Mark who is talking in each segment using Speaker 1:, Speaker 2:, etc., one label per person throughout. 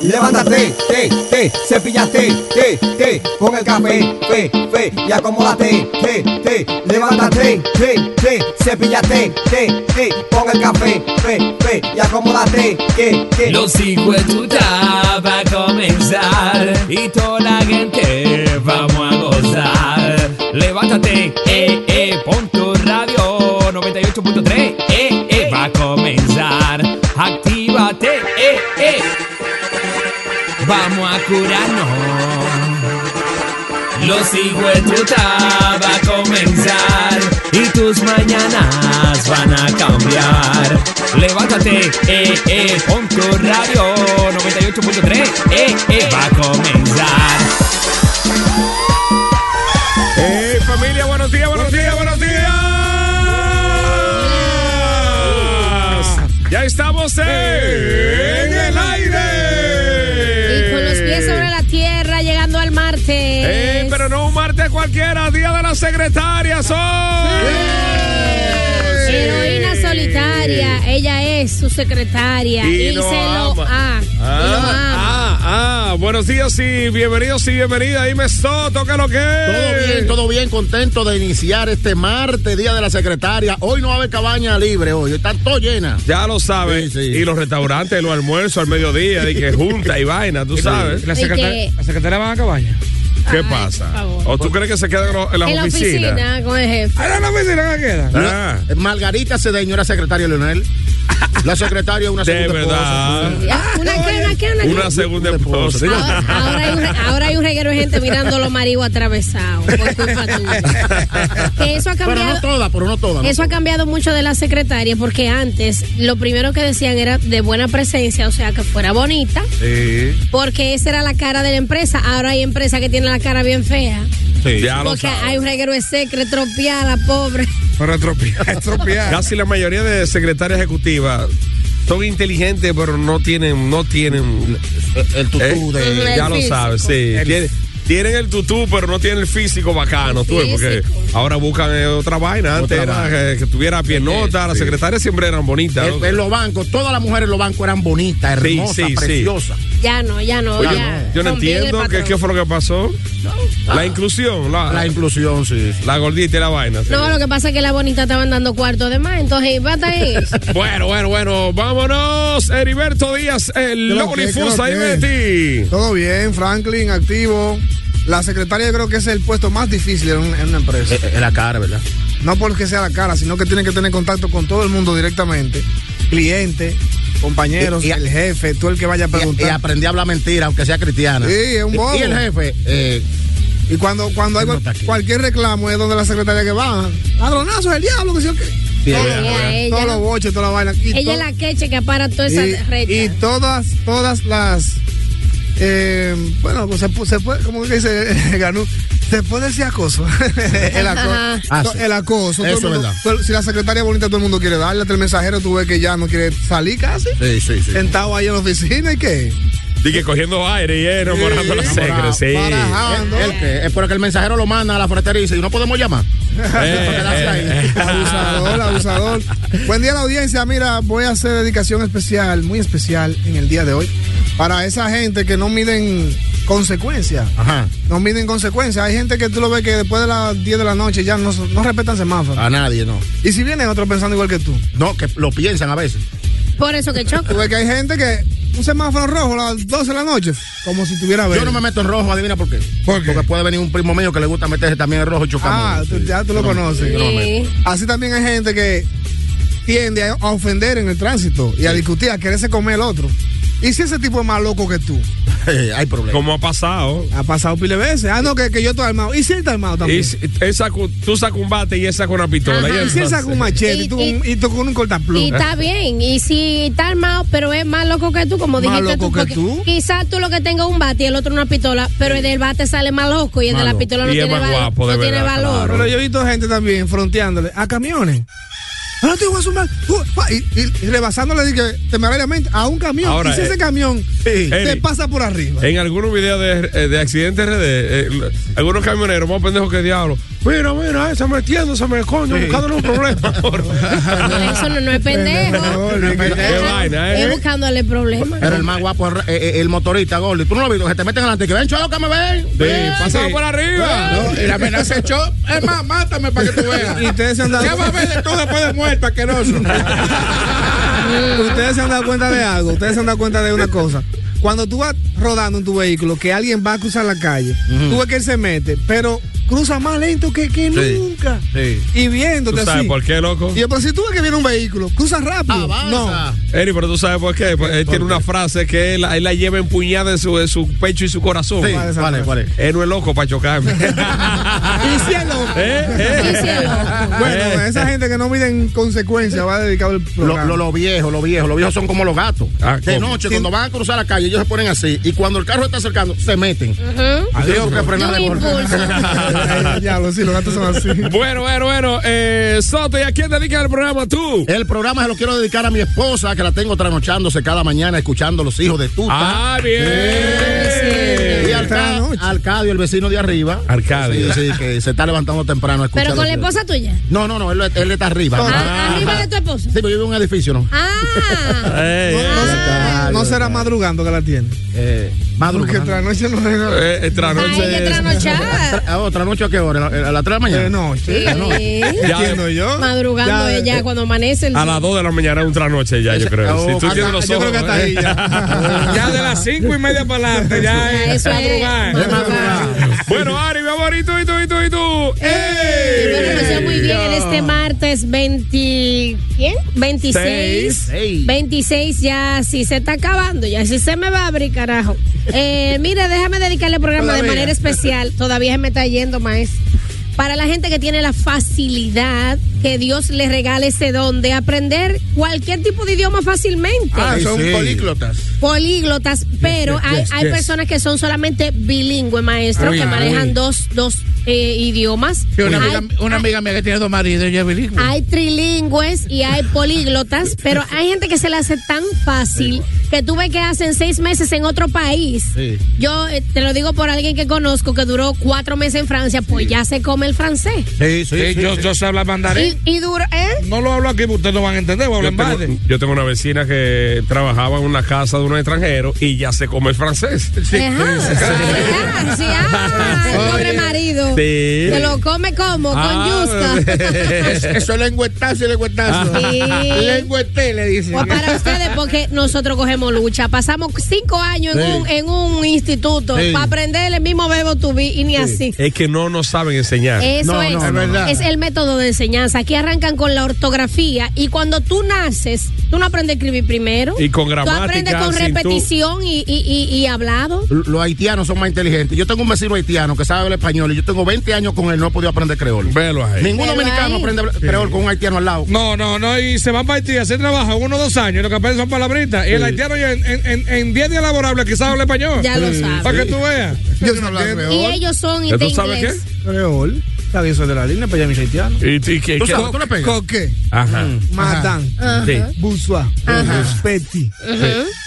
Speaker 1: Levántate, te, te, cepillate, te, te, con el café, fe, fe, y acomódate, te, te, levántate, te, te, cepillate, te, te, con el café, fe, fe, y acomódate, que, que.
Speaker 2: Los hijueputas va a comenzar y toda la gente vamos a gozar. Levántate, eh, eh, pon tu radio 98.3, eh, eh, va a comenzar. Actívate, eh, eh, vamos a curarnos. Los hijueputas va a comenzar y tus mañanas van a cambiar. Levántate, eh, eh, pon tu radio 98.3, eh, eh, va a comenzar.
Speaker 3: ¡Hey, Eh, familia! ¡Buenos días, buenos días, buenos días! Ya estamos en el aire.
Speaker 4: Eh. Y con los
Speaker 2: Eh.
Speaker 4: pies sobre la tierra, llegando al martes.
Speaker 3: ¡Ey, Eh, pero no un martes cualquiera! ¡Día de las secretarias hoy!
Speaker 4: Eh, Heroína solitaria, ella es su secretaria
Speaker 3: Y
Speaker 4: y,
Speaker 3: lo
Speaker 4: se lo
Speaker 3: ama.
Speaker 4: ha. y lo ama.
Speaker 3: Ah, ah, ah. Buenos días y bienvenidos y bienvenidas. Dime Soto, ¿qué es lo que
Speaker 5: Todo
Speaker 3: es?
Speaker 5: bien, todo bien, contento de iniciar este martes, día de la secretaria. Hoy no va a haber cabaña libre, hoy está todo llena.
Speaker 3: Ya lo sabes.
Speaker 5: Sí, sí.
Speaker 3: Y los restaurantes, los almuerzos al mediodía, de que junta y vaina, tú sabes.
Speaker 4: ¿Y qué?
Speaker 2: van a cabaña?
Speaker 3: ¿Qué
Speaker 4: Ay, por
Speaker 3: pasa?
Speaker 4: favor.
Speaker 3: ¿O tú crees que se quedan en lo- en Ah, las
Speaker 4: En la
Speaker 3: oficinas?
Speaker 4: oficina con el jefe.
Speaker 2: Ahora la oficina que queda.
Speaker 3: Ah,
Speaker 5: Margarita Cedeño era secretaria de Leonel. La secretaria de una
Speaker 3: de
Speaker 5: segunda
Speaker 3: verdad.
Speaker 4: Ah, ¿Una qué, una qué, una qué?
Speaker 3: Una segunda esposa.
Speaker 5: esposa.
Speaker 4: Ahora, ahora hay un, ahora hay un reguero de gente mirando los marigos atravesados por culpa tuya. Que eso
Speaker 5: esposa.
Speaker 4: ha
Speaker 5: Pero no
Speaker 4: cambiado.
Speaker 5: toda, ah, pero no toda. no
Speaker 4: Eso ha cambiado mucho de la secretaria porque antes lo primero que decían era de buena presencia, o sea, que fuera bonita,
Speaker 3: Sí,
Speaker 4: porque esa era la cara de la empresa. Ahora hay empresas que tienen la cara bien fea,
Speaker 3: sí. Ya lo
Speaker 4: porque hay
Speaker 3: sabes.
Speaker 4: un reguero de secre, tropiada, pobre.
Speaker 2: Para estropear.
Speaker 3: Casi la mayoría de secretarias ejecutivas son inteligentes, pero no tienen, no tienen.
Speaker 5: toda. El tutú
Speaker 3: ¿Eh?
Speaker 5: de.
Speaker 4: El
Speaker 3: ya lo
Speaker 4: físico.
Speaker 3: sabes, sí. Tienen, tienen el tutú, pero no tienen el físico bacano, tú ves, porque
Speaker 4: físico.
Speaker 3: ahora buscan eh, otra vaina. Antes
Speaker 5: Otra
Speaker 3: era
Speaker 5: vaina.
Speaker 3: que, que tuviera piernota, las secretarias siempre eran bonitas.
Speaker 5: En,
Speaker 3: ¿no?
Speaker 5: en los bancos, todas las mujeres en los bancos eran bonitas,
Speaker 3: Sí,
Speaker 5: hermosas,
Speaker 3: sí, sí.
Speaker 5: preciosas.
Speaker 4: Ya no, ya no,
Speaker 3: Oye,
Speaker 4: ya.
Speaker 3: yo no
Speaker 4: Conviene el
Speaker 3: entiendo qué,
Speaker 4: patrón.
Speaker 3: qué fue lo que pasó. La inclusión, la,
Speaker 5: La inclusión, sí. sí.
Speaker 3: la gordita y la vaina. sí.
Speaker 4: No, lo que pasa es que la bonita estaban dando cuartos de más, entonces iba a estar eso.
Speaker 3: Bueno, bueno, bueno, vámonos. Heriberto Díaz, el
Speaker 6: Creo
Speaker 3: loco
Speaker 6: que,
Speaker 3: difusa ahí
Speaker 6: creo
Speaker 3: metí.
Speaker 6: Todo bien, Franklin, activo. La secretaria yo creo que es el puesto más difícil en una, en una empresa.
Speaker 5: Es es Eh, la cara, ¿verdad?
Speaker 6: No porque sea la cara, sino que tiene que tener contacto con todo el mundo directamente. Cliente, compañeros,
Speaker 5: Eh, Y- y-
Speaker 6: el jefe, tú el que vaya a
Speaker 5: Y, y
Speaker 6: preguntar.
Speaker 5: aprendí a hablar mentira, aunque sea cristiana.
Speaker 6: Sí, es un
Speaker 5: Y-
Speaker 6: bobo.
Speaker 5: Y, el jefe, eh,
Speaker 6: Y, cuando, cuando hay
Speaker 5: Él no está aquí.
Speaker 6: cualquier reclamo es donde la secretaria que va. Ladronazo, el diablo, que sí o qué.
Speaker 5: sí,
Speaker 4: Ay,
Speaker 5: eh,
Speaker 4: ay, ella
Speaker 6: Todos los
Speaker 4: no-
Speaker 6: boches, toda la vaina. Y
Speaker 4: Ella es
Speaker 6: to-
Speaker 4: la queche que para toda esa
Speaker 6: y,
Speaker 4: reta.
Speaker 6: y todas, todas las. eh, bueno, pues se, pu- se puede, como que dice Ganú, se puede decir acoso. el
Speaker 4: Ajá.
Speaker 6: acoso.
Speaker 5: Ah,
Speaker 6: To-
Speaker 5: sí.
Speaker 6: El acoso. todo el
Speaker 5: Eso es
Speaker 6: mundo-
Speaker 5: verdad.
Speaker 6: todo el- si la secretaria bonita todo el mundo quiere darle, hasta el mensajero tú ves que ya no quiere salir casi.
Speaker 5: sí, sí, sí.
Speaker 6: Sentado ahí en la oficina y qué.
Speaker 3: Dije cogiendo aire y enamorando a la
Speaker 5: enamorado,
Speaker 3: secre, sí.
Speaker 6: Barajando.
Speaker 4: Ah.
Speaker 5: ¿El qué? Es porque el mensajero lo manda a la frontera y dice, no podemos llamar.
Speaker 3: Eh,
Speaker 6: Abusador, abusador. Buen día a la audiencia. Mira, voy a hacer dedicación especial, muy especial en el día de hoy. Para esa gente que no miden consecuencias.
Speaker 5: Ajá.
Speaker 6: No miden consecuencias. Hay gente que tú lo ves que después de las 10 de la noche ya no, no respetan semáforos.
Speaker 5: A nadie, no.
Speaker 6: Y si vienen otros pensando igual que tú.
Speaker 5: No, que lo piensan a veces.
Speaker 4: Por eso que choca.
Speaker 6: Porque hay gente que un semáforo rojo a las 12 de la noche, como si tuviera
Speaker 5: Yo
Speaker 6: verde.
Speaker 5: no me meto en rojo, adivina por qué. Porque puede venir un primo mío que le gusta meterse también en rojo y chocamos.
Speaker 6: Ah, tú-
Speaker 5: Sí.
Speaker 6: ya tú lo
Speaker 5: Yo no-
Speaker 6: conoces.
Speaker 5: yo no me meto.
Speaker 6: Así también hay gente que tiende a a ofender en el tránsito y a discutir, a quererse comer el otro. ¿Y si ese tipo es más loco que tú?
Speaker 5: Hay problemas.
Speaker 3: Como ha pasado.
Speaker 6: Ha pasado pile veces. Ah, no, que, que yo estoy armado. ¿Y si él está armado también?
Speaker 3: Y si- él sacó- tú sacas un bate y él saca una pistola.
Speaker 4: Ajá.
Speaker 6: ¿Y si él saca un machete y tú,
Speaker 4: Y-
Speaker 6: y tú con un cortaplum?
Speaker 4: Y está bien, y si está armado, pero es más loco que tú, como
Speaker 6: Más
Speaker 4: dijiste
Speaker 6: loco
Speaker 4: tú,
Speaker 6: que
Speaker 4: porque
Speaker 6: tú.
Speaker 4: quizás tú lo que tengas es un bate y el otro una pistola, pero el del bate sale más loco y el
Speaker 6: Más
Speaker 4: de la
Speaker 6: loco.
Speaker 4: pistola no
Speaker 6: Y es
Speaker 4: tiene,
Speaker 6: más
Speaker 4: val-
Speaker 6: guapo, de
Speaker 4: no tiene
Speaker 6: verdad,
Speaker 4: valor.
Speaker 6: Pero yo he visto gente también fronteándole a camiones. Ah, No te voy a sumar. Uh, pa, Y, y, y rebasándole dije, temerariamente a un camión.
Speaker 3: Ahora,
Speaker 6: y si
Speaker 3: eh,
Speaker 6: ese camión te
Speaker 3: Eric.
Speaker 6: pasa por arriba.
Speaker 3: En algunos videos de, eh, de accidentes RD, eh, l- algunos camioneros más pendejos que diablo. Mira, mira, eh, se metiéndose, me coño, buscándole un problema.
Speaker 4: Pero Eso no, no es pendejo.
Speaker 5: No es
Speaker 3: Qué
Speaker 5: pendejo.
Speaker 3: vaina,
Speaker 4: Es
Speaker 3: eh.
Speaker 4: buscándole problemas.
Speaker 5: Era el más guapo, el, el- el motorista, Gordy. Tú no lo has visto, que te meten adelante. Que ven, cholo, que me ven. ven
Speaker 3: pásame por arriba.
Speaker 5: No, y la amenaza echó. Es más, mátame para que tú veas.
Speaker 6: Y ustedes se han dado-
Speaker 5: Ya va a ver de todo después de muerto, asqueroso.
Speaker 6: Ustedes se han dado cuenta de algo, ustedes se han dado cuenta de una cosa. Cuando tú vas rodando en tu vehículo, que alguien va a cruzar la calle, tú ves que él se mete, pero cruza más lento que, que nunca.
Speaker 3: Sí.
Speaker 6: Y viéndote
Speaker 3: ¿Tú sabes
Speaker 6: así.
Speaker 3: por qué, loco?
Speaker 6: Y yo, pero si tú ves que viene un vehículo, cruza rápido. No.
Speaker 3: Eri, pero tú sabes por qué. Pues él tiene una frase que él, él la lleva empuñada en su, en su pecho y su corazón.
Speaker 5: Sí, ¿Cuál es esa ¿cuál es, frase? cuál es?
Speaker 3: Él no es loco para chocarme.
Speaker 6: Y si es loco.
Speaker 3: eh.
Speaker 4: Y si es loco.
Speaker 6: Bueno, esa gente que no miden consecuencias va dedicado el
Speaker 5: Los
Speaker 6: programa.
Speaker 5: lo, lo viejos, los viejos, los viejos son como los gatos.
Speaker 3: Ah,
Speaker 5: de
Speaker 3: ¿cómo?
Speaker 5: noche, cuando van a cruzar la calle, ellos se ponen así. Y cuando el carro está acercando, se meten.
Speaker 4: Ujú.
Speaker 5: Yo Tengo que frenarle
Speaker 4: De un
Speaker 5: por-
Speaker 4: impulso.
Speaker 6: Ay, Eh, diablo, sí, los gatos
Speaker 5: Ah,
Speaker 6: son así.
Speaker 3: bueno, bueno, bueno. Eh, Soto, ¿y a quién dedica el programa tú?
Speaker 5: El programa se lo quiero dedicar a mi esposa, que la tengo trasnochándose cada mañana escuchando los hijos de Tuta.
Speaker 3: Ah,
Speaker 5: Y
Speaker 3: bien.
Speaker 6: Cada
Speaker 5: Arca-
Speaker 6: noche.
Speaker 5: Arcadio, el vecino de arriba.
Speaker 3: Arcadio.
Speaker 5: Sí, sí, que se está levantando temprano. a escuchar
Speaker 4: Pero con
Speaker 5: los
Speaker 4: la
Speaker 5: hijos.
Speaker 4: esposa tuya.
Speaker 5: No, no, no, él, él está arriba.
Speaker 4: Ah, arriba de tu esposa.
Speaker 5: Sí, pero yo vivo en un edificio, ¿no?
Speaker 4: Ah,
Speaker 3: Ey, ey.
Speaker 6: No,
Speaker 5: Ay,
Speaker 6: no
Speaker 5: Dios.
Speaker 6: será madrugando que la tiene.
Speaker 5: Eh,
Speaker 6: Porque
Speaker 5: madrugada.
Speaker 6: otra noche no regala.
Speaker 3: Eh, esta
Speaker 4: hay
Speaker 3: noche
Speaker 4: que
Speaker 3: es-
Speaker 4: tranochar.
Speaker 5: Tra- ¿A otra noche a qué hora? ¿A las 3 de la mañana?
Speaker 6: Eh, no, sí.
Speaker 4: Sí.
Speaker 3: Ya,
Speaker 6: Entiendo yo.
Speaker 4: Madrugando
Speaker 6: Ya,
Speaker 4: ya,
Speaker 6: eh,
Speaker 4: cuando amanece. el-
Speaker 3: A las 2 de la mañana es un trasnoche ya, yo creo.
Speaker 5: Oh,
Speaker 3: si tú
Speaker 5: hasta-
Speaker 3: tienes los
Speaker 6: yo
Speaker 3: ojos. ¿eh?
Speaker 6: creo que hasta ahí ya.
Speaker 3: Ya de las 5 y media para adelante, ya
Speaker 4: Ya,
Speaker 3: es
Speaker 4: eso es
Speaker 3: madrugar.
Speaker 5: Es madrugada.
Speaker 3: Bueno, Ari, mi amorito, y tú, y tú, y tú.
Speaker 4: Espero que sea muy
Speaker 3: ¡Ey!
Speaker 4: bien en este martes 20, ¿quién? 26.
Speaker 5: Seis.
Speaker 4: 26 ya si se está acabando, ya si se me va a abrir, carajo. Eh, mire, déjame dedicarle el programa de
Speaker 6: Todavía.
Speaker 4: manera especial. Todavía se me está yendo, maestro. Para la gente que tiene la facilidad, que Dios le regale ese don de aprender cualquier tipo de idioma fácilmente.
Speaker 5: Ah,
Speaker 6: Ay,
Speaker 5: son
Speaker 6: sí.
Speaker 5: políglotas.
Speaker 4: Políglotas, pero
Speaker 3: yes,
Speaker 4: hay,
Speaker 3: yes,
Speaker 4: hay
Speaker 3: yes.
Speaker 4: personas que son solamente bilingües, maestro,
Speaker 3: Uy,
Speaker 4: que manejan
Speaker 3: uy.
Speaker 4: dos, dos eh, idiomas. Hay-
Speaker 5: mía que tiene dos maridos, ella es bilingüe.
Speaker 4: hay trilingües y hay políglotas, pero hay gente que se le hace tan fácil que tuve que hacen seis meses en otro país.
Speaker 5: Sí.
Speaker 4: Yo eh, te lo digo por alguien que conozco que duró cuatro meses en Francia, pues ya se come el francés.
Speaker 5: Sí, sí, sí,
Speaker 7: yo,
Speaker 5: sí.
Speaker 7: yo sé hablar mandarín.
Speaker 4: Y, y duro, ¿eh?
Speaker 7: No lo hablo aquí, ustedes no van a entender, voy a
Speaker 3: Yo
Speaker 7: hablar en balde.
Speaker 3: tengo, yo tengo una vecina que trabajaba en una casa de un extranjero y ya se come el francés.
Speaker 4: Ajá. Ajá, sí, ah, el pobre marido.
Speaker 3: Sí.
Speaker 4: Se lo come como,
Speaker 3: Ah,
Speaker 4: con
Speaker 3: bebé.
Speaker 4: yusta.
Speaker 5: Eso es lengüetazo y lengüetazo.
Speaker 4: Sí.
Speaker 5: Lengüete, le dicen.
Speaker 4: Pues para ustedes, porque nosotros cogemos lucha. Pasamos cinco años en,
Speaker 5: Sí.
Speaker 4: un, en un instituto
Speaker 5: Sí.
Speaker 4: para aprender el mismo verbo to be y ni así.
Speaker 3: Es que no nos saben enseñar. Eh,
Speaker 4: Eso
Speaker 5: No,
Speaker 4: es.
Speaker 5: no, no, no, no.
Speaker 4: Es el método de enseñanza. Aquí arrancan con la ortografía y cuando tú naces, tú no aprendes a escribir primero.
Speaker 3: Y con gramática,
Speaker 4: Tú aprendes
Speaker 3: sin
Speaker 4: con
Speaker 3: tú-
Speaker 4: repetición y, y- y- y hablado.
Speaker 5: Los haitianos son más inteligentes. Yo tengo un vecino haitiano que sabe hablar español y yo tengo 20 años con él, no he podido aprender creol.
Speaker 7: Velo ahí.
Speaker 5: Ningún
Speaker 4: Velo
Speaker 5: dominicano
Speaker 4: ahí.
Speaker 5: aprende a hablar creol con un haitiano al lado.
Speaker 7: No, no, no, y se van para Haití a hacer trabajo uno o dos años, y lo que aprenden son palabritas. Y el haitiano ya en 10 en, en diez días laborables quizás habla español.
Speaker 4: Ya lo
Speaker 7: Para
Speaker 4: sabes.
Speaker 7: que tú veas.
Speaker 6: Yo no hablo
Speaker 4: Y
Speaker 6: creol.
Speaker 4: ellos son
Speaker 3: ¿Ya
Speaker 4: de
Speaker 3: tú sabes
Speaker 4: inglés.
Speaker 3: qué?
Speaker 6: Creol. Está bien, soy de la línea, pero ya mi haitiano. Mm,
Speaker 3: ¿Y, y qué-
Speaker 6: ¿Tú
Speaker 3: qué-
Speaker 6: sabes, tú le pegas? Coque.
Speaker 3: Ajá.
Speaker 6: Matan.
Speaker 3: Ajá. Sí.
Speaker 6: Busua. Petty.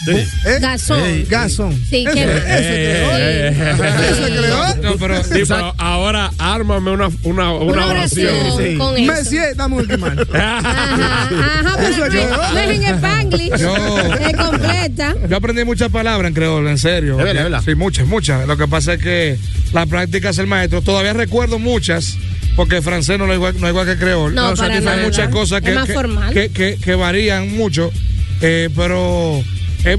Speaker 3: Sí.
Speaker 4: Gasón.
Speaker 6: Gasón.
Speaker 4: Sí,
Speaker 6: Eso-
Speaker 4: que-
Speaker 6: eso creó.
Speaker 3: Eh,
Speaker 6: Eso creó.
Speaker 3: No, pero, sí, pero ahora ármame una, una, una,
Speaker 6: Una
Speaker 3: oración.
Speaker 6: oración con eso. Messi, dame un quemar.
Speaker 4: Ajá, pero
Speaker 6: Eso
Speaker 4: no es-
Speaker 6: yo-
Speaker 4: no es en Spanglish.
Speaker 7: Yo-
Speaker 4: Es completa.
Speaker 7: Yo aprendí muchas palabras en creol, en serio.
Speaker 2: Es verdad, es verdad.
Speaker 7: Sí, muchas, muchas. Lo que pasa es que la práctica es el maestro. Todavía recuerdo muchas, porque el francés no es igual, no es igual que el creol.
Speaker 4: No,
Speaker 7: O sea,
Speaker 4: para
Speaker 7: hay
Speaker 4: nada.
Speaker 7: muchas cosas que,
Speaker 4: Es más
Speaker 7: que-
Speaker 4: formal.
Speaker 7: que- que- que varían mucho, eh, pero... Es,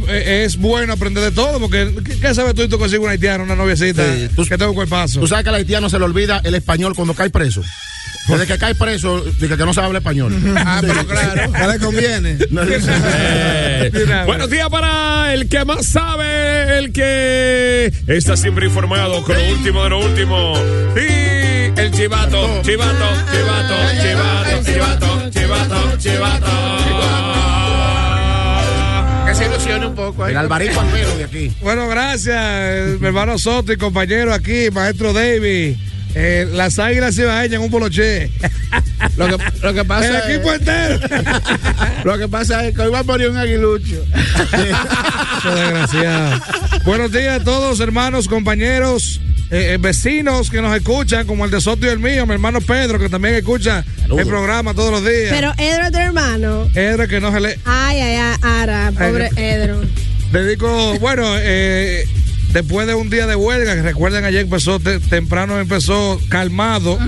Speaker 7: es bueno aprender de todo, porque ¿qué- ¿qué sabes tú si tú consigues una haitiana, una noviecita? que tengo cuerpazo.
Speaker 2: Tú sabes que al haitiano se le olvida el español cuando cae preso. Desde que cae preso, dice que no sabe hablar español.
Speaker 6: Ah, pero claro. No le conviene.
Speaker 5: "Eh,
Speaker 3: Eh, Buenos días para el que más sabe, el que está siempre informado con lo último de lo último. Y el chivato, chivato, chivato, chivato, chivato, chivato, chivato.
Speaker 2: Que se ilusione un poco. El Alvarito Almero de aquí.
Speaker 7: Bueno, gracias, eh, mi hermano Soto y compañero aquí, maestro David. eh, las águilas cibaeñas en un poloche.
Speaker 8: Lo que, lo que
Speaker 7: El
Speaker 8: pasa es-
Speaker 7: equipo entero.
Speaker 8: Lo que pasa es que hoy va a morir un aguilucho.
Speaker 7: Qué desgraciado. Buenos días a todos, hermanos, compañeros, eh, eh, vecinos que nos escuchan, como el de Soto y el mío, mi hermano Pedro, que también escucha el programa todos los días.
Speaker 4: Pero Edro es tu hermano.
Speaker 7: Edra, que no se le.
Speaker 4: Ay, ay, ay, Ara, pobre Edro.
Speaker 7: Dedico, bueno, eh, después de un día de huelga, que recuerden ayer empezó, te- temprano empezó calmado,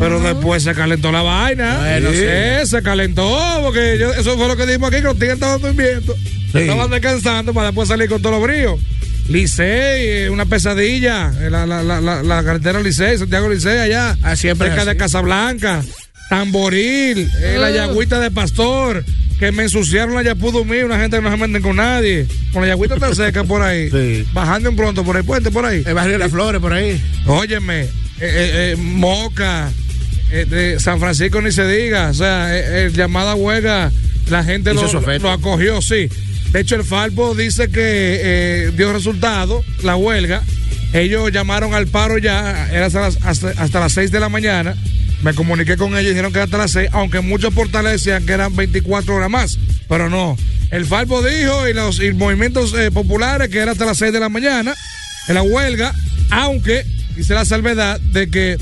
Speaker 7: pero después se calentó la vaina.
Speaker 8: Bueno,
Speaker 7: Sí, se calentó, porque yo- eso fue lo que dijimos aquí, que los tigres estaban durmiendo, estaban descansando para después salir con todos los bríos. Licey, eh, una pesadilla, eh, la, la, la, la, la carretera Licey, Santiago Licey allá, cerca de Casablanca, Tamboril, eh, la
Speaker 8: Ah.
Speaker 7: yagüita de pastor, que me ensuciaron la yapudo mía, una gente que no se meten con nadie, con la yagüita tan seca por ahí, bajando en pronto por el puente, por ahí.
Speaker 8: El barrio de las flores, por ahí.
Speaker 7: Óyeme, eh, eh, eh, Moca, eh, de San Francisco ni se diga, o sea, eh, eh, llamada huelga, la gente
Speaker 2: Hizo
Speaker 7: lo,
Speaker 2: su oferta.
Speaker 7: lo acogió, sí. De hecho, el Falpo dice que eh, dio resultado, la huelga. Ellos llamaron al paro ya, era hasta las, hasta, hasta las 6 de la mañana. Me comuniqué con ellos, dijeron que era hasta las 6, aunque muchos portales decían que eran 24 horas más, pero no. El Falpo dijo y los y movimientos eh, populares que era hasta las 6 de la mañana en la huelga, aunque hice la salvedad de que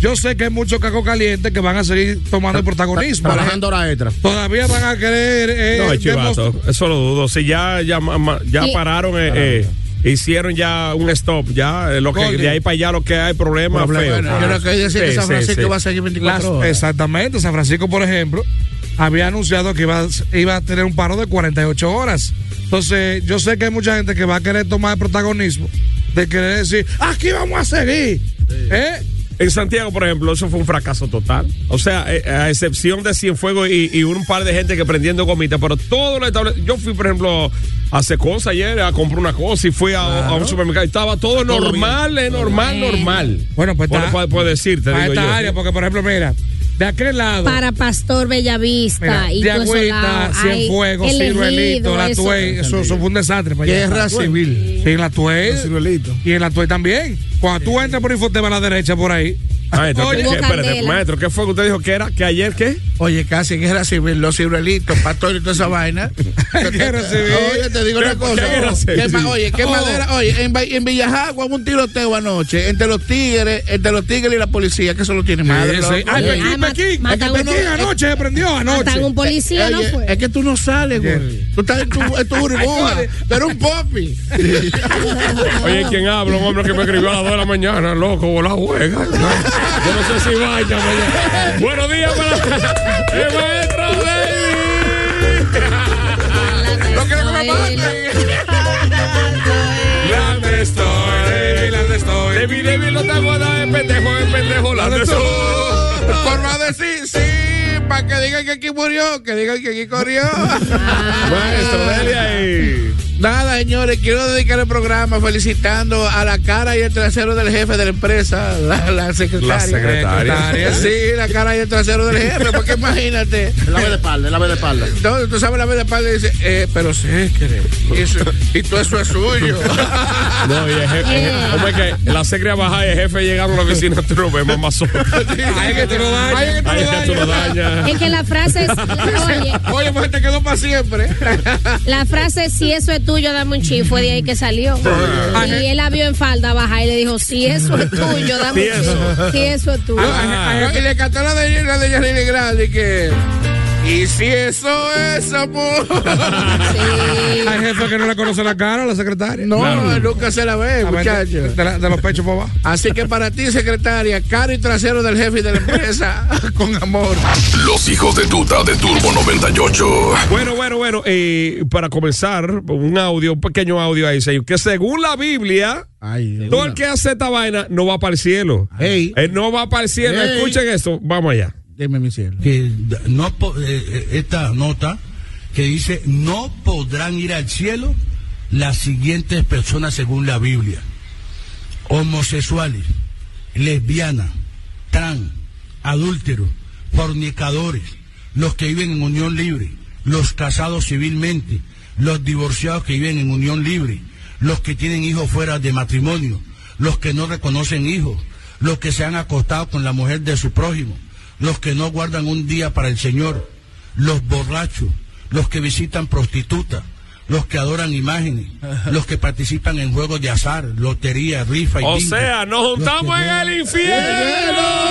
Speaker 7: yo sé que hay muchos cacos calientes que van a seguir tomando el protagonismo.
Speaker 2: Trabajando hora extra.
Speaker 7: Todavía van a querer. eh,
Speaker 3: No, es chivato, eso lo dudo. Si ya, ya, ma- ma- ya
Speaker 7: Sí.
Speaker 3: pararon, eh, eh, hicieron ya un stop, ya eh, lo que,
Speaker 7: Goldie.
Speaker 3: de ahí para allá lo que hay problemas
Speaker 7: Problema.
Speaker 3: feos.
Speaker 7: Bueno, yo lo que quiero decir es que San Francisco va a
Speaker 8: seguir
Speaker 7: Las- Exactamente, San Francisco, por ejemplo, había anunciado que iba, a- iba a tener un paro de 48 horas. Entonces, yo sé que hay mucha gente que va a querer tomar el protagonismo, de querer decir, aquí vamos a seguir. ¿Eh?
Speaker 3: En Santiago, por ejemplo, eso fue un fracaso total. O sea, eh, a excepción de Cienfuegos y, y un par de gente que prendiendo gomitas, pero todo lo estable- Yo fui, por ejemplo, a Seconza ayer a comprar una cosa y fui a, a un supermercado. y Estaba todo,
Speaker 7: Todo
Speaker 3: normal,
Speaker 7: bien.
Speaker 3: eh, normal,
Speaker 4: Bueno.
Speaker 3: normal.
Speaker 7: Bueno, pues está-
Speaker 3: Puedo, puedo decirte,
Speaker 7: a
Speaker 3: digo
Speaker 7: esta
Speaker 3: yo.
Speaker 7: área, porque, por ejemplo, mira, de aquel lado.
Speaker 4: Para Pastor Bellavista
Speaker 7: Mira,
Speaker 4: y
Speaker 7: de
Speaker 4: todo eso
Speaker 7: Agüita,
Speaker 4: lado.
Speaker 7: Cienfuegos,
Speaker 4: Ay,
Speaker 7: Ciruelito,
Speaker 4: elegido,
Speaker 7: La
Speaker 4: eso.
Speaker 7: Tuey, eso, eso fue un desastre. para allá.
Speaker 8: Guerra
Speaker 7: La Tuey.
Speaker 8: civil.
Speaker 7: Sí, en La Tuey. Y en La Tuey también. Cuando tú entras por Infotema a la derecha, por ahí.
Speaker 3: Maestro, ¿qué- qué- espérate, maestro,
Speaker 8: ¿qué fue que usted dijo que era? ¿Que ayer qué? Oye, casi guerra civil, los ciruelitos, pastor y toda esa vaina.
Speaker 7: guerra civil.
Speaker 8: Oye, te digo una
Speaker 7: ¿Qué-
Speaker 8: cosa.
Speaker 7: qué guerra
Speaker 8: ¿Qué
Speaker 7: civil?
Speaker 8: ma- oye, qué
Speaker 7: Oh.
Speaker 8: madera. Oye, en, Va- en Villajagua hubo un tiroteo anoche entre los tigres, entre los tigres y la policía, que eso lo tiene madre.
Speaker 7: Sí,
Speaker 8: loco.
Speaker 7: sí. Ay, Pekín,
Speaker 4: Ah,
Speaker 7: Pekín. Es que
Speaker 8: matan
Speaker 7: Pekín
Speaker 8: Ah, uno-
Speaker 7: anoche se prendió, anoche.
Speaker 4: Matan eh, un policía,
Speaker 8: Oye,
Speaker 4: ¿no fue?
Speaker 8: Es que tú no sales, güey. Tú estás en tu, en tu burbuja. Tú eres un popi.
Speaker 3: Oye, ¿quién habla? Un hombre que me escribió a las 2 de la mañana, loco, volá juega. Yo no sé si vaya mañana. Buenos días para el maestro David. No quiero que me maten. La estoy, David, la estoy. David, David, no te voy a dar de pendejo, de pendejo, la estoy.
Speaker 8: Por más decir, sí, para que digan que aquí murió, que digan que aquí corrió.
Speaker 3: Maestro, dele ahí.
Speaker 8: Nada, señores, quiero dedicar el programa felicitando a la cara y el trasero del jefe de la empresa, la, la secretaria.
Speaker 5: La secretaria.
Speaker 8: Sí, la cara y el trasero del jefe, porque imagínate.
Speaker 5: La ve de espalda, la ve de espalda.
Speaker 8: No, tú sabes la vez de espalda y dice, eh, pero sé que eso- y todo eso es suyo.
Speaker 3: No, y el jefe, el jefe- ¿cómo es que la secre baja y el jefe llegaron a la oficina, tú lo ves, mamá Ay, que tú lo dañas. Ay, que tú lo dañas.
Speaker 4: Es que la frase es, oye,
Speaker 8: Oye, pues te quedó para siempre.
Speaker 4: la frase si eso es tuyo, dame un chip, fue de ahí que salió. Y él la vio en falda baja y le dijo, si eso es tuyo, dame un chip. Si eso es
Speaker 8: Ah,
Speaker 4: tuyo.
Speaker 8: Y le cantó la de la de Yanine Grande que. Y si eso es amor.
Speaker 7: Hay jefes que no le conoce la cara a la secretaria.
Speaker 8: No, nunca se la ve,
Speaker 7: La mente-
Speaker 8: muchachos.
Speaker 7: De, la- de los pechos para abajo.
Speaker 8: Así que para ti, secretaria, cara y trasero del jefe y de la empresa, con amor.
Speaker 9: Los hijos de tuta de Turbo 98.
Speaker 3: Bueno, bueno, bueno, eh, para comenzar, un audio, un pequeño audio ahí, señor, que según la Biblia, todo el que hace esta vaina no va para el cielo. Él no va para el cielo.
Speaker 10: Ey.
Speaker 3: Escuchen esto, vamos allá.
Speaker 10: Dime mi cielo. Que da- no po- eh, eh, esta nota que dice no podrán ir al cielo las siguientes personas según la Biblia. Homosexuales, lesbianas, trans, adúlteros, fornicadores, los que viven en unión libre, los casados civilmente, los divorciados que viven en unión libre, los que tienen hijos fuera de matrimonio, los que no reconocen hijos, los que se han acostado con la mujer de su prójimo, los que no guardan un día para el Señor, los borrachos, los que visitan prostitutas, los que adoran imágenes, los que participan en juegos de azar, lotería, rifa y
Speaker 3: O
Speaker 10: bingo,
Speaker 3: sea, nos
Speaker 10: los que
Speaker 3: juntamos en
Speaker 10: juegan-
Speaker 3: el infierno.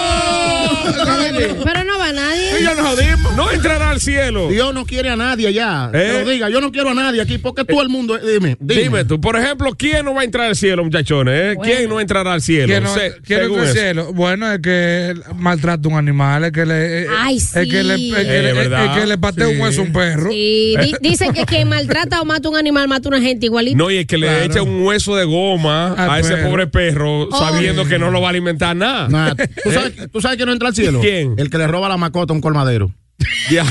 Speaker 4: Pero no va nadie.
Speaker 5: Ya nos jodimos.
Speaker 3: No entrará al cielo.
Speaker 5: Dios no quiere a nadie allá.
Speaker 3: Eh.
Speaker 5: Que lo diga, yo no quiero a nadie aquí porque todo el mundo. eh, Dime, dime.
Speaker 3: Dime. tú, por ejemplo, ¿quién no va a entrar al cielo, muchachones? eh? ¿Quién no entrará al cielo?
Speaker 7: Quiero,
Speaker 3: Se-
Speaker 7: quiero
Speaker 3: según
Speaker 7: que el
Speaker 3: eso.
Speaker 7: cielo. Bueno, es que él maltrata a un animal, es que le. eh,
Speaker 4: Ay,
Speaker 7: es que le,
Speaker 4: sí.
Speaker 7: es que le-
Speaker 3: Eh, ¿verdad?
Speaker 7: es que le patea un hueso a un perro.
Speaker 4: Y di- dicen que quien maltrata o mata a un animal mata a una gente igualito.
Speaker 3: No, y es que le echa un hueso de goma
Speaker 5: Al
Speaker 3: a ese
Speaker 5: perro.
Speaker 3: pobre perro sabiendo que no lo va a alimentar nada.
Speaker 5: Nah, ¿tú, sabes, tú sabes que no entra al cielo?
Speaker 3: ¿Quién?
Speaker 5: El que le roba la macota a un colmadero.
Speaker 3: Ya.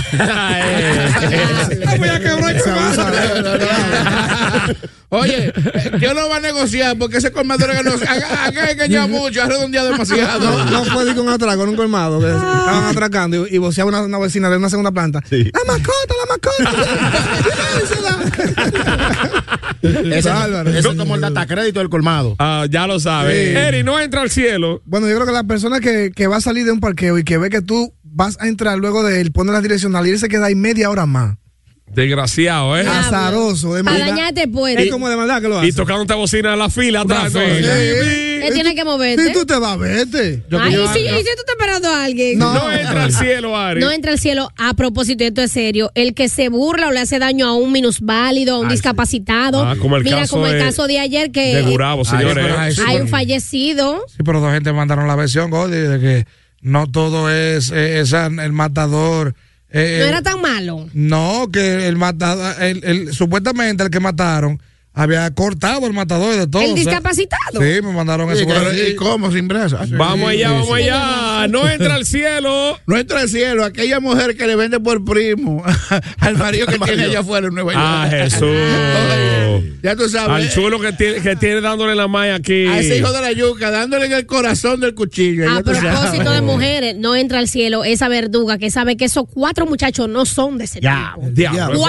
Speaker 8: Oye, eh, yo no va a negociar porque ese colmadero eh, que nos ha, ha engañado mucho, ha redondeado demasiado.
Speaker 6: No, no fue de que un atraco en un colmado. Que estaban atracando y, y voceaba una, una vecina de una segunda planta. Ah, La mascota, la mascota.
Speaker 5: Ese,
Speaker 6: Bárbaro.
Speaker 5: ese es como el datacrédito del colmado.
Speaker 3: Ah, ya lo sabes. Eri, no entra al cielo.
Speaker 6: Bueno, yo creo que la persona que, que va a salir de un parqueo y que ve que tú vas a entrar luego de él, pone la direccional y él se queda ahí media hora más.
Speaker 3: Desgraciado, ¿eh?
Speaker 6: Azaroso, de
Speaker 4: Para
Speaker 6: maldad.
Speaker 4: dañarte pues. puede.
Speaker 6: Es como de maldad que lo hace.
Speaker 3: Y tocando esta bocina en la fila atrás. ¿no?
Speaker 4: Que tiene que moverte.
Speaker 6: Si tú te vas, vete.
Speaker 4: Ay, ¿y si, y si tú estás esperando a alguien?
Speaker 6: No.
Speaker 3: No entra al cielo, Ari.
Speaker 4: No entra al cielo. A propósito, esto es serio. El que se burla o le hace daño a un minusválido, a un discapacitado.
Speaker 7: Ah, como el
Speaker 4: Mira,
Speaker 7: caso
Speaker 4: como el
Speaker 7: de-
Speaker 4: caso de ayer que
Speaker 7: de Gurabo,
Speaker 4: eh,
Speaker 7: señores. Ay, sí,
Speaker 4: hay
Speaker 7: pero-
Speaker 4: un fallecido.
Speaker 7: Sí, pero dos gente mandaron la versión, Gordy, de que no todo es eh, esa- el matador. eh,
Speaker 4: No era tan malo.
Speaker 7: No, que el matador, el, el- supuestamente el que mataron había cortado el matador y de todo.
Speaker 4: El
Speaker 7: o sea,
Speaker 4: discapacitado.
Speaker 7: sí, me mandaron eso. por ahí.
Speaker 5: ¿Y cómo? Sin brasa.
Speaker 3: Vamos allá, vamos allá. No entra al cielo.
Speaker 8: No entra al cielo. Aquella mujer que le vende por primo al marido que tiene allá afuera en Nueva York.
Speaker 3: Ah, Jesús.
Speaker 8: Ya tú
Speaker 3: Al
Speaker 8: sabes.
Speaker 3: chulo que tiene, que tiene dándole la malla aquí.
Speaker 8: A ese hijo de la yuca, dándole en el corazón del cuchillo.
Speaker 4: A
Speaker 8: ya tú sabes.
Speaker 4: propósito de mujeres, no entra al cielo esa verduga que sabe que esos cuatro muchachos no son de ese
Speaker 3: Ya,
Speaker 4: tipo.
Speaker 3: diablo, esos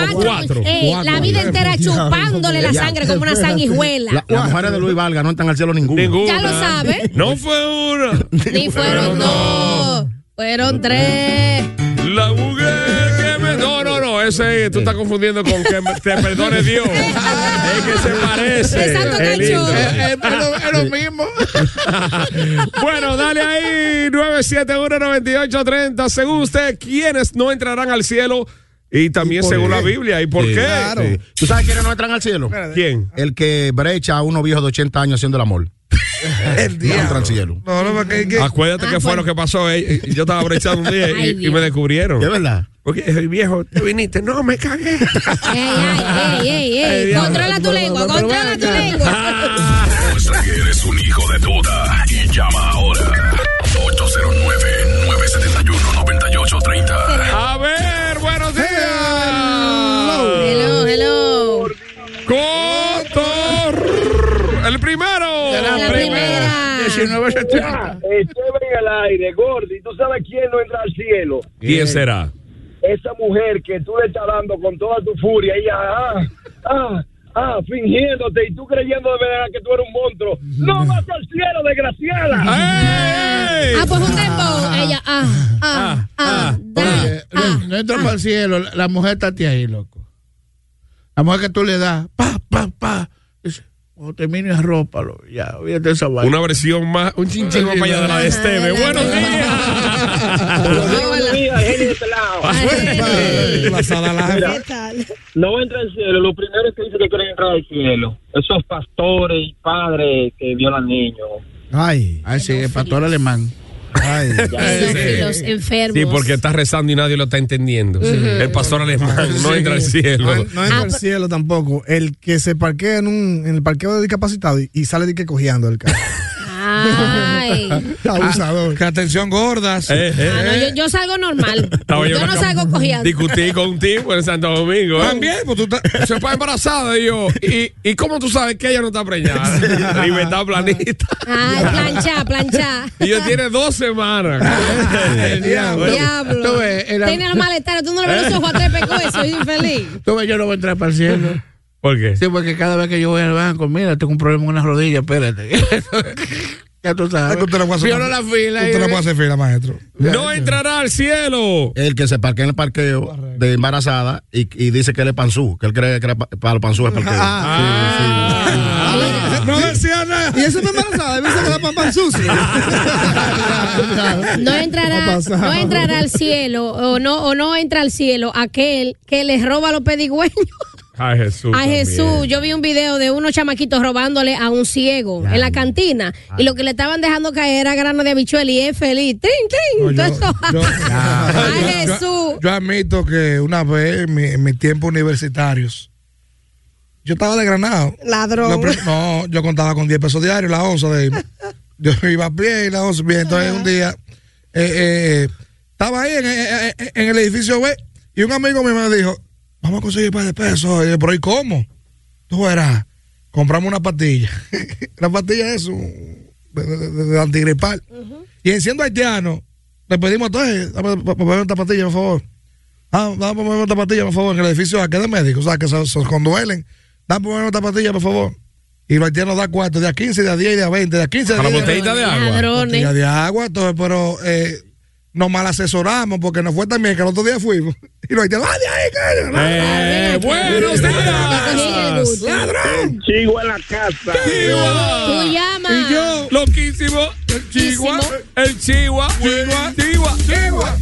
Speaker 3: cuatro.
Speaker 4: Cuatro, ey, la vida entera chupándole la
Speaker 5: Ya.
Speaker 4: sangre como una sanguijuela.
Speaker 5: La- Las mujeres de Luis Valga no están al cielo ninguna.
Speaker 4: Ya lo sabe.
Speaker 3: No fue una.
Speaker 4: Ni fueron dos, fueron tres.
Speaker 3: La mujer que me. No, no, no. Ese tú estás confundiendo con que me- te perdone Dios. Es que se parece. el intro.
Speaker 8: Eh, eh, Es lo- es lo mismo.
Speaker 3: bueno, dale ahí 971-9830. Según usted, ¿quiénes no entrarán al cielo? Y también
Speaker 5: por
Speaker 3: según
Speaker 5: qué?
Speaker 3: la Biblia. ¿Y por
Speaker 5: Sí,
Speaker 3: qué?
Speaker 5: claro. ¿Tú sabes quiénes no entran al cielo?
Speaker 3: ¿Quién?
Speaker 5: El que brecha a uno viejo de 80 años haciendo el amor. el día. No entra al cielo.
Speaker 7: No, no, porque es que-
Speaker 3: Acuérdate
Speaker 4: Ah,
Speaker 3: que fue lo que pasó. eh, Yo estaba brechando un día
Speaker 7: Ay,
Speaker 3: y- y,
Speaker 7: Dios.
Speaker 3: me descubrieron.
Speaker 5: ¿De verdad?
Speaker 3: Porque el viejo, te viniste. No, me cagué.
Speaker 4: Ey, ay, ey, ey,
Speaker 3: Ay,
Speaker 4: ey.
Speaker 3: Dios.
Speaker 4: Controla tu lengua, controla tu lengua.
Speaker 9: Pues que eres un hijo de tuta y llama ahora. 809-971-9830.
Speaker 3: A ver, buenos días.
Speaker 4: Hello, hello.
Speaker 3: ¿Cómo
Speaker 4: primera.
Speaker 8: 1970.
Speaker 1: Estoy eh, en el aire, Gordy. ¿Tú sabes quién no entra al cielo?
Speaker 3: ¿Quién será?
Speaker 1: Esa mujer que tú le estás dando con toda tu furia y ah, ah, ah, fingiéndote y tú creyendo de verdad que tú eres un monstruo. ¡No vas al cielo, desgraciada!
Speaker 4: Ah, pues un dembow. Ella, ah, ah, ah.
Speaker 8: Oye, no- no entra para el cielo. La la mujer está ahí, loco. La mujer que tú le das, pa, pa, pa. Dice, cuando termine, arrópalo. Ya, olvídate de esa vaina.
Speaker 3: Una versión más, un chinchín más para allá de la de Esteve. Buenos
Speaker 1: Mira, no entra al cielo. Lo primero es que dice que quieren entrar al cielo. Esos pastores y padres que violan niños.
Speaker 8: Ay, ay, sí, el pastor alemán. Ay,
Speaker 4: Los enfermos.
Speaker 3: Sí, porque está rezando y nadie lo está entendiendo. El pastor alemán no entra al cielo.
Speaker 6: No, no
Speaker 4: Ah,
Speaker 6: entra al
Speaker 4: pues-
Speaker 6: cielo tampoco. El que se parquea en, un, en el parqueo de discapacitado y, y sale de que cojeando el carro.
Speaker 4: Ay.
Speaker 6: Abusador.
Speaker 7: Que atención gordas.
Speaker 3: Eh,
Speaker 4: Ah, no, yo, yo salgo normal.
Speaker 3: Estaba
Speaker 4: yo
Speaker 3: en
Speaker 4: no
Speaker 3: una
Speaker 4: salgo
Speaker 3: cam-
Speaker 4: cojeando.
Speaker 3: Discutí con un tipo en Santo Domingo. ¿eh?
Speaker 7: También, pues tú estás.
Speaker 3: Se fue embarazada y yo. ¿Y, y cómo tú sabes que ella no está preñada? y me está planita.
Speaker 4: Ay, plancha, plancha.
Speaker 3: Y yo tiene dos semanas. El diablo.
Speaker 4: Diablo.
Speaker 8: Tú ves, era-
Speaker 4: Tiene el malestar. Tú no le ves los ojos a tres pecoes. Soy infeliz.
Speaker 8: Tú ves, yo no voy a entrar para el cielo.
Speaker 3: ¿Por qué?
Speaker 8: Sí, porque cada vez que yo voy al banco, mira, tengo un problema en una rodilla, espérate. ya tú
Speaker 3: Ah,
Speaker 8: sabes.
Speaker 7: Ay, que usted no puede hacer-
Speaker 8: Viola la fila.
Speaker 7: Usted
Speaker 8: y-
Speaker 7: no puede hacer fila, maestro.
Speaker 3: No entrará al cielo.
Speaker 2: El que se parquea en el parqueo de embarazada y, y dice que él es panzú, que él cree que era pa- para los panzú el parqueo.
Speaker 3: Ah.
Speaker 7: Ah, No decía nada.
Speaker 6: Ah, Y eso me embarazada, debe ser que la papá sucio.
Speaker 4: No entrará, no entrará al cielo o no, o no entra al cielo aquel que les roba los pedigüeños.
Speaker 3: A Jesús.
Speaker 4: A
Speaker 3: también.
Speaker 4: Jesús, yo vi un video de unos chamaquitos robándole a un ciego en la cantina y lo que le estaban dejando caer era grano de habichuela y es feliz. ¡Tin, tin!
Speaker 7: No, yo-
Speaker 4: Todo eso.
Speaker 7: yo-
Speaker 4: a
Speaker 7: yo-
Speaker 4: Jesús.
Speaker 7: Yo admito que una vez en mi, en mis tiempos universitarios, yo estaba de granado.
Speaker 11: Ladrón.
Speaker 7: Lo pri- no, yo contaba con 10 pesos diarios, la onza de. Yo iba a pie y la onza. Bien, entonces un día eh, eh, estaba ahí en, eh, eh, en el edificio B y un amigo mío me dijo: Vamos a conseguir un par de pesos. Y yo, pero ¿y cómo? Tú verás, compramos una pastilla. la pastilla es un de, de- de- de antigripal. Y en siendo haitiano, le pedimos a todos, eh, dame pa- pa- pa- esta pastilla, por favor. Ah, dame pa- esta pastilla, por favor, en el edificio acá de médicos, o sea, que se, se conduelen. Dame pa- esta pastilla, por favor. Y los haitianos da cuatro, de a 15, de a 10 y de a 20, de a 15 de
Speaker 3: Para
Speaker 7: a 10.
Speaker 3: botellita de agua.
Speaker 4: Ladrones.
Speaker 7: Botella de agua, entonces, pero eh, nos mal asesoramos porque nos fue también que el otro día fuimos. Y los haitianos, ¡ah, de ahí, coño! no,
Speaker 3: Eh, buenos días.
Speaker 7: ¡Ladrón!
Speaker 1: Chigo en la casa.
Speaker 3: Chihuahua.
Speaker 4: Tú llamas.
Speaker 3: Y yo, loquísimo. El chihuahua. El chihuahua. Chihuahua. Chihuahua. Chihuahua.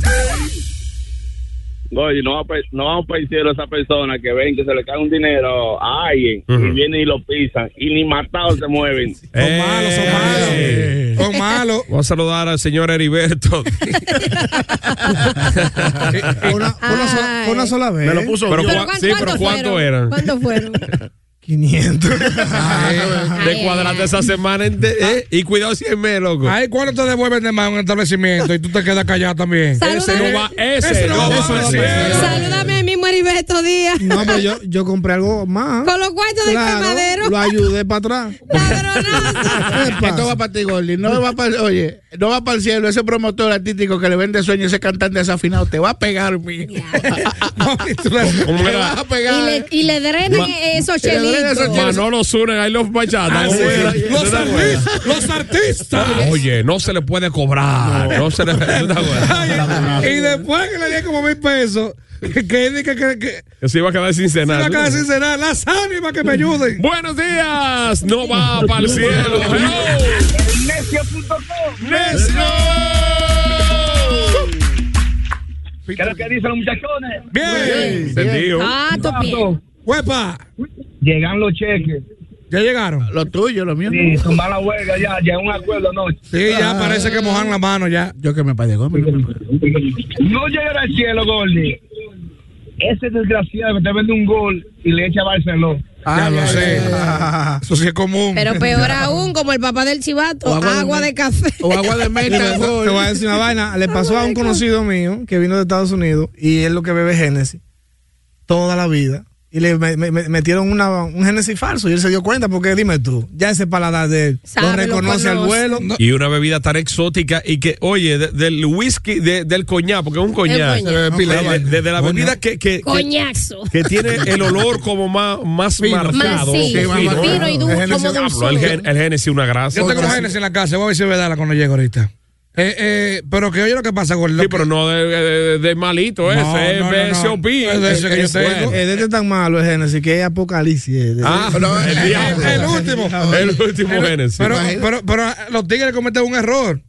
Speaker 1: Oye, no va pa- no vamos para el cielo esa persona que ven que se le cae un dinero a alguien y vienen y lo pisan y ni matados se mueven.
Speaker 7: ¡Eh,
Speaker 3: Son malos, son malos.
Speaker 7: Son malos.
Speaker 3: Voy a saludar al señor Heriberto.
Speaker 6: Una, una sola,
Speaker 4: Ay.
Speaker 6: una sola vez.
Speaker 3: Me lo puso Pero Dios. cua-
Speaker 4: ¿cuán-
Speaker 3: sí, pero ¿cuánto
Speaker 4: fueron?
Speaker 3: eran?
Speaker 4: ¿Cuánto fueron? Ah, eh.
Speaker 6: 500.
Speaker 3: De cuadrante esa semana. ente- eh, y cuidado si es me, loco.
Speaker 7: Ahí cuando te devuelven de más un establecimiento y tú te quedas callado también.
Speaker 3: Ese no va. Ese,
Speaker 7: Ese
Speaker 3: no
Speaker 7: no
Speaker 3: va.
Speaker 7: va
Speaker 3: para el
Speaker 7: para
Speaker 3: cielo.
Speaker 4: Salúdame a mi Heriberto Díaz.
Speaker 6: No, pero yo, yo compré algo más.
Speaker 4: Con los cuartos del
Speaker 6: Claro,
Speaker 4: colmadero.
Speaker 6: Lo ayudé para atrás. ¿Qué pasa?
Speaker 8: Esto va para ti, Gordy. No va para, oye, no va para el cielo. Ese promotor artístico que le vende sueños, ese cantante desafinado, te va a pegar, mijo.
Speaker 3: ¿Cómo
Speaker 8: Te
Speaker 3: era?
Speaker 8: va a
Speaker 4: Y
Speaker 8: pegar.
Speaker 4: le, y le drenan
Speaker 3: Ma-
Speaker 4: esos
Speaker 8: le drenan esos
Speaker 4: chelitos.
Speaker 8: chelitos.
Speaker 3: Manolo Zuna en I Love Bachata. ¿Cómo era?
Speaker 7: Ah, Los artistas, los artistas.
Speaker 3: Ah, Oye, no se le puede cobrar. No, se le puede
Speaker 7: Y después que le di como mil pesos, que, que, que, que, que
Speaker 3: Que se iba a quedar sin
Speaker 7: se
Speaker 3: cenar.
Speaker 7: me acaba sin cenar, las ánimas que me ayuden.
Speaker 3: Buenos días. No va para el cielo. Hello. Necio.
Speaker 1: ¿Qué es lo que dicen los muchachones?
Speaker 7: Bien.
Speaker 3: Entendido.
Speaker 4: Ah, topi.
Speaker 7: Huepa,
Speaker 1: Llegan los cheques.
Speaker 7: ya llegaron.
Speaker 8: Lo tuyo, lo mío.
Speaker 1: Sí, tumbar la huelga ya, ya un acuerdo Ah. anoche.
Speaker 7: Sí, ya parece que mojan la mano ya.
Speaker 8: Yo que me pagué, Gordy.
Speaker 1: No llegar al cielo, Gordy. Ese desgraciado que te vende un gol y le echa a Barcelona.
Speaker 7: Ah, Ya lo sé. Eso sí es común.
Speaker 4: Pero peor aún, como el papá del chivato,
Speaker 8: O agua
Speaker 4: agua,
Speaker 8: de
Speaker 4: de,
Speaker 8: me-
Speaker 4: café.
Speaker 8: O agua de meta,
Speaker 6: Te voy a- te voy a decir una vaina. Le pasó a un conocido mío que vino de Estados Unidos y él lo que bebe es Génesis toda la vida. Y y le me- me- me- metieron una, un Génesis falso y él se dio cuenta porque dime tú, ya ese paladar de él lo
Speaker 4: Sabe, lo
Speaker 6: reconoce al
Speaker 4: conoce.
Speaker 6: vuelo.
Speaker 3: Y una bebida tan exótica y que, oye, de- del whisky, de- del coñac, porque es un coñac.
Speaker 4: El coñac.
Speaker 3: De, de- de la bebida que, que, que,
Speaker 4: Coñazo.
Speaker 3: que tiene el olor como más, más
Speaker 4: Fino.
Speaker 3: marcado.
Speaker 4: Más, sí,
Speaker 3: Qué
Speaker 4: sí,
Speaker 3: bárbaro.
Speaker 4: fino y dulce,
Speaker 3: El Génesis,
Speaker 4: como dulzón.
Speaker 3: diablo, el Gen- El Génesis, una grasa.
Speaker 7: Yo tengo un Génesis en la casa, voy a ver si es verdad cuando llego ahorita. Eh, eh, pero que oye lo que pasa, Gordo.
Speaker 3: Sí, pero no de, de- de malito Pues, ese,
Speaker 7: No,
Speaker 3: es
Speaker 7: no, no, no.
Speaker 3: BSOP.
Speaker 7: Es de ese que yo
Speaker 3: Ese
Speaker 7: tengo.
Speaker 3: bueno.
Speaker 6: El de este tan malo es Génesis que es Apocalipsis. eh, de-
Speaker 3: Ah,
Speaker 6: No,
Speaker 3: el, diablo.
Speaker 7: el último.
Speaker 3: El último Génesis.
Speaker 7: Pero, pero, pero ah, los tigres cometen un error.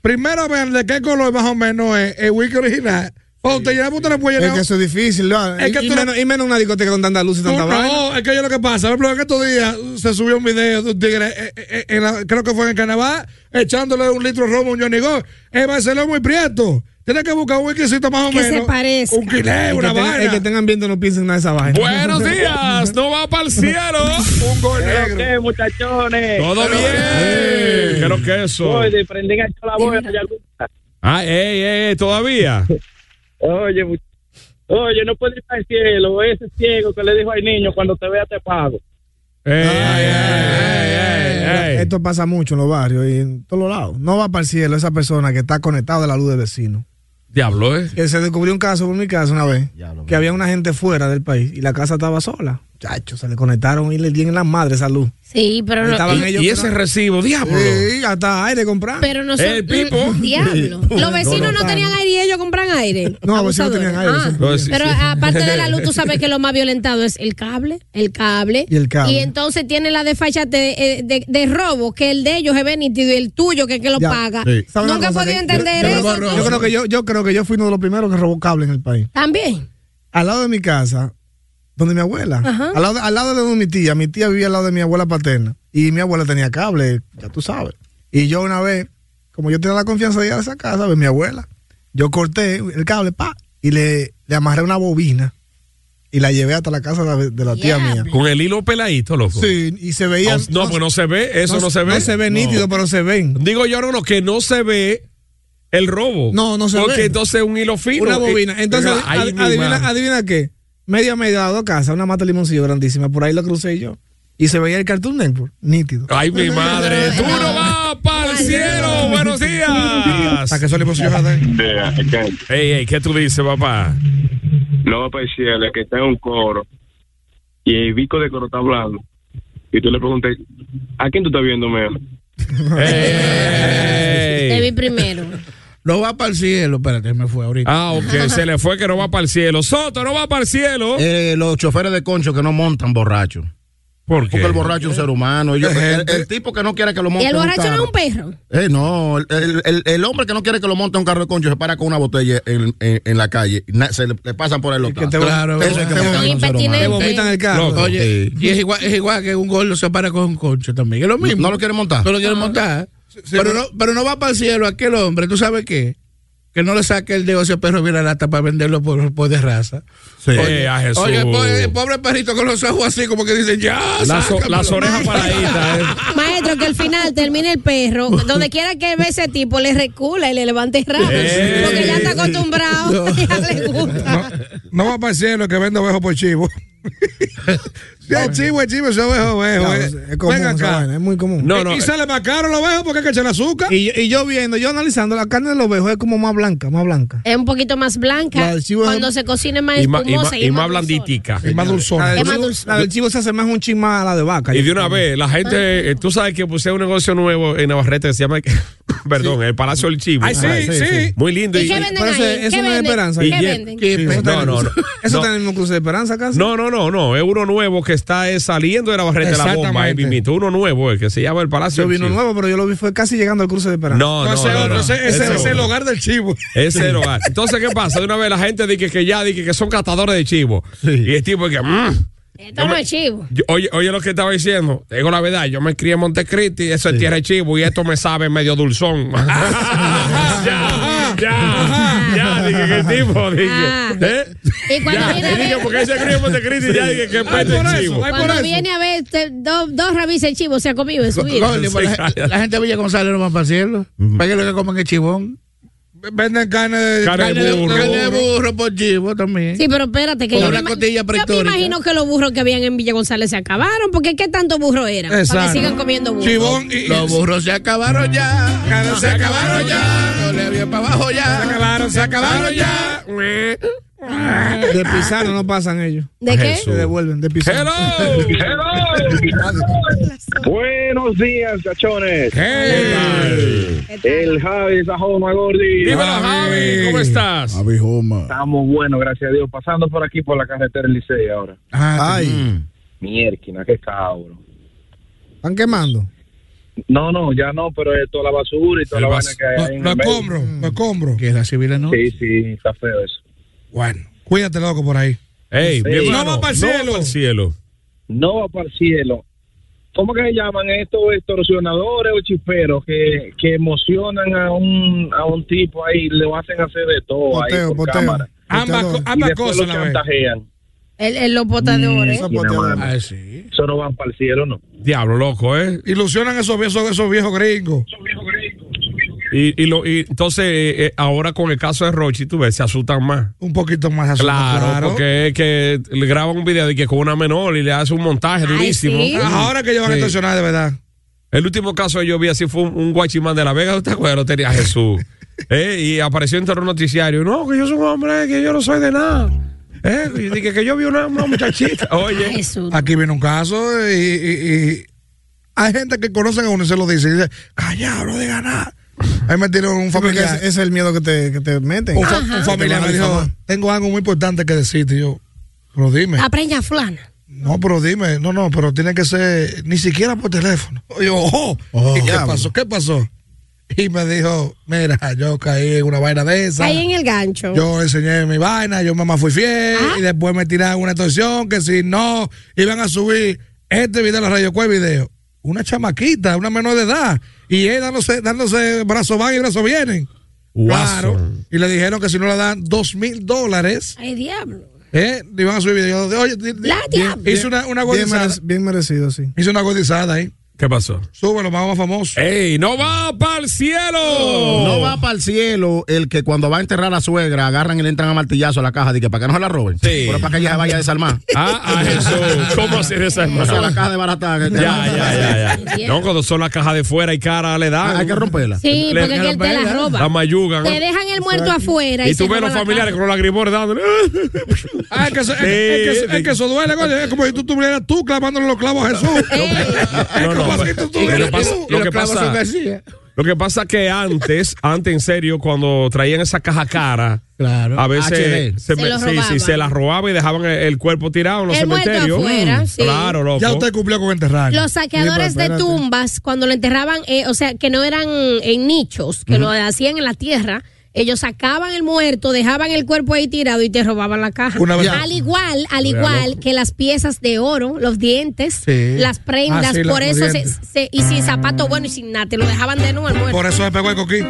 Speaker 7: Primero, ver de qué color más o menos es el wiki original. O te llenas, usted le puede
Speaker 6: Es
Speaker 7: llenar.
Speaker 6: que eso es difícil. ¿no?
Speaker 7: Es
Speaker 6: y,
Speaker 7: que
Speaker 6: y
Speaker 7: tú no-
Speaker 6: menos, y menos una discoteca con tanta luz y tanta
Speaker 7: No,
Speaker 6: vaina.
Speaker 7: no, es que yo lo que pasa, por ejemplo, en estos días se subió un video de un tigre, eh, eh, en la- creo que fue en el carnaval, echándole un litro de romo a un Johnny Go. El Barcelona muy prieto. Tiene que buscar un whiskycito más o
Speaker 4: Que se
Speaker 7: menos.
Speaker 4: parezca.
Speaker 7: Un quilé,
Speaker 6: El que
Speaker 7: una
Speaker 6: tenga-
Speaker 7: vaina.
Speaker 6: el que tengan viento no piensen nada de esa vaina.
Speaker 3: Buenos días, no va para el cielo. Un gol negro.
Speaker 12: ¿Qué, Eh, muchachones?
Speaker 3: Todo
Speaker 7: Eh,
Speaker 3: bien. Creo que eso.
Speaker 12: Oye, prenden a la boya.
Speaker 3: Ah, ey, ey, ey, todavía.
Speaker 12: Oye, much- oye, no puede ir al cielo. Ese ciego que le dijo al niño, cuando te vea te pago.
Speaker 6: Mira, Esto pasa mucho en los barrios y en todos los lados. No va para el cielo esa persona que está conectada de la luz del vecino.
Speaker 3: Diablo, eh.
Speaker 6: Que se descubrió un caso por mi casa una vez, que había una gente fuera del país y la casa estaba sola. Chacho, se le conectaron y le dieron las madres esa luz.
Speaker 4: Sí, pero no.
Speaker 6: Estaban ellos
Speaker 3: Y ese recibo, diablo.
Speaker 6: Sí, hasta aire comprar.
Speaker 4: Pero no son-
Speaker 3: El pipo.
Speaker 4: Diablo. Los vecinos no, tenían aire y ellos compran aire.
Speaker 6: No, los vecinos tenían aire,
Speaker 4: Ah,
Speaker 6: siempre.
Speaker 4: pero
Speaker 6: Sí, sí.
Speaker 4: aparte de la luz, tú sabes que lo más violentado es el cable, el cable.
Speaker 6: Y el cable.
Speaker 4: Y entonces tiene la desfacha de, eh, de, de robo, que el de ellos es nítido y el tuyo que es que lo
Speaker 6: Ya.
Speaker 4: paga.
Speaker 6: Sí. ¿Sabe una
Speaker 4: Nunca he
Speaker 6: cosa
Speaker 4: podido
Speaker 6: que-
Speaker 4: entender
Speaker 6: yo- yo-
Speaker 4: eso.
Speaker 6: Yo creo, que yo, yo creo que yo fui uno de los primeros que robó cable en el país.
Speaker 4: También.
Speaker 6: Al lado de mi casa, donde mi abuela,
Speaker 4: Ajá.
Speaker 6: al lado, de- al lado de donde mi tía, mi tía vivía al lado de mi abuela paterna y mi abuela tenía cable, ya tú sabes. Y yo una vez, como yo tenía la confianza de ir a esa casa, de mi abuela, yo corté el cable, pa, y le, le amarré una bobina y la llevé hasta la casa de la, de la tía mía.
Speaker 3: Con el hilo peladito, loco.
Speaker 6: Sí, y se veía...
Speaker 3: Ah, No, pues no se ve, eso no, se ve.
Speaker 6: No se ve nítido, pero se ven.
Speaker 3: Digo yo, no, no, que no se ve el robo.
Speaker 6: No, no se
Speaker 3: Porque
Speaker 6: ve.
Speaker 3: entonces un hilo fino.
Speaker 6: Una
Speaker 3: eh,
Speaker 6: bobina. Entonces,
Speaker 3: ay,
Speaker 6: ad-
Speaker 3: mi
Speaker 6: adivina,
Speaker 3: madre.
Speaker 6: adivina qué. Media media de dos casas, una mata de limoncillo grandísima. Por ahí la crucé yo. Y se veía el Cartoon Network. Nítido.
Speaker 3: Ay, mi madre. Tú no vas para el cielo. Buenos días.
Speaker 6: ¿A qué son limoncillos jardín?
Speaker 3: Ey, ey, ¿qué tú dices, papá?
Speaker 13: No, pues si el que está en un coro y el bico de coro está hablando. Y tú le preguntas, ¿a quién tú estás viendo, mejor?
Speaker 4: Te vi primero.
Speaker 2: No va para el cielo, espérate, me fue ahorita.
Speaker 3: Ah, ok, se le fue que no va para el cielo. Soto, no va para el cielo.
Speaker 2: Eh, los choferes de concho que no montan borrachos.
Speaker 3: ¿Por
Speaker 2: Porque el borracho es un ser humano. Ellos- el, el tipo que no quiere que lo
Speaker 4: Y
Speaker 2: monte
Speaker 4: el
Speaker 2: en un
Speaker 4: borracho no es
Speaker 2: carro.
Speaker 4: un perro.
Speaker 2: Eh, no, el, el- el- el hombre que no quiere que lo monte un carro de concho se para con una botella en, en- en la calle. y na- se le, le pasan por el otro.
Speaker 6: te- te-
Speaker 2: eso es que
Speaker 6: te-
Speaker 2: montar
Speaker 6: te-
Speaker 2: un ser humano.
Speaker 6: te vomitan el carro.
Speaker 2: Loco.
Speaker 8: Oye,
Speaker 2: Sí.
Speaker 8: y es igual, es igual que un gordo se para con un concho también. Es lo mismo.
Speaker 2: No lo quiere montar.
Speaker 8: No lo quiere montar. pero, no, pero no va para el cielo aquel hombre, ¿tú sabes qué? Que no le saque el negocio perro bien la lata para venderlo por, por de raza.
Speaker 3: Sí, a Jesús.
Speaker 8: Oye, pues, eh, el pobre, el pobre perrito con los ojos así, como que dicen, ya.
Speaker 3: Las o- las orejas paraditas. eh.
Speaker 4: Maestro, que al final termine el perro, donde quiera que ve ese tipo, le recula y le levante el rabo.
Speaker 7: Ey.
Speaker 4: Porque ya está acostumbrado, ya le gusta.
Speaker 7: No va para el cielo que vende ovejo por chivo. Si es chivo, es chivo, es ovejo, ovejo.
Speaker 6: Claro,
Speaker 7: eh.
Speaker 6: es- es común
Speaker 7: Venga
Speaker 6: esa
Speaker 7: acá.
Speaker 6: vaina, es muy común.
Speaker 7: No, no, Y- y eh. sale más caro el ovejo porque hay que echarle azúcar.
Speaker 6: Y, yo- y yo viendo, yo analizando, la carne del ovejo es como más blanca, más blanca.
Speaker 4: Es un poquito más blanca.
Speaker 6: La del chivo es-
Speaker 4: Cuando se cocina es más
Speaker 3: Y ma- y
Speaker 4: espumosa
Speaker 3: ma-
Speaker 4: y,
Speaker 3: y
Speaker 4: es
Speaker 3: más
Speaker 4: más dulzona.
Speaker 3: blanditica.
Speaker 6: Es más La del,
Speaker 4: Es más
Speaker 6: chivo,
Speaker 4: dulzona.
Speaker 6: la del chivo se asemeja un chin más a la de vaca.
Speaker 3: Y de
Speaker 6: yo
Speaker 3: una
Speaker 6: creo.
Speaker 3: vez, la gente, eh, tú sabes que puse un negocio nuevo en Navarrete que se llama, perdón, el Palacio del Chivo.
Speaker 6: Ay, sí, sí.
Speaker 3: Muy lindo.
Speaker 4: ¿Y qué venden
Speaker 6: Pero ese-
Speaker 4: ahí?
Speaker 6: eso
Speaker 4: ¿Qué
Speaker 6: no es
Speaker 4: venden?
Speaker 6: esperanza.
Speaker 4: ¿Qué
Speaker 3: Y ye-
Speaker 4: venden?
Speaker 3: Sí,
Speaker 6: Eso está
Speaker 3: pues,
Speaker 6: en
Speaker 3: No,
Speaker 6: el
Speaker 3: no, no.
Speaker 6: cruce- Eso
Speaker 3: No.
Speaker 6: está en el mismo cruce de esperanza casi.
Speaker 3: No, no, no, no. Es uno nuevo que está eh, saliendo de Navarrete de la bomba. ahí
Speaker 6: Exactamente.
Speaker 3: mismito. uno nuevo, el que se llama el Palacio
Speaker 6: Yo
Speaker 3: del
Speaker 6: vino
Speaker 3: Chivo.
Speaker 6: nuevo, pero yo lo vi fue casi llegando al cruce de esperanza.
Speaker 3: No, no,
Speaker 7: Pues ese
Speaker 3: no,
Speaker 7: otro,
Speaker 3: no.
Speaker 7: ese- ese-
Speaker 3: Ese
Speaker 7: ese es el
Speaker 3: otro.
Speaker 7: hogar del chivo.
Speaker 3: Ese era el hogar. Entonces, ¿qué pasa? De una vez la gente dice que ya, dice que son catadores de chivo. Y el tipo que, mm,
Speaker 4: Esto no es chivo.
Speaker 3: yo- oye, oye lo que estaba diciendo. Te Digo la verdad, yo me crié en Montecristi, eso es tierra de chivo y esto me sabe medio dulzón. ya, ya, ya, dije que el tipo, dije.
Speaker 4: Ah.
Speaker 3: ¿eh?
Speaker 4: Y cuando
Speaker 3: Ya,
Speaker 4: viene a
Speaker 3: y dije,
Speaker 4: ver-
Speaker 3: porque él se crió en Montecristi y ya dije que pete el chivo.
Speaker 4: Cuando viene a ver este, dos dos rabices de chivo, se ha comido en su vida.
Speaker 8: Coño, pues la, gente- la gente de Villa González no va para el cielo. ¿Para qué es lo que comen el chivón?
Speaker 7: venden carne de,
Speaker 8: Carne de burro. Carne de burro por chivo también.
Speaker 4: Sí, pero espérate que
Speaker 8: Con
Speaker 4: yo,
Speaker 8: una
Speaker 4: me,
Speaker 8: costilla
Speaker 4: yo me
Speaker 8: prehistórica.
Speaker 4: imagino que los burros que habían en Villa González se acabaron, porque qué tanto burro era para
Speaker 8: Exacto.
Speaker 4: que sigan comiendo burro.
Speaker 8: Chivón y- Los burros se acabaron ya. se acabaron ya. No le había para abajo ya. Se acabaron, se acabaron ya.
Speaker 6: De pisano no pasan ellos.
Speaker 4: ¿De
Speaker 1: qué?
Speaker 6: Se devuelven, de pisano.
Speaker 1: Buenos días, cachones. El Javi Sajón Magordi.
Speaker 3: Dímelo, Javi, ¿cómo estás?
Speaker 1: Javi Joma. Estamos buenos, gracias a Dios. Pasando por aquí por la carretera del Licey ahora.
Speaker 3: Ah,
Speaker 6: Ay.
Speaker 1: Mierquina, qué cabro.
Speaker 6: ¿Están quemando?
Speaker 1: No, no, ya no, pero es toda la basura y toda la vaina que hay. en el medio.
Speaker 7: lo escombro.
Speaker 8: Que la civil no.
Speaker 1: Sí, sí, está feo eso.
Speaker 7: Bueno, cuídate, loco, por ahí.
Speaker 3: Ey, mi
Speaker 7: no
Speaker 3: hermano,
Speaker 7: va para el
Speaker 3: no va
Speaker 7: cielo.
Speaker 3: pa'l cielo.
Speaker 1: No va para el cielo. ¿Cómo que se llaman estos extorsionadores o chisperos que, que emocionan a un, a un tipo ahí, le hacen hacer de todo ahí por cámara?
Speaker 7: Ambas co-
Speaker 1: y
Speaker 7: ambas
Speaker 1: después
Speaker 7: cosas
Speaker 1: lo
Speaker 7: a la vez.
Speaker 1: chantajean.
Speaker 4: El, el los potadores.
Speaker 1: Mierda, mano.
Speaker 6: Ah,
Speaker 1: Eso no van para el cielo, ¿no?
Speaker 3: Diablo, loco, ¿eh?
Speaker 7: Ilusionan esos, esos, esos viejos gringos.
Speaker 3: Y, y lo, y entonces, eh, eh, ahora con el caso de Rochi, tú ves, se asustan más.
Speaker 7: Un poquito más asunto,
Speaker 3: Claro, porque es que le graban un video de que con una menor y le hace un montaje durísimo.
Speaker 7: sí. Ah, ahora que ellos van a extorsionar de verdad.
Speaker 3: El último caso que yo vi así fue un, un guachimán de La Vega, ¿tú te acuerdas? Lo Tenía Jesús. Eh, Y apareció en un noticiario. No, que yo soy un hombre, que yo no soy de nada. Eh, y dije que yo vi una, una muchachita. Oye.
Speaker 7: Aquí viene un caso y, y- y hay gente que conocen a uno y se lo dice. Y dice, calla, no diga nada. Ahí me tiró un
Speaker 6: Porque ese,
Speaker 7: familiar.
Speaker 6: ese es el miedo que te, que te meten.
Speaker 7: un, fa- un familiar me dijo, tengo algo muy importante que decirte. Y yo, pero dime.
Speaker 4: Apreña fulana.
Speaker 7: No, Ah, pero dime. No, no, pero tiene que ser ni siquiera por teléfono. Y yo, ojo.
Speaker 6: Oh,
Speaker 7: ¿Y qué
Speaker 8: diablo.
Speaker 7: pasó? ¿Qué pasó? Y me dijo, mira, yo caí en una vaina de esa.
Speaker 4: Ahí en el gancho.
Speaker 7: Yo enseñé mi vaina, yo mamá fui fiel y después me tiraron una extorsión que si no iban a subir este video a la radio cuál video. Una chamaquita, una menor de edad. Y él dándose, dándose brazo van y brazo vienen. Claro. Y le dijeron que si no le dan dos mil dólares,
Speaker 4: Ay, diablo.
Speaker 7: eh, le iban a subir video. Yo, Oye, di- di-
Speaker 4: La diablo.
Speaker 7: hizo una, una
Speaker 6: bien,
Speaker 7: godizada.
Speaker 6: merec- bien merecido, sí.
Speaker 7: Hizo una godizada ahí.
Speaker 3: ¿Qué pasó?
Speaker 7: Súbelo, vamos más famoso.
Speaker 3: ¡Ey! ¡No va para el cielo!
Speaker 2: No va para el cielo el que cuando va a enterrar a la suegra agarran y le entran a martillazo a la caja de que para que no se la roben.
Speaker 3: Sí.
Speaker 2: Pero para que ella se vaya a desarmar.
Speaker 3: Ah, ah, Jesús. ¿Cómo hacer esa
Speaker 2: Esa es la
Speaker 3: hermana?
Speaker 2: caja de barata. que te
Speaker 3: Ya,
Speaker 2: mandan.
Speaker 3: ya, ya, ya. No, cuando son las cajas de fuera y cara le dan.
Speaker 2: Hay que romperla.
Speaker 4: Sí,
Speaker 3: Le-
Speaker 4: porque es que él te la roba.
Speaker 3: La mayugan.
Speaker 4: Te dejan el muerto afuera.
Speaker 3: Y
Speaker 4: se
Speaker 3: tú ves
Speaker 4: roba
Speaker 3: los
Speaker 4: la
Speaker 3: familiares con los lagrimones dándole.
Speaker 7: Ah, es que, eso- es que- es que eso- es que eso duele, coño. Es como si tú estuvieras tú clavándole los clavos a Jesús.
Speaker 3: No, no,
Speaker 7: ¿Cómo así
Speaker 3: pero-
Speaker 7: tú tuvieras
Speaker 3: lo que pasa-
Speaker 7: tú?
Speaker 3: lo que pasa- Lo que pasa que antes, antes en serio, cuando traían esa caja cara,
Speaker 8: Claro.
Speaker 3: a veces
Speaker 8: HD. Se
Speaker 3: se, me-
Speaker 8: lo
Speaker 3: sí, sí,
Speaker 8: robaban.
Speaker 3: se las robaba y dejaban el, el cuerpo tirado en los
Speaker 4: El muerto
Speaker 3: cementerios. Mm,
Speaker 4: afuera, sí.
Speaker 3: Claro, loco.
Speaker 7: Ya usted cumplió con enterrar.
Speaker 4: Los saqueadores de tumbas, cuando lo enterraban, eh, o sea, que no eran en nichos, que lo hacían en la tierra, ellos sacaban el muerto, dejaban el cuerpo ahí tirado y te robaban la caja.
Speaker 7: Una vez-
Speaker 4: al igual, al
Speaker 7: Ya,
Speaker 4: igual
Speaker 7: loco.
Speaker 4: que las piezas de oro, los dientes,
Speaker 7: Sí.
Speaker 4: las prendas,
Speaker 7: Ah, sí, los-
Speaker 4: por
Speaker 7: los
Speaker 4: eso, se,
Speaker 7: dientes.
Speaker 4: se- y sin zapato bueno y sin nada, te lo dejaban de nuevo al muerto.
Speaker 7: Por eso me pegó el coquí.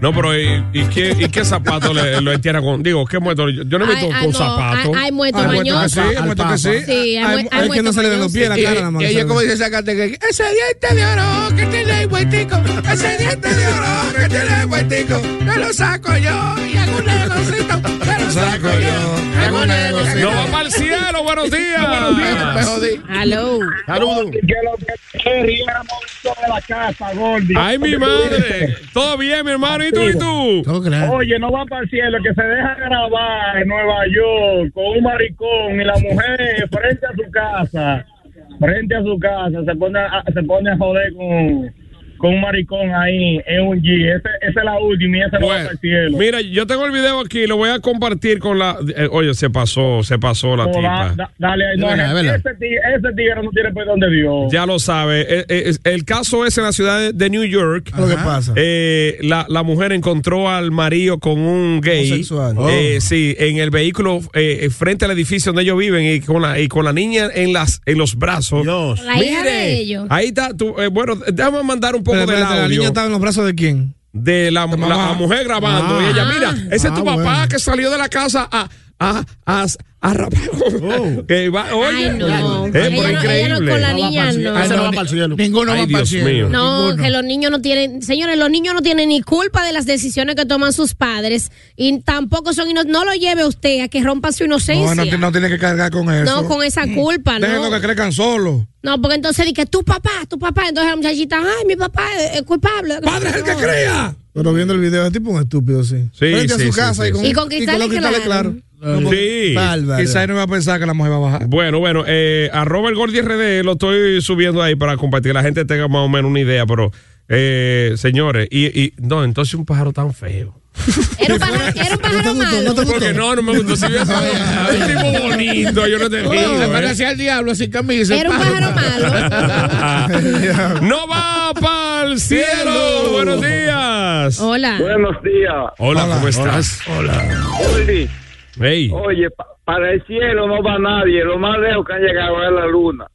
Speaker 3: No, pero ¿y, y qué, y qué zapato le, lo entierra con? Digo, ¿qué muerto? Yo, yo no he visto
Speaker 4: Ay, ay,
Speaker 3: con
Speaker 4: no,
Speaker 3: zapato.
Speaker 4: ay, Hay muertos
Speaker 3: Hay muertos que
Speaker 4: mañosos.
Speaker 3: sí, hay muertos que sí.
Speaker 4: Sí, hay, mu- hay muertos mañosos.
Speaker 2: Y- Y ella como dice, sácate que ese diente de oro que tiene ahí, vueltico. Ese diente de oro que tiene ahí, vueltico. Yo lo saco yo y hago un negocito. Yo lo saco yo. Hago un negocito.
Speaker 3: ¡No va para el cielo! ¡Buenos días!
Speaker 2: Me jodí.
Speaker 4: Aló.
Speaker 2: Saludos.
Speaker 1: de la casa, Gordy.
Speaker 3: ¡Ay, mi madre! ¿Todo bien, mi hermano? ¿Y tú? ¿Y tú?
Speaker 1: Oye, no va para el cielo, que se deja grabar en Nueva York con un maricón y la mujer frente a su casa, frente a su casa, se pone a, se pone a joder con, con un maricón ahí en un G. Ese- Esa es la última y esa no va
Speaker 3: Bueno,
Speaker 1: para el cielo.
Speaker 3: mira, yo tengo el video aquí, lo voy a compartir con la... eh, oye, se pasó, se pasó la
Speaker 1: No, da-
Speaker 3: tipa.
Speaker 1: da- dale, ahí,
Speaker 3: Es
Speaker 1: no,
Speaker 3: verdad, es verdad.
Speaker 1: ese, tigre, ese tigre no tiene perdón de Dios.
Speaker 3: Ya lo sabe. Eh, eh, es- El, caso es en la ciudad de- de New York.
Speaker 6: Lo que pasa.
Speaker 3: Eh, la, la mujer encontró al marido con un gay.
Speaker 6: Homosexual. Oh.
Speaker 3: Eh, Sí, en el vehículo eh, eh, frente al edificio donde ellos viven y con la, y con la niña en, las, en los brazos.
Speaker 4: La hija de ellos.
Speaker 3: Ahí está. tu- eh, bueno, déjame mandar un poco
Speaker 6: Pero,
Speaker 3: de
Speaker 6: espérate, ¿La niña estaba en los brazos de quién?
Speaker 3: de la, la- la mujer grabando.
Speaker 6: Ah.
Speaker 3: y ella, mira, ese es
Speaker 6: Ah,
Speaker 3: tu papá
Speaker 6: bueno.
Speaker 3: que salió de la casa a,
Speaker 2: ah,
Speaker 3: a, a, a Rafael. Que va, oye,
Speaker 4: Ay, no.
Speaker 3: eh, pero
Speaker 4: Ella no- ella no
Speaker 3: increíble.
Speaker 4: con la niña,
Speaker 3: Ay,
Speaker 4: no.
Speaker 3: Ah, no,
Speaker 4: Ay,
Speaker 8: Ninguno
Speaker 3: Ay,
Speaker 8: va para el
Speaker 3: Dios mío.
Speaker 8: cielo.
Speaker 4: No,
Speaker 8: Ninguno.
Speaker 4: que los niños no tienen, señores, los niños no tienen ni culpa de las decisiones que toman sus padres y tampoco son ino- no lo lleve usted a que rompa su
Speaker 7: No,
Speaker 4: inocencia.
Speaker 7: no,
Speaker 4: No,
Speaker 7: ti- no tiene que cargar con eso.
Speaker 4: con esa
Speaker 3: Mm.
Speaker 4: culpa,
Speaker 7: Déjenlo
Speaker 4: no.
Speaker 7: que crezcan solos.
Speaker 4: No, porque entonces di que tu papá, tu papá, entonces la muchachita, ay, mi papá es, es culpable. Padre
Speaker 7: el que crea.
Speaker 6: Pero viendo el video, es tipo un estúpido, sí. Frente a
Speaker 7: sí,
Speaker 6: su
Speaker 7: sí,
Speaker 6: casa
Speaker 7: sí,
Speaker 6: y con,
Speaker 4: Y con cristales
Speaker 6: los cristales
Speaker 4: claros.
Speaker 6: claros. No,
Speaker 3: Sí.
Speaker 6: Bárbaro.
Speaker 7: Quizá ahí no iba a pensar que la mujer va a bajar.
Speaker 3: Bueno, bueno, eh, arroba el Gordi RD, lo estoy subiendo ahí para compartir, la gente tenga más o menos una idea, pero eh, señores, y, y no, entonces un pájaro tan feo.
Speaker 8: No te
Speaker 3: Porque no, no me gustó. Ah. Si hubiese un tipo bonito, yo no te digo.
Speaker 8: Se
Speaker 3: ¿eh?
Speaker 8: parece al diablo sin camisa.
Speaker 4: Era un pájaro
Speaker 3: ¡No va para el cielo! ¡Buenos días!
Speaker 4: Hola.
Speaker 3: Buenos días. Hola, ¿cómo estás? Hola.
Speaker 1: Oye,
Speaker 3: Hey.
Speaker 1: oye, pa- para el cielo no va nadie. Lo más lejos que han llegado es la luna.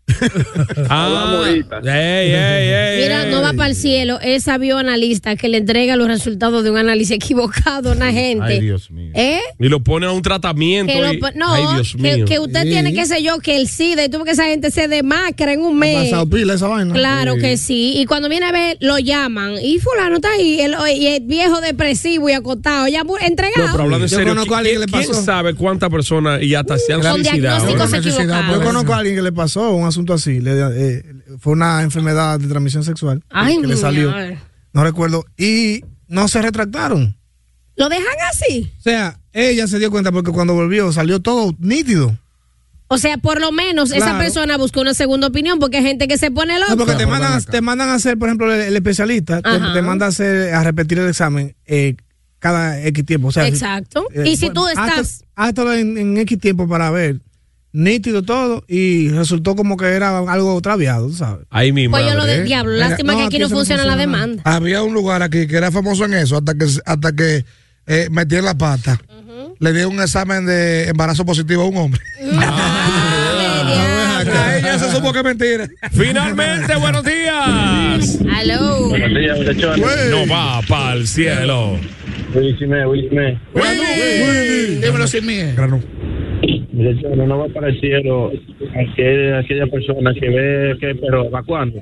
Speaker 3: Ah, ey, ey, ey,
Speaker 4: Mira,
Speaker 3: ey.
Speaker 4: no va para el cielo, es bioanalista que le entrega los resultados de un análisis equivocado a una gente.
Speaker 3: Ay, Dios
Speaker 4: mío. ¿Eh?
Speaker 3: Y lo pone a un tratamiento.
Speaker 4: Que lo
Speaker 3: y-
Speaker 4: po- no,
Speaker 3: Ay, Dios
Speaker 4: que,
Speaker 3: mío.
Speaker 4: que usted tiene, qué sé yo, que el SIDA y tuvo que esa gente se demacra en un mes.
Speaker 6: Pasado pila esa vaina.
Speaker 4: Claro que sí. Y cuando viene a ver, lo llaman. Y fulano está ahí, el, y el viejo depresivo y acotado, ya mu- entregado.
Speaker 3: No, pero hablando en
Speaker 6: Yo
Speaker 3: serio,
Speaker 6: conozco a
Speaker 3: ¿quién,
Speaker 6: alguien que le
Speaker 3: quién
Speaker 6: pasó?
Speaker 3: sabe cuántas personas y hasta se han
Speaker 6: Con
Speaker 3: suicidado? eh?
Speaker 4: diagnósticos equivocados.
Speaker 6: Yo conozco a alguien que le pasó un asunto así. le- eh, fue una enfermedad de transmisión sexual
Speaker 4: Ay,
Speaker 6: que
Speaker 4: mi
Speaker 6: le salió.
Speaker 4: amor.
Speaker 6: No recuerdo. Y no se retractaron.
Speaker 4: Lo dejan así.
Speaker 6: O sea, ella se dio cuenta porque cuando volvió salió todo nítido.
Speaker 4: O sea, por lo menos esa
Speaker 6: Claro.
Speaker 4: persona buscó una segunda opinión porque hay gente que se pone loca.
Speaker 6: No, porque te mandan, te mandan a hacer, por ejemplo, el, el especialista, te,
Speaker 4: Ajá.
Speaker 6: te manda a hacer a repetir el examen eh, cada X tiempo. O sea,
Speaker 4: Exacto.
Speaker 6: eh,
Speaker 4: y si
Speaker 6: bueno,
Speaker 4: tú
Speaker 6: hazte-
Speaker 4: estás...
Speaker 6: Háztelo en, en X tiempo para ver. Nítido todo y resultó como que era algo traviado, tú ¿sabes?
Speaker 3: Ay, mi
Speaker 4: Pues yo lo
Speaker 3: ¿eh?
Speaker 7: Madre.
Speaker 4: del diablo. Lástima
Speaker 6: Mira, no,
Speaker 4: que aquí
Speaker 6: aquí
Speaker 4: no
Speaker 6: eso no
Speaker 4: funciona la
Speaker 6: funciona.
Speaker 4: demanda.
Speaker 7: Había un lugar aquí que era famoso en eso hasta que hasta que eh, metí en la pata. Le di un examen de embarazo positivo a un hombre.
Speaker 4: Ah,
Speaker 7: Ahí ya se supo que es mentira.
Speaker 3: Finalmente, buenos días.
Speaker 4: Hello.
Speaker 12: Buenos días, muchachones.
Speaker 3: No va para el cielo.
Speaker 12: Willy Chimé, Willy Chimé.
Speaker 8: Dímelo sin miedo.
Speaker 12: Muchachones, no va para el cielo aquel- aquella persona que ve que el perro evacuando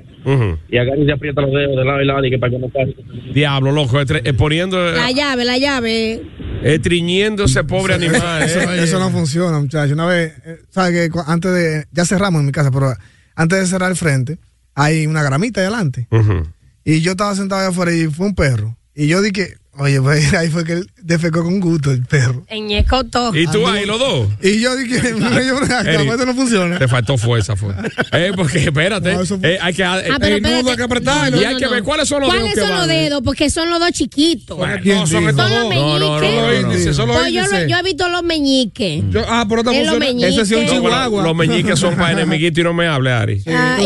Speaker 12: y agarra y se aprieta los dedos de lado y lado y que para que no pase.
Speaker 3: Diablo, loco, estre- eh, poniendo,
Speaker 4: La
Speaker 3: eh,
Speaker 4: llave, la llave.
Speaker 3: eh, triñendo ese pobre animal.
Speaker 6: Eso,
Speaker 3: eh.
Speaker 6: eso no funciona, muchachos. Una vez, eh, ¿sabes que cu- Antes de. Ya cerramos en mi casa, pero antes de cerrar el frente, hay una gramita ahí adelante.
Speaker 3: Ujú.
Speaker 6: Y yo estaba sentado allá afuera y fue un perro. Y yo dije, oye, pues ahí fue que él defecó con gusto el perro.
Speaker 4: Eñeco todo.
Speaker 3: ¿Y tú ahí los dos?
Speaker 6: Y yo dije, no, yo no, pues
Speaker 3: Eri,
Speaker 6: esto no funciona.
Speaker 3: Te faltó fuerza, fue. Eh, porque espérate, eh, hay que, eh,
Speaker 4: Ah, pero
Speaker 3: el nudo
Speaker 4: espérate.
Speaker 3: hay que apretarlo.
Speaker 4: No,
Speaker 3: y hay
Speaker 4: no,
Speaker 3: que
Speaker 4: no.
Speaker 3: ver cuáles son los dedos
Speaker 4: ¿Cuáles
Speaker 3: que
Speaker 4: son los
Speaker 3: van.
Speaker 4: dedos? Porque son los dos chiquitos.
Speaker 3: ¿Quién
Speaker 7: No, son
Speaker 3: dijo?
Speaker 7: estos
Speaker 3: Son
Speaker 7: dos.
Speaker 3: los No, no, meñiques. no, no,
Speaker 7: Solo índice, solo
Speaker 4: Pues yo, lo-
Speaker 7: índice.
Speaker 4: yo he visto los meñiques.
Speaker 7: Yo- ah, pero
Speaker 4: Es lo
Speaker 7: está
Speaker 4: meñique. Ese sí es un
Speaker 3: No, bueno,
Speaker 4: chihuahua.
Speaker 3: los meñiques son para enemiguito y no me hable, Ari. Eh,
Speaker 4: Ah, y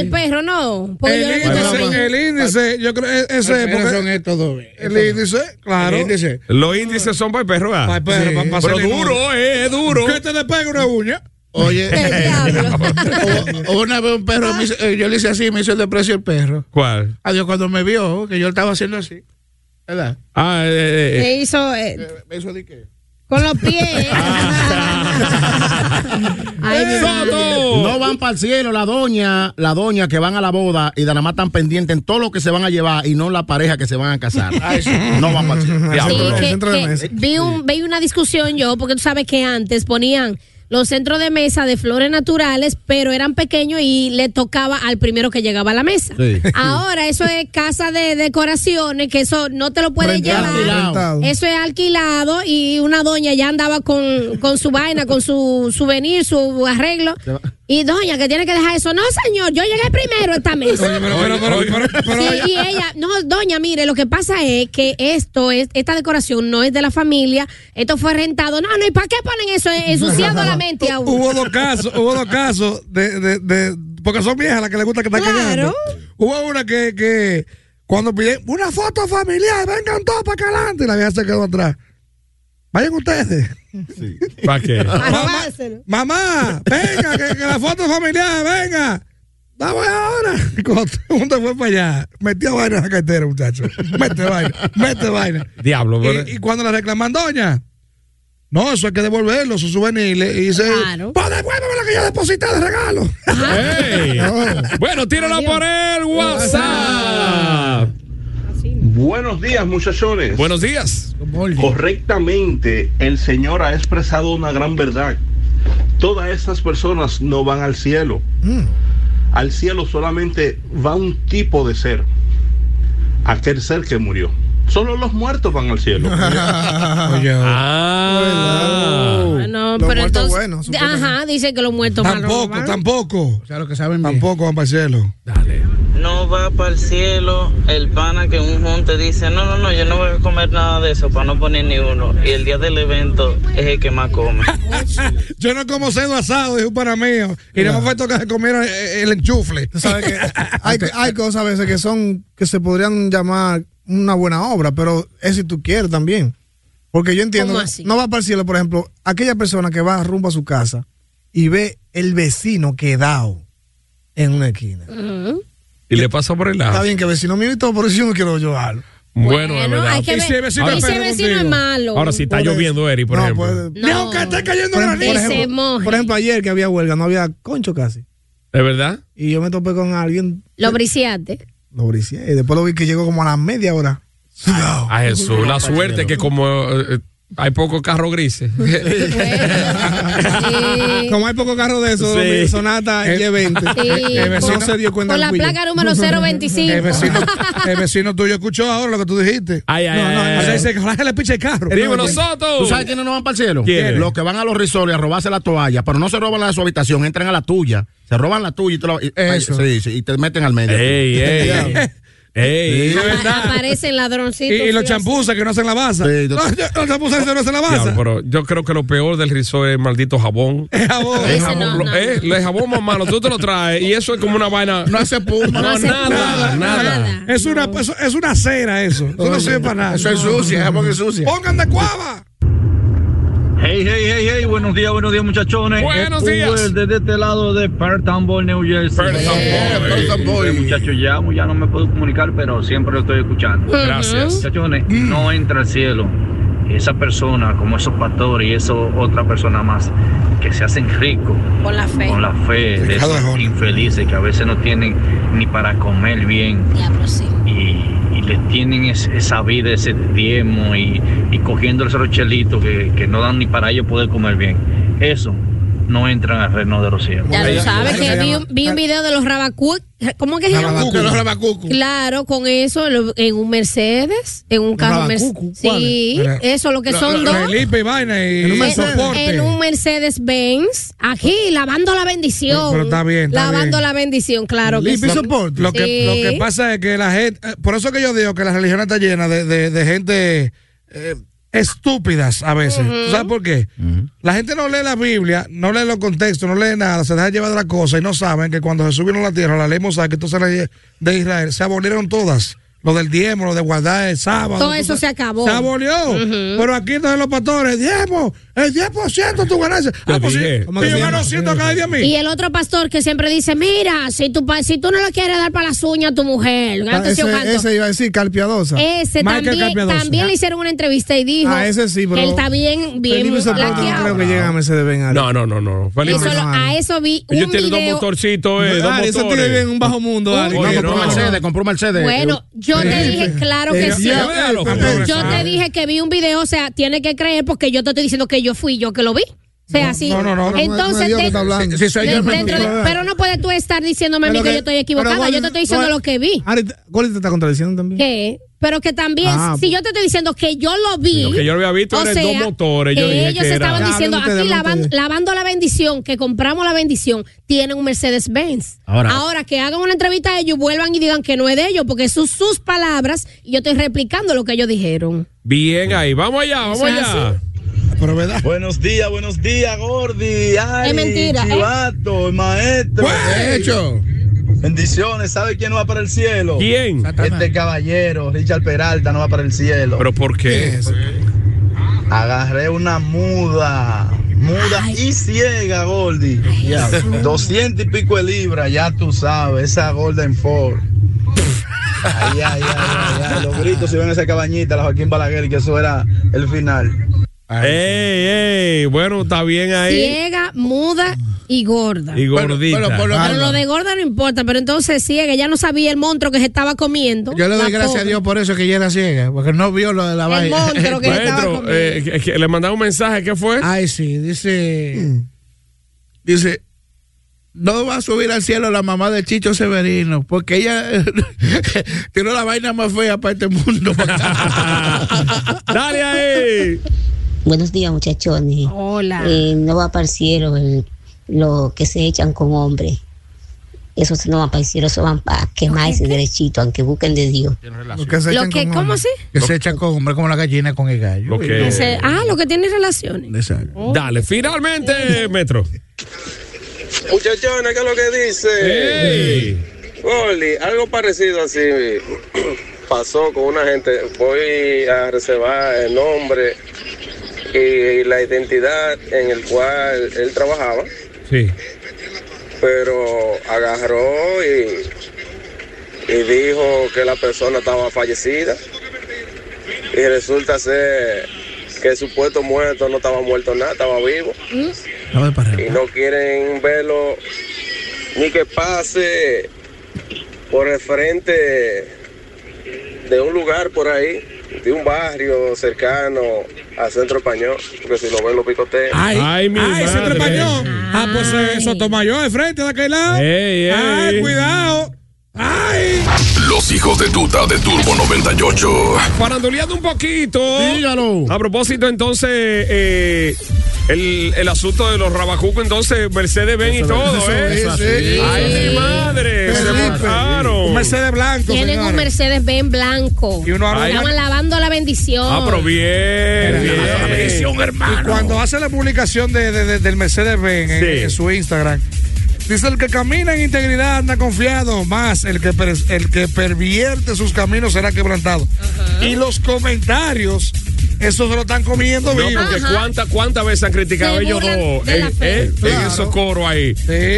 Speaker 3: Sí.
Speaker 4: el perro no. Porque
Speaker 3: Eh,
Speaker 4: yo
Speaker 7: El
Speaker 4: lo he visto los
Speaker 7: índice, el índice, yo creo eh, ese
Speaker 8: Pero
Speaker 7: porque
Speaker 8: son estos dos.
Speaker 7: el índice, claro.
Speaker 8: El índice.
Speaker 3: Los índices son para el perro. ¿verdad?
Speaker 7: Para el perro, para- para
Speaker 3: Pero
Speaker 7: hacerle
Speaker 3: duro,
Speaker 7: nudo.
Speaker 3: eh, es duro.
Speaker 7: ¿Qué te le pega una uña?
Speaker 8: Oye,
Speaker 4: diablos.
Speaker 8: hubo una vez un perro, me hizo- eh, yo le hice así, me hizo el desprecio el perro.
Speaker 3: ¿Cuál?
Speaker 8: Adiós, cuando me vio, que yo estaba haciendo así. ¿Verdad?
Speaker 3: Ah, eh, eh, eh.
Speaker 4: Se hizo eh,
Speaker 8: Me hizo de qué.
Speaker 4: con los pies. Ay, mi madre.
Speaker 14: No van para el cielo la doña, la doña que van a la boda y de la más están pendientes en todo lo que se van a llevar y no en la pareja que se van a casar. No van para el cielo.
Speaker 3: ah,
Speaker 4: Sí,
Speaker 14: Diablo.
Speaker 4: que- que vi, un, vi una discusión yo, porque tú sabes que antes ponían los centros de mesa de flores naturales, pero eran pequeños y le tocaba al primero que llegaba a la mesa.
Speaker 14: Sí.
Speaker 4: Ahora eso es casa de decoraciones, que eso no te lo puedes
Speaker 14: Rentado,
Speaker 4: llevar. Eh.
Speaker 14: rentado.
Speaker 4: Eso es alquilado y una doña ya andaba con, con su vaina, con su souvenir, su arreglo. Y doña, que tiene que dejar eso. No, señor, yo llegué primero a esta mesa. Sí, y ella, no, doña, mire, lo que pasa es que esto es, esta decoración no es de la familia, esto fue rentado. No, no, ¿y para qué ponen eso? Eh, Ensuciando la mente a uno.
Speaker 7: Hubo dos casos, hubo dos casos de, de, de- porque son viejas las que les gusta que están
Speaker 4: Claro.
Speaker 7: cagando. Hubo una que, que cuando piden una foto familiar, vengan todos para acá adelante, y la vieja se quedó atrás. Vayan ustedes.
Speaker 3: ¿Para qué?
Speaker 7: Mamá, mamá, venga, que, que la foto familiar, venga. Vamos ahora. Y cuando todo el mundo fue para allá, metió vaina en la cartera, muchacho. Mete vaina, mete vaina.
Speaker 3: Diablo,
Speaker 7: Y,
Speaker 3: pero-
Speaker 7: y cuando la reclaman, doña, No, eso hay que devolverlo, esos souvenirs. Y dice, pues devuélveme la que yo deposité de regalo.
Speaker 3: Bueno, tírala por el WhatsApp.
Speaker 8: Buenos días, muchachones.
Speaker 3: Ah. Buenos días.
Speaker 8: Correctamente, el Señor ha expresado una gran verdad. Todas estas personas no van al cielo. Mm. Al cielo solamente va un tipo de ser. Aquel ser que murió. Solo los muertos van al cielo.
Speaker 4: Ah,
Speaker 7: Los
Speaker 4: no, pero
Speaker 7: muertos
Speaker 4: entonces.
Speaker 7: buenos, supuestamente.
Speaker 4: ajá, dice que los muertos malos no
Speaker 7: Tampoco,
Speaker 4: van.
Speaker 7: tampoco. O sea, lo que saben Tampoco van para el cielo.
Speaker 15: no va para el cielo el pana que en un junte dice, no, no, no, yo no voy a comer nada de eso para no poner ni uno. Y el día del evento es el que más come.
Speaker 4: Pues
Speaker 7: Yo no como cedo asado, dijo para mí. Y no me fue tocar que comiera eh, el enchufle.
Speaker 6: sabes que hay, hay cosas a veces que son que se podrían llamar una buena obra, pero es si tú quieres también. Porque yo entiendo,
Speaker 4: ¿Cómo
Speaker 6: no-
Speaker 4: así?
Speaker 6: no va para el cielo, por ejemplo, aquella persona que va rumbo a su casa y ve el vecino quedado en una esquina.
Speaker 4: Ujú.
Speaker 3: Y le pasa por el
Speaker 6: Está
Speaker 3: lado.
Speaker 6: bien que vecino mío y todo, pero si yo no quiero llorarlo.
Speaker 3: Ah. Bueno, es verdad.
Speaker 4: hay que ver- y si el vecino es malo.
Speaker 3: Ahora, si está
Speaker 6: Por eso.
Speaker 3: lloviendo, Eri, por
Speaker 6: No,
Speaker 3: ejemplo.
Speaker 4: No, que esté
Speaker 7: cayendo
Speaker 6: Por ejemplo,
Speaker 4: Que
Speaker 6: por
Speaker 4: se
Speaker 6: ejemplo,
Speaker 4: moje.
Speaker 6: por ejemplo, ayer que había huelga, no había concho casi.
Speaker 3: ¿Es verdad?
Speaker 6: Y yo me topé con alguien,
Speaker 4: Lo briciaste.
Speaker 6: lo bricié, y después lo vi que llegó como a la media hora. Ah,
Speaker 3: A Jesús, la suerte que como eh, eh, hay pocos carros grises.
Speaker 6: Como hay pocos carros de esos,
Speaker 3: Sí. Eh,
Speaker 6: Sonata
Speaker 7: El-
Speaker 6: Y20.
Speaker 4: Sí,
Speaker 7: el
Speaker 4: por-
Speaker 7: vecino se dio
Speaker 4: Con la placa número
Speaker 7: El
Speaker 4: 025.
Speaker 7: vecino, el vecino tuyo escuchó ahora lo que tú dijiste.
Speaker 3: Ay, ay,
Speaker 7: no, no,
Speaker 3: ay,
Speaker 7: o sea,
Speaker 3: ay.
Speaker 7: dice, "Jorge, le piche el carro.
Speaker 5: ¿Tú sabes quiénes no van para el cielo?
Speaker 7: ¿Quiénes?
Speaker 5: Los que van a los resorts a robarse la toalla, pero no se roban la de su habitación, entran a la tuya, se roban la tuya y te, lo- y- sí, sí, y te meten al medio.
Speaker 3: Ey, ey. ey.
Speaker 4: Aparecen
Speaker 7: Y,
Speaker 4: ladroncitos.
Speaker 7: y los
Speaker 4: sí,
Speaker 7: champuzas que no hacen la baza. No, yo- los champuzas que no hacen la
Speaker 3: Diablo,
Speaker 7: baza.
Speaker 3: pero yo creo que lo peor del risor es el maldito jabón.
Speaker 7: Es jabón.
Speaker 3: Es
Speaker 7: Ese
Speaker 3: jabón,
Speaker 7: no,
Speaker 3: lo-
Speaker 7: no,
Speaker 3: eh, el jabón más malo, tú te lo traes y eso es como una vaina.
Speaker 5: No hace puma.
Speaker 3: No,
Speaker 5: No hace
Speaker 3: nada, nada,
Speaker 5: nada,
Speaker 7: Es una, eso- es una cera eso. Eso no sirve para nada.
Speaker 16: Eso es sucia, es jabón que es sucia.
Speaker 7: Pongan de cuava.
Speaker 17: Hey, hey, hey, hey, buenos días, buenos días, muchachones.
Speaker 3: Buenos
Speaker 17: Uber
Speaker 3: días.
Speaker 17: Desde este lado de Perth Amboy, New Jersey.
Speaker 3: Perth Amboy.
Speaker 17: Perth Amboy. Muchachos, eh, llamo, ya no me puedo comunicar, pero siempre lo estoy escuchando.
Speaker 3: Gracias.
Speaker 17: Muchachones,
Speaker 4: Mm.
Speaker 17: no entra al cielo esa persona, como esos pastores y eso otra persona más, que se hacen ricos
Speaker 4: Con la fe.
Speaker 17: con la fe de
Speaker 4: Ricardo
Speaker 17: esos infelices que a veces no tienen ni para comer bien
Speaker 4: Diablo, pues sí.
Speaker 17: y, y les tienen es- esa vida, ese diezmo y, y cogiendo esos rochelitos que, que no dan ni para ellos poder comer bien. Eso no entra al reino de los cielos.
Speaker 4: Ya lo sabes que vi un, vi un video de los rabacú. ¿Cómo que se llama?
Speaker 17: Rabacucu. De los rabacucu.
Speaker 4: Claro, con eso lo- en un Mercedes, en un carro
Speaker 7: Rabacucu,
Speaker 4: Mercedes. Sí,
Speaker 7: ¿cuál es?
Speaker 4: eso lo que
Speaker 7: Lo-
Speaker 4: son
Speaker 7: lo-
Speaker 4: dos.
Speaker 7: Felipe y vaina y
Speaker 4: En un
Speaker 7: y soporte.
Speaker 4: en un Mercedes Benz, aquí lavando la bendición.
Speaker 7: Pero- pero está bien, está
Speaker 4: lavando
Speaker 7: bien.
Speaker 4: la bendición, claro. que sí.
Speaker 7: Lo que,
Speaker 4: Sí.
Speaker 7: lo que pasa es que la gente. eh, Por eso que yo digo que la religión está llena de, de- de gente eh, estúpidas a veces.
Speaker 4: Ujú.
Speaker 7: ¿Tú ¿Sabes por qué? La gente no lee la Biblia, no lee los contextos, no lee nada, se deja llevar de las cosas y no saben que cuando Jesús vino a la tierra, la ley mosaica, entonces la ley de Israel, se abolieron todas. Lo del diezmo, lo de guardar el sábado.
Speaker 4: Todo
Speaker 7: tú
Speaker 4: eso
Speaker 7: sabes,
Speaker 4: se acabó.
Speaker 7: Se abolió.
Speaker 4: Ujú.
Speaker 7: Pero aquí entonces los pastores, diezmo, el 10% de tu ganancia. Ah, pues sí,
Speaker 3: dije.
Speaker 7: pero yo gano 100 cada día a mí.
Speaker 4: Y el otro pastor que siempre dice, mira, si tú, pa- si tú no le quieres dar para las uñas a tu mujer,
Speaker 6: Ah,
Speaker 4: antes yo
Speaker 6: ese,
Speaker 4: canto".
Speaker 6: ese iba a decir Calpiadosa.
Speaker 4: Ese también, también le hicieron una entrevista y dijo
Speaker 6: Ah, ese sí, pero
Speaker 4: que él está bien, bien
Speaker 6: Felipe Soporte no
Speaker 4: laqueado.
Speaker 6: creo que llegue a Mercedes Benz.
Speaker 3: No, no, no, no. Felipe.
Speaker 4: Eso lo- a eso vi un
Speaker 3: Ellos tienen dos
Speaker 4: video.
Speaker 3: motorcitos, eh, dos
Speaker 6: Ah, eso tiene
Speaker 3: motores.
Speaker 6: bien un bajo mundo.
Speaker 3: Oye,
Speaker 6: Ale.
Speaker 3: no,
Speaker 5: compró un Mercedes, compró un Mercedes.
Speaker 4: Bueno, yo te dije, claro que sí. Yo te dije que vi un video, o sea, tiene que creer porque yo te estoy diciendo que yo fui yo que lo vi. O sea, sí.
Speaker 7: no, no, no, no, no es
Speaker 4: Entonces,
Speaker 7: Dios que
Speaker 4: de-
Speaker 7: está hablando.
Speaker 4: de-
Speaker 7: Sí, soy yo el
Speaker 4: dentro de-
Speaker 7: mentiroso.
Speaker 4: pero no puedes tú estar diciéndome a mí
Speaker 6: Pero
Speaker 4: que,
Speaker 6: que-
Speaker 4: yo estoy
Speaker 6: pero
Speaker 4: equivocada.
Speaker 6: Goli-
Speaker 4: Yo te estoy diciendo
Speaker 6: Goli-
Speaker 4: lo que vi.
Speaker 6: Ari, Goli te está contradiciendo también.
Speaker 4: ¿Qué? Pero que también,
Speaker 3: Ah,
Speaker 4: si yo te estoy diciendo que yo lo vi.
Speaker 3: Lo que yo había visto
Speaker 4: o
Speaker 3: eran
Speaker 4: sea,
Speaker 3: dos motores,
Speaker 4: que
Speaker 3: yo dije
Speaker 4: ellos
Speaker 3: que era-
Speaker 4: estaban
Speaker 3: Ya,
Speaker 4: diciendo,
Speaker 3: hablen ustedes,
Speaker 4: aquí
Speaker 3: hablen
Speaker 4: lavan-
Speaker 3: ustedes.
Speaker 4: lavando la bendición, que compramos la bendición, tienen un Mercedes-Benz.
Speaker 5: Ahora-
Speaker 4: que hagan una entrevista a ellos, vuelvan y digan que no es de ellos, porque son sus palabras y yo estoy replicando lo que ellos dijeron.
Speaker 3: Bien ahí. Vamos allá, vamos
Speaker 4: Eso es
Speaker 3: allá.
Speaker 1: Buenos días, buenos días, Gordi. Ay,
Speaker 4: Es mentira, ¿eh?
Speaker 1: Chivato, el maestro.
Speaker 3: Pues,
Speaker 1: De hecho. Bendiciones, ¿sabe quién no va para el cielo?
Speaker 3: ¿Quién?
Speaker 1: Este caballero, Richard Peralta, no va para el cielo.
Speaker 3: ¿Pero por qué?
Speaker 1: Agarré una muda, muda y ciega, Gordi. Ya, 200 y pico de libras, ya tú sabes, esa Golden Ford. Ay, ay, ay, ay, ay, los gritos se ven esa cabañita, la Joaquín Balaguer, que eso era el final.
Speaker 3: ¡Ey, ey! Bueno, está bien ahí.
Speaker 4: Ciega, muda y gorda.
Speaker 3: Y gordita.
Speaker 4: Pero,
Speaker 3: por lo menos-
Speaker 4: lo de gorda no importa, pero entonces ciega, ya no sabía el monstruo que se estaba comiendo.
Speaker 8: Yo le doy
Speaker 4: La
Speaker 8: gracias a
Speaker 4: pobre.
Speaker 8: Dios por eso que ella era ciega, porque no vio lo de la vaina.
Speaker 3: Maestro, eh, que- que le mandaron un mensaje, ¿qué fue?
Speaker 8: Ay, sí, dice. Dice. No va a subir al cielo la mamá de Chicho Severino, porque ella eh, tiró la vaina más fea para este mundo.
Speaker 3: Dale ahí.
Speaker 18: Buenos días, muchachones. Eh,
Speaker 4: Hola.
Speaker 18: no va para el cielo el- lo que se echan con hombres. Eso no va para el cielo, eso van para quemarse derechito, aunque busquen de Dios.
Speaker 8: Lo que se
Speaker 4: Lo
Speaker 8: echan
Speaker 4: que-
Speaker 8: con
Speaker 4: ¿cómo
Speaker 8: hombre.
Speaker 4: sí?
Speaker 8: Que se echan con hombre como la gallina con el gallo.
Speaker 4: Ese- ah, lo que tiene relaciones. Oh.
Speaker 3: Dale, finalmente, Metro.
Speaker 19: Muchachones, ¿qué es lo que dice? Oli, algo parecido así pasó con una gente. Voy a reservar el nombre y la identidad en el cual él trabajaba,
Speaker 3: Sí.
Speaker 19: pero agarró y, y dijo que la persona estaba fallecida. Y resulta ser que el supuesto muerto no estaba muerto nada, estaba vivo y no quieren verlo ni que pase por el frente de un lugar por ahí, de un barrio cercano al centro español, porque si lo ven lo picotean.
Speaker 7: Ay, ay, centro español. Ah, pues eh, Sotomayor de frente de aquel lado. Ay, cuidado.
Speaker 9: Los hijos de tuta de Turbo 98.
Speaker 3: Paranduleando un poquito. A propósito, entonces, eh, el, el asunto de los rabacucos, entonces, Mercedes Benz y
Speaker 7: Eso,
Speaker 3: todo,
Speaker 7: eso,
Speaker 3: ¿eh?
Speaker 7: eso, sí.
Speaker 3: ¡Ay,
Speaker 7: Sí.
Speaker 3: mi madre! Se
Speaker 7: Felipe.
Speaker 3: montaron.
Speaker 7: Un Mercedes blanco,
Speaker 4: Tienen un Mercedes Benz blanco.
Speaker 7: Y uno habla-
Speaker 4: Estaban lavando la bendición.
Speaker 3: Ah, pero bien, bien.
Speaker 7: Y cuando hace la publicación de, de- de- del Mercedes Benz en,
Speaker 3: Sí.
Speaker 7: en su Instagram, dice el que camina en integridad anda confiado, más el que, per- el que pervierte sus caminos será quebrantado. Y los comentarios, eso se lo están comiendo
Speaker 3: No,
Speaker 7: vivo.
Speaker 3: porque cuántas cuántas veces han criticado
Speaker 7: Se
Speaker 3: ellos
Speaker 7: burlan
Speaker 3: dos
Speaker 7: de
Speaker 3: en,
Speaker 7: la fe.
Speaker 3: eh, en esos coros ahí.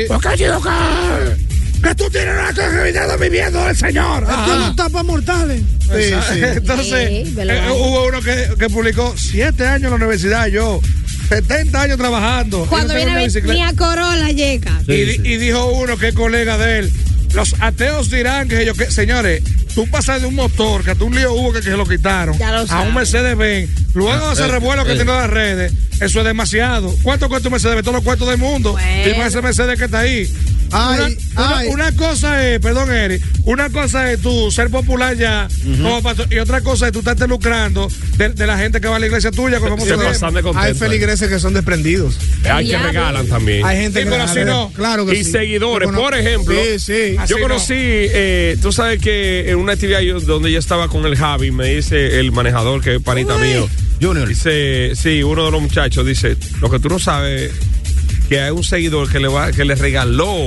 Speaker 7: Porque yo que- que tú tienes una credibilidad viviendo el Señor.
Speaker 3: Ah.
Speaker 7: Ajá.
Speaker 8: tapas mortales.
Speaker 7: Exacto. Entonces,
Speaker 8: Sí, de lo
Speaker 7: eh,
Speaker 8: bajo.
Speaker 7: hubo uno que, que publicó siete años en la universidad, yo, 70 años trabajando.
Speaker 4: Cuando
Speaker 7: y no tengo
Speaker 4: viene a
Speaker 7: una
Speaker 4: ver,
Speaker 7: bicicleta.
Speaker 4: ni a Corolla llega.
Speaker 7: y, di- y dijo uno que es colega de él. Los ateos dirán que ellos, que, señores, tú pasas de un motor, que hasta un lío hubo que, que se lo quitaron,
Speaker 4: Ya lo
Speaker 7: a
Speaker 4: saben.
Speaker 7: un Mercedes Benz, luego de ese
Speaker 3: Ah,
Speaker 8: Eh,
Speaker 7: revuelo que
Speaker 8: eh.
Speaker 7: tiene las redes, eso es demasiado. ¿Cuánto cuesta un Mercedes Benz? Todos los cuartos del mundo. Y más ese Mercedes que está ahí.
Speaker 8: Ay,
Speaker 7: una, una-
Speaker 8: ay.
Speaker 7: una cosa es, perdón, Eri, una cosa es tú ser popular ya,
Speaker 3: Ujú.
Speaker 7: como pastor, y otra cosa es tú estarte lucrando de, de la gente que va a la iglesia tuya. con famoso
Speaker 3: Se
Speaker 7: dinero.
Speaker 3: pasan de contento,
Speaker 6: Hay feligreses que son desprendidos.
Speaker 3: Hay que regalan también.
Speaker 6: Hay gente
Speaker 3: Sí,
Speaker 6: que
Speaker 3: pero así
Speaker 6: regala.
Speaker 3: no.
Speaker 6: Claro que
Speaker 3: y
Speaker 6: sí.
Speaker 3: seguidores.
Speaker 6: Yo conozco-
Speaker 3: Por ejemplo,
Speaker 6: Sí, sí. Así
Speaker 3: yo
Speaker 6: no.
Speaker 3: conocí, eh, tú sabes que en una actividad yo- donde yo estaba con el Javi, me dice el manejador que es panita mío. Junior. Dice, sí, uno de los muchachos dice, lo que tú no sabes, que hay un seguidor que le va, que le regaló.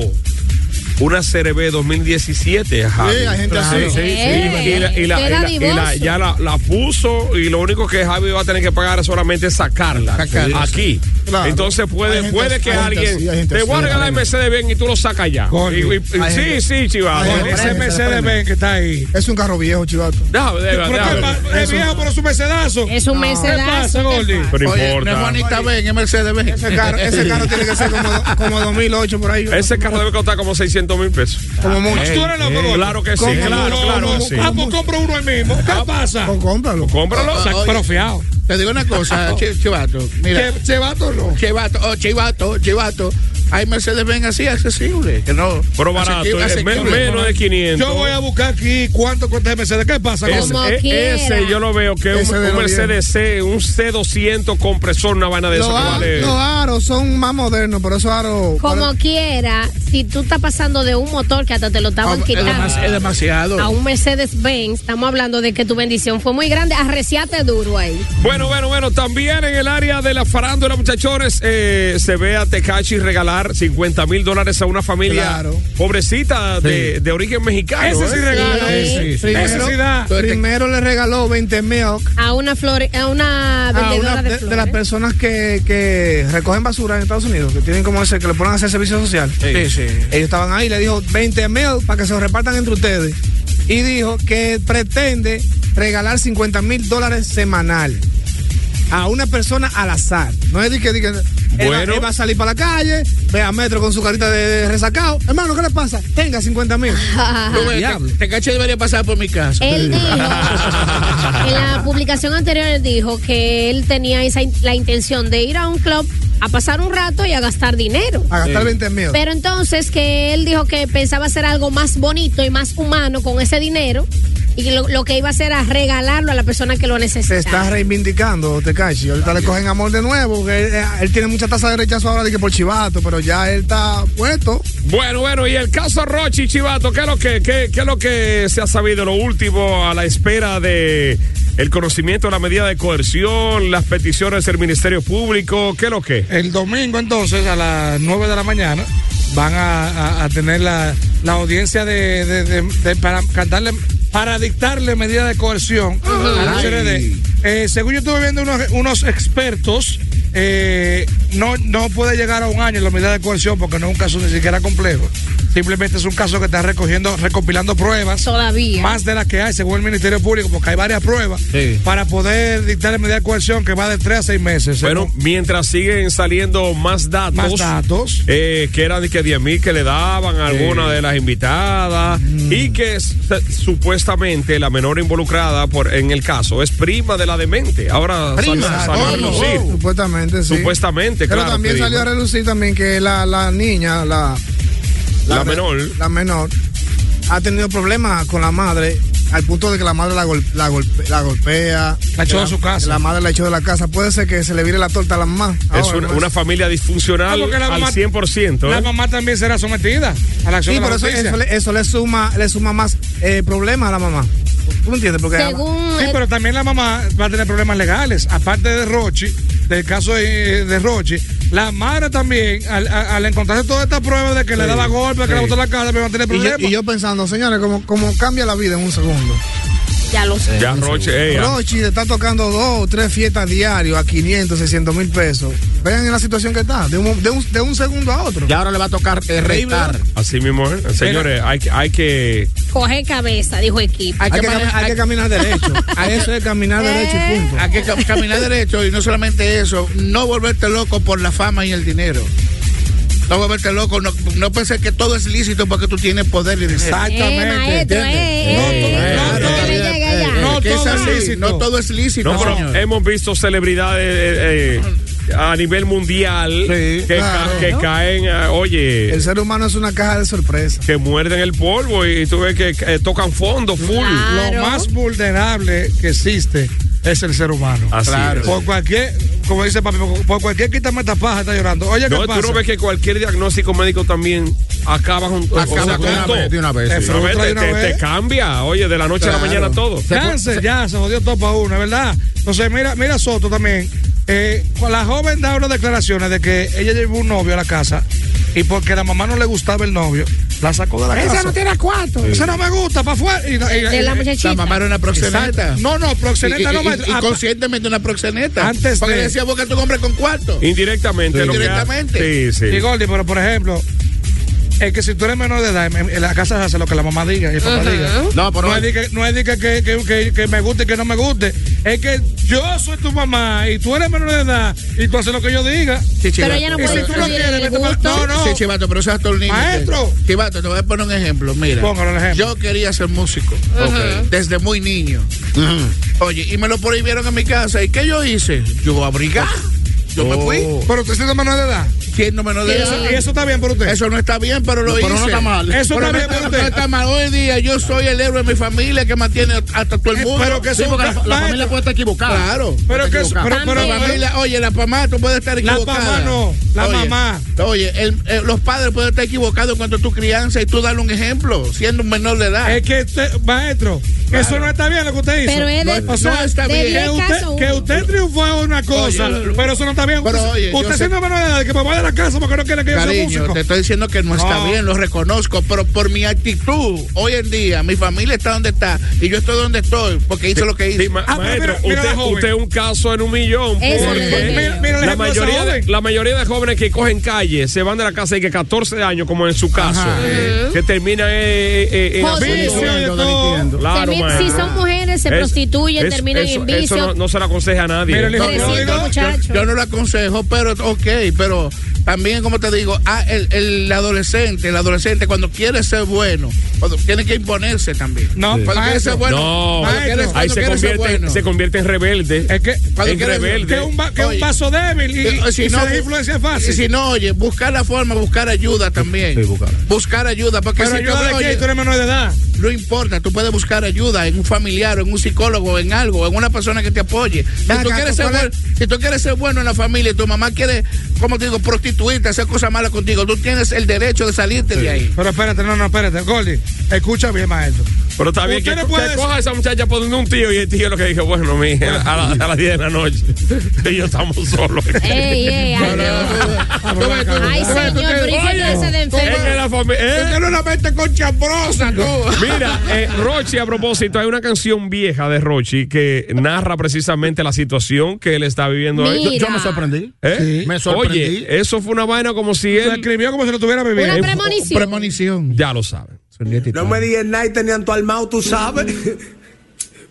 Speaker 3: Una CRB 2017, a Javi.
Speaker 6: Sí, hay gente así.
Speaker 3: Sí, sí, sí.
Speaker 6: Ey,
Speaker 3: Y la- y la-
Speaker 6: qué
Speaker 3: y la- y la-
Speaker 6: dadivoso.
Speaker 3: ya la, la puso y lo único que Javi va a tener que pagar es solamente sacarla.
Speaker 7: Sacarla.
Speaker 3: Aquí.
Speaker 7: Claro.
Speaker 3: Entonces
Speaker 7: Hay
Speaker 3: puede,
Speaker 7: gente
Speaker 3: puede
Speaker 7: así,
Speaker 3: que
Speaker 7: hay gente
Speaker 3: alguien
Speaker 7: así, hay gente
Speaker 3: te
Speaker 7: así,
Speaker 3: voy a regalar
Speaker 7: hay
Speaker 3: el Mercedes Benz y tú lo sacas ya.
Speaker 7: Coño.
Speaker 3: Y- y- y-
Speaker 7: Hay
Speaker 3: sí,
Speaker 7: gente-
Speaker 3: sí, chivato.
Speaker 7: Hay gente-
Speaker 3: Ese
Speaker 7: hay gente
Speaker 3: Mercedes
Speaker 7: aprende.
Speaker 3: Benz que está ahí.
Speaker 6: Es un carro viejo, chivato.
Speaker 3: Déjame, déjame,
Speaker 7: Pero
Speaker 3: déjame.
Speaker 7: qué pa- Es viejo, pero es un mercedazo.
Speaker 4: Es un
Speaker 7: No.
Speaker 4: mercedazo,
Speaker 7: ¿Qué pasa,
Speaker 4: ¿qué
Speaker 7: Gordy?
Speaker 3: Pero
Speaker 8: Oye,
Speaker 3: importa.
Speaker 8: no es Juanita Ben, es Mercedes Ben.
Speaker 6: Ese carro, ese carro tiene que ser como, como 2008 por ahí.
Speaker 3: Ese carro debe costar como 600 mil pesos.
Speaker 6: Como mucho.
Speaker 3: Ey,
Speaker 6: Tú eres loco,
Speaker 3: ey,
Speaker 6: Gordo.
Speaker 3: Claro que sí,
Speaker 6: Como
Speaker 3: claro,
Speaker 6: mucho,
Speaker 3: claro
Speaker 6: como
Speaker 3: que sí. Ah, pues
Speaker 7: Ah, pues compra uno ahí mismo. ¿Qué pasa?
Speaker 6: cómpralo.
Speaker 3: Cómpralo.
Speaker 7: Sac-
Speaker 8: Oye,
Speaker 7: Pero fiado.
Speaker 8: Te digo una cosa, Chi- Chivato. Mira,
Speaker 7: Che- Chivato no.
Speaker 8: Chivato, oh, Chivato, Chivato. Hay Mercedes Benz así accesible, que no.
Speaker 3: Pero barato,
Speaker 8: asequible,
Speaker 3: es
Speaker 8: asequible.
Speaker 3: men- menos de 500.
Speaker 7: Yo voy a buscar aquí cuánto cuesta el Mercedes. ¿Qué pasa?
Speaker 3: Ese,
Speaker 7: Gordy?
Speaker 3: e- ese yo lo veo que es
Speaker 7: Ese
Speaker 3: un,
Speaker 7: de
Speaker 3: un
Speaker 7: lo
Speaker 3: Mercedes C, un C200 compresor, una vaina de
Speaker 6: Los,
Speaker 3: eso que
Speaker 6: a-
Speaker 3: vale.
Speaker 6: los aros son más modernos, pero esos aros.
Speaker 4: Como quiera, si tú estás pasando de un motor que hasta te lo
Speaker 6: Ah,
Speaker 4: estaban
Speaker 8: Es,
Speaker 4: quitando
Speaker 8: demasi- es demasiado.
Speaker 4: a un Mercedes Benz, estamos hablando de que tu bendición fue muy grande. Arreciate duro ahí.
Speaker 3: Bueno, bueno, bueno, también en el área de la farándula, muchachones, eh, se ve a Tecachi regalar 50 mil dólares a una familia pobrecita de, de origen mexicano.
Speaker 7: Ese sí
Speaker 3: ¿eh?
Speaker 7: regala, ese.
Speaker 6: Primero, primero le regaló 20 mil a Ah,
Speaker 4: A una flor, a una Ah, vendedora
Speaker 6: una
Speaker 4: de,
Speaker 6: de,
Speaker 4: flores.
Speaker 6: de las personas que, que recogen basura en Estados Unidos, que tienen como ese, que le ponen a hacer servicio social.
Speaker 8: Sí, sí.
Speaker 6: Ellos estaban ahí, le dijo 20 mil para que se lo repartan entre ustedes. Y dijo que pretende regalar 50 mil dólares semanal. a una persona al azar. No es de que, de que- él va-
Speaker 3: Bueno.
Speaker 6: él va a salir para la calle, ve a Metro con su carita de, de resacado. Hermano, ¿qué le pasa? Tenga 50 mil.
Speaker 8: Tú ves, te- Te caché debería pasar por mi casa.
Speaker 4: Él En la publicación anterior él dijo que él tenía esa in- la intención de ir a un club a pasar un rato y a gastar dinero.
Speaker 6: A gastar Sí. 20 mil.
Speaker 4: Pero entonces que él dijo que pensaba hacer algo más bonito y más humano con ese dinero y que lo, lo que iba a hacer era regalarlo a la persona que lo
Speaker 6: Se
Speaker 4: necesita.
Speaker 6: está reivindicando, Tecachi. Ahorita le cogen amor de nuevo. que Él, eh, él tiene mucha tasa de rechazo ahora de que por chivato, pero ya él está puesto.
Speaker 3: Bueno, bueno, y el caso Rochi Chivato, ¿qué es lo que, qué, qué es lo que se ha sabido lo último a la espera de el conocimiento de la medida de coerción, las peticiones del Ministerio Público? ¿Qué es lo que?
Speaker 7: El domingo entonces a las 9 de la mañana van a, a- a tener la, la audiencia de, de- de- de- para cantarle para dictarle medidas de coerción al
Speaker 1: Ay.
Speaker 7: HRD. Eh, según yo estuve viendo unos, unos expertos, eh, no, no puede llegar a un año la medida de coerción porque no es un caso ni siquiera complejo. Simplemente es un caso que está recogiendo, recopilando pruebas.
Speaker 4: Todavía.
Speaker 7: Más de las que hay, según el Ministerio Público, porque hay varias pruebas
Speaker 3: Sí.
Speaker 7: para poder dictarle medida de coerción que va de 3 a 6 meses.
Speaker 3: Bueno, mientras siguen saliendo más datos,
Speaker 7: Más datos.
Speaker 3: eh, que eran de que 10 mil que le daban a alguna de las invitadas
Speaker 7: Mm.
Speaker 3: y que s- supuestamente la menor involucrada por, en el caso es prima de la demente. Ahora salió- salió a
Speaker 7: oh,
Speaker 3: relucir.
Speaker 6: oh, Supuestamente, sí.
Speaker 3: Supuestamente,
Speaker 6: Pero
Speaker 3: claro,
Speaker 6: también
Speaker 3: que
Speaker 6: salió a
Speaker 3: digo.
Speaker 6: relucir también que la, la niña, la,
Speaker 3: La menor.
Speaker 6: la menor, ha tenido problemas con la madre al punto de que la madre la, gol- la, golpe- la golpea.
Speaker 7: La echó
Speaker 6: que
Speaker 7: de su casa.
Speaker 6: La madre la echó de la casa. Puede ser que se le vire la torta a la mamá.
Speaker 7: Ah,
Speaker 3: Es
Speaker 6: ahora, pues.
Speaker 3: una,
Speaker 7: pues.
Speaker 6: ¿no?
Speaker 3: una familia disfuncional
Speaker 6: No, porque la
Speaker 3: al
Speaker 6: mamá-
Speaker 3: 100%.
Speaker 7: La
Speaker 3: ¿eh?
Speaker 7: mamá también será sometida a la acción
Speaker 6: Sí,
Speaker 7: de
Speaker 6: pero
Speaker 7: la
Speaker 6: eso,
Speaker 7: justicia.
Speaker 6: eso le, eso le suma le suma más eh, problemas a la mamá. ¿Tú me entiendes? Porque
Speaker 7: Sí, pero también la mamá va a tener problemas legales. Aparte de Rochi, del caso de, de Rochi, la madre también, al, a- al encontrarse todas estas pruebas de que le daba golpe, que le botó la cara, me va a tener
Speaker 6: Y yo,
Speaker 7: problemas.
Speaker 6: y yo pensando, señores, como, como cambia la vida en un segundo.
Speaker 4: Ya lo sé.
Speaker 3: Ya Roche, ey, ah,
Speaker 6: Rochi le está tocando dos o tres fiestas diario a 500, 600 mil pesos. Vean en la situación que está, de un, de un- de un segundo a otro.
Speaker 20: Ya ahora le va a tocar eh, restar.
Speaker 3: así mismo, ¿eh? señores, hay, que- hay que
Speaker 4: Coge cabeza, dijo equipo.
Speaker 6: Hay que cami- hay que caminar derecho. A eso es caminar derecho y punto.
Speaker 8: Hay que cam- caminar derecho y no solamente eso, no volverte loco por la fama y el dinero. No volverte loco, no, no pensar que todo es lícito porque tú tienes poder y dinero.
Speaker 7: Exactamente. Eh, maestro,
Speaker 8: No todo es lícito. No todo es lícito.
Speaker 3: No, pero
Speaker 8: señor.
Speaker 3: hemos visto celebridades eh, eh, a nivel mundial que, ca-
Speaker 6: claro.
Speaker 3: que caen, eh, oye,
Speaker 6: El ser humano es una caja de sorpresa.
Speaker 3: que muerden el polvo y, tú ves que eh, tocan fondo full.
Speaker 7: Lo más vulnerable que existe es el ser humano.
Speaker 3: Así es.
Speaker 7: Por cualquier, como dice papi, por- por cualquier quítame esta paja está llorando. Oye, ¿qué
Speaker 3: No,
Speaker 7: pasa?
Speaker 3: tú no ves que cualquier diagnóstico médico también acaba junto
Speaker 7: Acaba
Speaker 3: sea,
Speaker 7: de una
Speaker 3: junto.
Speaker 7: vez, de una vez,
Speaker 3: Te
Speaker 7: sí.
Speaker 3: frustra
Speaker 7: Te-
Speaker 3: de una
Speaker 7: te-
Speaker 3: vez.
Speaker 7: te
Speaker 3: te cambia, oye, de la noche a la mañana todo.
Speaker 7: Cáncer, ya se jodió todo para uno, ¿verdad? Entonces, mira, mira Soto también. Eh, con la joven da unas declaraciones de que ella llevó un novio a la casa y porque la mamá no le gustaba el novio, la sacó de la
Speaker 1: Esa
Speaker 7: casa.
Speaker 1: no tiene cuarto.
Speaker 7: Sí. Esa no me gusta, para afuera. Y, y-
Speaker 8: De la
Speaker 7: y-
Speaker 8: muchachita. La mamá era una proxeneta.
Speaker 7: Exacto. No, no, proxeneta
Speaker 8: Y- y-
Speaker 7: no,
Speaker 8: y-
Speaker 7: maestro.
Speaker 8: y
Speaker 7: Ah,
Speaker 8: conscientemente una proxeneta.
Speaker 7: Antes
Speaker 8: Porque
Speaker 7: de-
Speaker 8: decía vos que tú compras con cuarto.
Speaker 3: Indirectamente.
Speaker 8: Sí.
Speaker 3: lo que ha-
Speaker 8: Indirectamente.
Speaker 3: Sí, sí.
Speaker 7: Y Gordy, pero por ejemplo, es que si tú eres menor de edad, en, en la casa se hace lo que la mamá diga y el papá
Speaker 1: Ajá.
Speaker 7: diga.
Speaker 1: No, pero-
Speaker 7: es de que, no es de que, que- que- que- que me guste y que no me guste. Es que yo soy tu mamá y tú eres menor de edad y tú haces lo que yo diga.
Speaker 8: Chivato.
Speaker 7: Y si tú no quieres, vete para- No, no.
Speaker 8: Sí, Chivato, pero eso es hasta un límite.
Speaker 7: Maestro.
Speaker 8: Chivato, te voy a poner un ejemplo. Mira.
Speaker 7: Póngalo, un ejemplo.
Speaker 8: Yo quería ser músico.
Speaker 7: Ajá.
Speaker 8: Ok. Desde muy niño. Oye, y me lo prohibieron en mi casa. ¿Y qué yo hice? Yo abrigá. Yo me fui.
Speaker 7: Pero usted siendo menor de edad.
Speaker 8: Siendo menor de
Speaker 7: Y eso-
Speaker 8: edad.
Speaker 7: y eso está bien por usted.
Speaker 8: Eso no está bien, pero lo
Speaker 7: No, pero no
Speaker 8: hice.
Speaker 7: está mal. Eso
Speaker 8: Pero
Speaker 7: está
Speaker 8: no
Speaker 7: bien por
Speaker 8: No
Speaker 7: usted.
Speaker 8: está mal. Hoy día yo soy el héroe de mi familia que mantiene hasta todo el mundo.
Speaker 7: Eh, pero que Sí, son- porque la- la maestro. familia puede
Speaker 8: estar equivocada. Claro.
Speaker 7: Pero
Speaker 8: Está
Speaker 7: que es-
Speaker 8: equivocada.
Speaker 7: pero- pero-
Speaker 8: La familia- oye, la mamá tú puedes estar
Speaker 7: La
Speaker 8: equivocada.
Speaker 7: mamá no, la
Speaker 8: Oye,
Speaker 7: mamá.
Speaker 8: Oye, el- eh, los padres pueden estar equivocados en cuanto a tu crianza y tú darle un ejemplo, siendo un menor de edad.
Speaker 7: Es que, usted- maestro, eso no está bien lo que usted hizo.
Speaker 8: Pero es de-
Speaker 7: o sea,
Speaker 8: no está bien.
Speaker 7: Que
Speaker 8: de diez
Speaker 7: usted,
Speaker 8: casos,
Speaker 7: que usted triunfó es una cosa,
Speaker 8: Oye,
Speaker 7: pero eso no está bien.
Speaker 8: pero
Speaker 7: usted
Speaker 8: oye, yo
Speaker 7: usted
Speaker 8: sé-
Speaker 7: siendo menor de edad, que papá de la casa porque no quiere que yo sea
Speaker 8: Cariño,
Speaker 7: músico.
Speaker 8: te estoy diciendo que no está
Speaker 7: No.
Speaker 8: bien, lo reconozco, pero por mi actitud hoy en día, mi familia está donde está y yo estoy donde estoy porque hice lo que hice.
Speaker 3: Ah, Maestro, usted, usted es un caso en un millón.
Speaker 8: Eso
Speaker 3: porque
Speaker 8: le digo yo. Mira- mira el
Speaker 3: la,
Speaker 8: ejemplo de esa
Speaker 3: mayoría de,
Speaker 8: joven.
Speaker 3: la mayoría de jóvenes que cogen calle se van de la casa y que 14 años, como en su caso, eh, que termina eh, eh, en
Speaker 4: Jodido.
Speaker 3: asesinato.
Speaker 4: Vicio,
Speaker 7: todo.
Speaker 3: Claro,
Speaker 4: Termin-
Speaker 3: maestro.
Speaker 4: si son mujeres, se prostituyen, terminan en
Speaker 3: eso-
Speaker 4: vicio.
Speaker 3: Eso no, no se lo aconseja a nadie.
Speaker 8: Mira, le- yo,
Speaker 4: muchacho.
Speaker 8: yo no lo aconsejo, pero ok, pero también como te digo, ah, el, el adolescente, el adolescente cuando quiere ser bueno, cuando tiene que imponerse también.
Speaker 7: No,
Speaker 8: cuando quiere ser bueno,
Speaker 3: No,
Speaker 8: cuando quiere-
Speaker 3: ahí
Speaker 8: cuando
Speaker 3: se
Speaker 8: quiere ser
Speaker 3: convierte,
Speaker 8: bueno.
Speaker 3: se convierte en rebelde.
Speaker 7: Es que,
Speaker 3: en rebelde.
Speaker 7: que un, va- que un vaso débil y,
Speaker 8: Eh,
Speaker 7: y se deja influencia fácil.
Speaker 8: y si no, oye, buscar la forma, buscar ayuda también. buscar. ayuda, porque
Speaker 7: Pero
Speaker 8: si
Speaker 7: ayuda de qué, tú eres menor de edad.
Speaker 8: No importa, tú puedes buscar ayuda en un familiar, o en un psicólogo, en algo, en una persona que te apoye. Si,
Speaker 2: Ven
Speaker 8: tú,
Speaker 2: acá,
Speaker 8: quieres ser
Speaker 2: ¿cuál
Speaker 8: buen- si tú quieres ser bueno en la familia y tu mamá quiere, como te digo, prostituirte, hacer cosas malas contigo, tú tienes el derecho de salirte de ahí.
Speaker 7: Pero espérate, no, no, espérate. Gordy, escucha bien, maestro.
Speaker 3: Pero está bien que,
Speaker 7: Usted le
Speaker 3: que
Speaker 7: puede decir-
Speaker 3: coja a esa muchacha por donde un tío y el tío lo que dijo, bueno, mija, a, la- a las 10 de la noche. Y yo estamos solos.
Speaker 4: Ey, ey, ay, Ay, señor, pero ¿y qué clase de enfermo?
Speaker 3: Es que la
Speaker 2: Eh,
Speaker 3: familia.
Speaker 7: Usted no la mete con chambrosa,
Speaker 3: Mira, eh, Rochi, a propósito, hay una canción vieja de Rochi que narra precisamente la situación que él está viviendo. ahí.
Speaker 5: Yo, yo me sorprendí.
Speaker 3: ¿Eh?
Speaker 5: Me sorprendí.
Speaker 3: Oye, eso fue una vaina como si él.
Speaker 7: escribió como si lo tuviera
Speaker 3: bebido.
Speaker 4: Una premonición.
Speaker 7: Premonición.
Speaker 3: Ya lo saben.
Speaker 1: No me digas nada y tenían tu armado, tú sabes.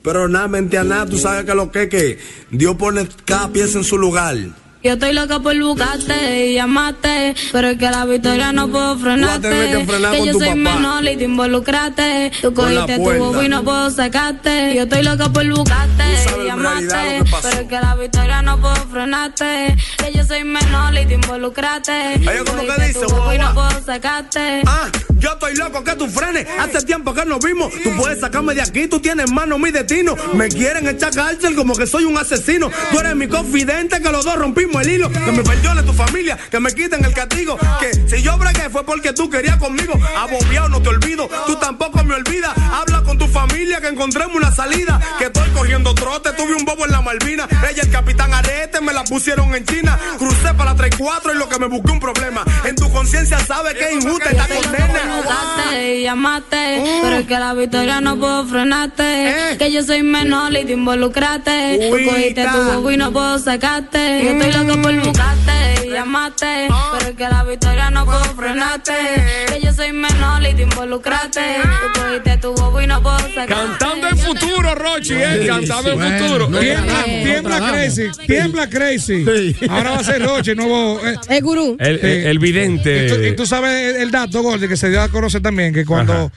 Speaker 1: Pero nada, mente a nada, tú sabes que lo que es que Dios pone cada pieza en su lugar.
Speaker 21: Yo estoy loca por buscarte y llamarte, pero es que la victoria no puedo frenarte.
Speaker 1: Voy a tener que frenar con
Speaker 21: yo
Speaker 1: tu
Speaker 21: soy
Speaker 1: papá.
Speaker 21: menor y te involucraste. Tú
Speaker 1: Con la
Speaker 21: cogiste tu
Speaker 1: puerta.
Speaker 21: bobo y no puedo sacarte. Yo estoy loca por buscarte
Speaker 1: Tú sabes
Speaker 21: y
Speaker 1: en realidad
Speaker 21: llamarte,
Speaker 1: lo que pasó.
Speaker 21: pero es que la victoria no puedo frenarte. Que yo soy menor y te involucraste.
Speaker 1: Oye,
Speaker 21: Tú
Speaker 1: ¿cómo que
Speaker 21: cogiste tu
Speaker 1: dice,
Speaker 21: bobo y
Speaker 1: guagua?
Speaker 21: no puedo sacarte.
Speaker 1: Ah, yo estoy loco que tú frenes. Hace tiempo que nos vimos. Tú puedes sacarme de aquí, tú tienes en mano mi destino. Me quieren echar cárcel como que soy un asesino. Tú eres mi confidente que los dos rompimos el hilo. Que me perdone tu familia, que me quiten el castigo. Que si yo bregué fue porque tú querías conmigo. Abobiado, no te olvido. Tú tampoco me olvidas. Habla con tu familia que encontremos una salida. Que estoy cogiendo trote, tuve un bobo en la Malvina. Ella, el capitán Arete, me la pusieron en China. Crucé para la 3-4 y lo que me busqué un problema. En tu conciencia sabes que es injusta esta Ah. condena.
Speaker 21: buscaste y llamaste,
Speaker 1: Oh.
Speaker 21: pero es que la victoria no puedo frenarte. Que yo soy menor y te involucraste. Tú
Speaker 1: Eh. Uy,
Speaker 21: cogiste tu
Speaker 1: ta. Mm.
Speaker 21: bobo y no puedo sacarte. Yo estoy loca por buscarte y llamarte,
Speaker 1: Ah.
Speaker 21: pero es que la victoria no puedo frenarte. Que yo soy menor y te involucraste.
Speaker 1: Ah.
Speaker 21: Tú cogiste tu bobo y no puedo sacarte.
Speaker 3: Cantando en futuro, Rochi, eh. Cantando en
Speaker 7: Bueno,
Speaker 3: futuro.
Speaker 7: no Tiembla,
Speaker 3: Eh,
Speaker 7: tiembla Crazy, tiembla Crazy. Ahora va a ser Roche, nuevo. eh,
Speaker 4: El gurú.
Speaker 3: El,
Speaker 7: Sí.
Speaker 3: el- el vidente.
Speaker 7: Y tú, y tú sabes el, el dato, Gordy, que se dio a conocer también, que cuando
Speaker 3: Ajá.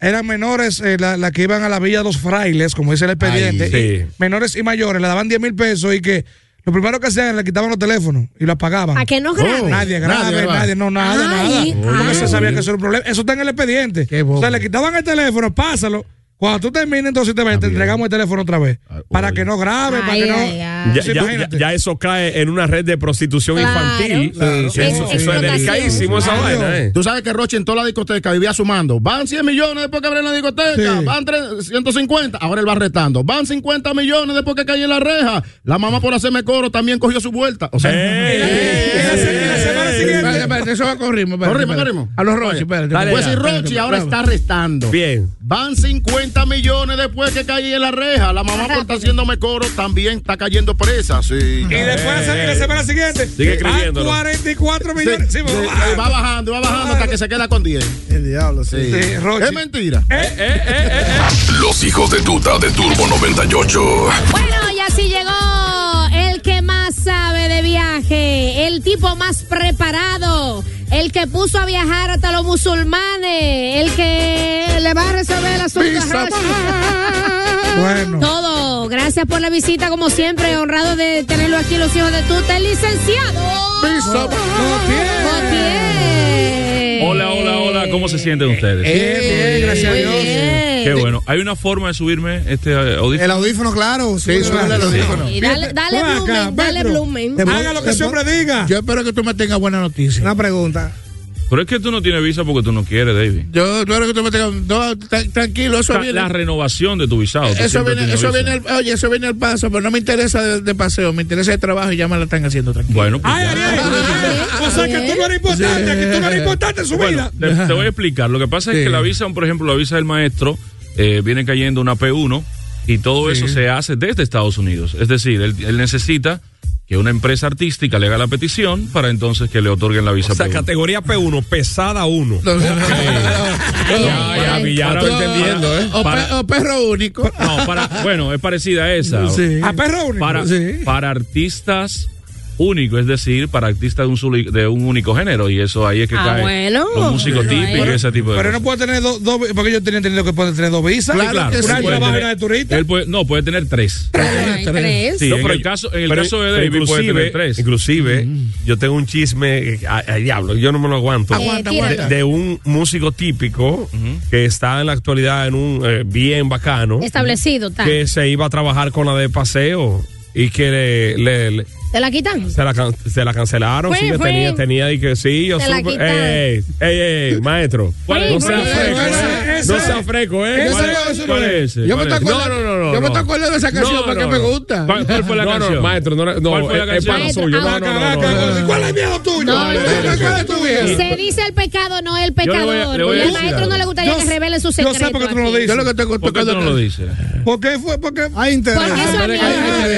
Speaker 7: eran menores, eh, la, la que iban a la Villa de los Frailes, como dice el expediente,
Speaker 3: Ay, sí.
Speaker 7: y menores y mayores, le daban 10 mil pesos y que lo primero que hacían era le quitaban los teléfonos y lo apagaban. Oh,
Speaker 4: ¿A que no grabe?
Speaker 7: Nadie grave,
Speaker 4: Nadie
Speaker 7: nadie,
Speaker 4: grave.
Speaker 7: no, nada,
Speaker 4: Ay,
Speaker 7: nada. Porque
Speaker 4: ay.
Speaker 7: se sabía que eso era un problema. Eso está en el expediente. O sea, le quitaban el teléfono, pásalo. Cuando tú termines, entonces te,
Speaker 22: Ah,
Speaker 7: te entregamos el teléfono otra vez. para que no grabe, para
Speaker 4: Ay,
Speaker 7: que no.
Speaker 4: ay, ay.
Speaker 3: Ya,
Speaker 7: Sí,
Speaker 3: ya-
Speaker 7: imagínate.
Speaker 3: ya eso cae en una red de prostitución
Speaker 4: Claro.
Speaker 3: infantil.
Speaker 5: Claro.
Speaker 3: Eso, eso es
Speaker 5: Explotación.
Speaker 3: delicadísimo esa
Speaker 5: Claro.
Speaker 3: vaina, eh.
Speaker 5: Tú sabes que Roche en toda la discoteca vivía sumando. Van 100 millones después que abren la discoteca. Van tres- 150. Ahora él va retando. Van 50 millones después que caí en la reja. La mamá por hacerme coro también cogió su vuelta. O sea,
Speaker 8: Espérate, espérate, eso va con ritmo. espérate,
Speaker 5: Corrimos,
Speaker 8: espérate.
Speaker 5: corrimos.
Speaker 8: A los Rochi, espérate.
Speaker 5: Dale, pues
Speaker 8: ya.
Speaker 5: si Rochi ahora está restando.
Speaker 3: Bien.
Speaker 5: Van 50 millones después que caí en la reja. La mamá por estar haciéndome coro también está cayendo presa. Sí. Eh,
Speaker 7: Y después se- la semana siguiente.
Speaker 5: Sigue
Speaker 7: hay
Speaker 5: escribiéndolo.
Speaker 7: 44 millones.
Speaker 5: Sí,
Speaker 7: Sí,
Speaker 5: sí,
Speaker 7: va-
Speaker 5: va bajando, va bajando hasta que se queda con 10.
Speaker 2: El diablo, sí.
Speaker 5: Sí, Rochi. Es mentira.
Speaker 9: Los hijos de tuta de Turbo 98.
Speaker 4: Bueno, y así llegó el que más sabe de viaje, el tipo más preparado, el que puso a viajar hasta los musulmanes, el que le va a resolver el asunto. a Rochi.
Speaker 7: Bueno.
Speaker 4: Todo. Gracias por la visita, como siempre. Honrado de tenerlo aquí, los hijos de tuta, el licenciado. Gautier.
Speaker 22: Hola, hola, hola, ¿cómo se sienten ustedes?
Speaker 7: bien, gracias a Dios.
Speaker 22: Qué bueno. ¿Hay una forma de subirme este eh, audífono?
Speaker 2: El audífono, claro. Sí,
Speaker 22: súbele el audífono.
Speaker 4: Y dale, dale
Speaker 8: Ven acá,
Speaker 4: blumen, dale
Speaker 8: Petro.
Speaker 4: blumen.
Speaker 8: Haga lo que siempre diga. Yo espero que tú me tengas buena noticia.
Speaker 2: Una pregunta.
Speaker 22: Pero es que tú no tienes visa porque tú no quieres, David.
Speaker 8: Yo, claro que tú me tengas. No, tra- tranquilo, eso
Speaker 22: Está
Speaker 8: viene.
Speaker 22: La renovación de tu visado. tú
Speaker 8: Eso
Speaker 22: siempre
Speaker 8: viene,
Speaker 22: tienes
Speaker 8: eso
Speaker 22: visa.
Speaker 8: viene al, oye, eso viene al paso, pero no me interesa de, de paseo, me interesa de trabajo y ya me la están haciendo tranquilo.
Speaker 22: Bueno, pues
Speaker 8: ay, ay,
Speaker 4: Ah,
Speaker 7: O sea, que tú no eres importante, que tú no eres importante en su vida.
Speaker 22: Te, te voy a explicar. Lo que pasa es que la visa, por ejemplo, la visa del maestro, eh, viene cayendo una P1 y todo eso se hace desde Estados Unidos. Es decir, él, él necesita que una empresa artística le haga la petición para entonces que le otorguen la visa
Speaker 3: O sea,
Speaker 22: P1.
Speaker 3: categoría P1, pesada 1.
Speaker 22: Ya, ya, ya, ahora estoy entendiendo, ¿eh?
Speaker 8: O,
Speaker 22: Para-
Speaker 8: pe- o perro único.
Speaker 22: No, para, bueno, es parecida a esa.
Speaker 8: Sí.
Speaker 22: ¿A perro único? Para, para artistas únicos, es decir, para artistas de un, solo- de un único género. Y eso ahí es que
Speaker 4: Ah,
Speaker 22: cae.
Speaker 4: bueno.
Speaker 22: Los músicos
Speaker 4: Pero
Speaker 22: típicos y
Speaker 4: ahí-
Speaker 22: ese tipo de
Speaker 7: Pero
Speaker 22: cosas.
Speaker 7: no puede tener dos, dos- porque yo tenía entendido que puede tener dos visas.
Speaker 22: Sí, claro.
Speaker 7: Una de
Speaker 22: Puede
Speaker 7: trabajo y
Speaker 22: tener-
Speaker 7: una de turista.
Speaker 22: él puede- no, puede tener tres.
Speaker 4: ¿Crees?
Speaker 22: Sí, en el caso- en el caso de David puede
Speaker 3: inclusive,
Speaker 22: tener tres. Mm.
Speaker 3: Inclusive, yo tengo un chisme, eh, a- a diablo, yo no me lo aguanto.
Speaker 2: Eh, Aguanta,
Speaker 3: De-
Speaker 2: aguanta.
Speaker 3: De, un músico típico que está en la actualidad en un eh, bien bacano,
Speaker 4: Establecido, tal.
Speaker 3: que se iba a trabajar con la de paseo y que le- le- le
Speaker 4: ¿Te la quitan?
Speaker 3: se la, can- se la cancelaron,
Speaker 4: Fue,
Speaker 3: sí, yo
Speaker 4: fue.
Speaker 3: tenía, tenía y que sí, yo
Speaker 4: Se la
Speaker 3: supe.
Speaker 4: quitaron.
Speaker 3: Ey, ey, ey, ey, maestro.
Speaker 2: ¿Cuál es?
Speaker 3: No
Speaker 2: Fue,
Speaker 3: sea
Speaker 2: fue,
Speaker 3: freco,
Speaker 2: fue,
Speaker 3: eh.
Speaker 2: ese,
Speaker 3: No
Speaker 2: ese.
Speaker 3: sea freco, eh.
Speaker 2: Ese
Speaker 3: ¿Cuál
Speaker 2: no,
Speaker 3: es?
Speaker 2: ese
Speaker 3: ¿Cuál
Speaker 2: no.
Speaker 3: es ese?
Speaker 2: Yo me
Speaker 3: ¿Cuál
Speaker 2: estoy
Speaker 3: es?
Speaker 2: acordando-
Speaker 3: No, no, no,
Speaker 2: yo me
Speaker 3: no.
Speaker 2: estoy acordando de esa canción, porque me gusta.
Speaker 3: ¿Cuál, cuál fue la
Speaker 2: No, no,
Speaker 3: canción? maestro, no, no,
Speaker 2: ¿Cuál fue la
Speaker 3: es- es
Speaker 2: canción?
Speaker 3: pana suyo. No, no, no, no, no.
Speaker 2: ¿Cuál es el viejo tuyo?
Speaker 4: No, no,
Speaker 2: ¿Cuál es
Speaker 4: no.
Speaker 2: el tuyo?
Speaker 4: Se dice el pecado, no el
Speaker 2: Yo le voy a-
Speaker 4: pecador.
Speaker 2: le voy a
Speaker 4: y al
Speaker 2: decir
Speaker 4: maestro
Speaker 2: algo.
Speaker 4: no le gustaría
Speaker 2: Yo
Speaker 4: que revele su
Speaker 2: yo
Speaker 4: secreto.
Speaker 2: sé por qué tú no lo
Speaker 4: aquí.
Speaker 2: dices. Yo lo que
Speaker 8: estoy
Speaker 22: ¿Por qué tú no lo dices?
Speaker 7: ¿Por qué fue? ¿Por qué?
Speaker 6: Hay interés.
Speaker 4: Porque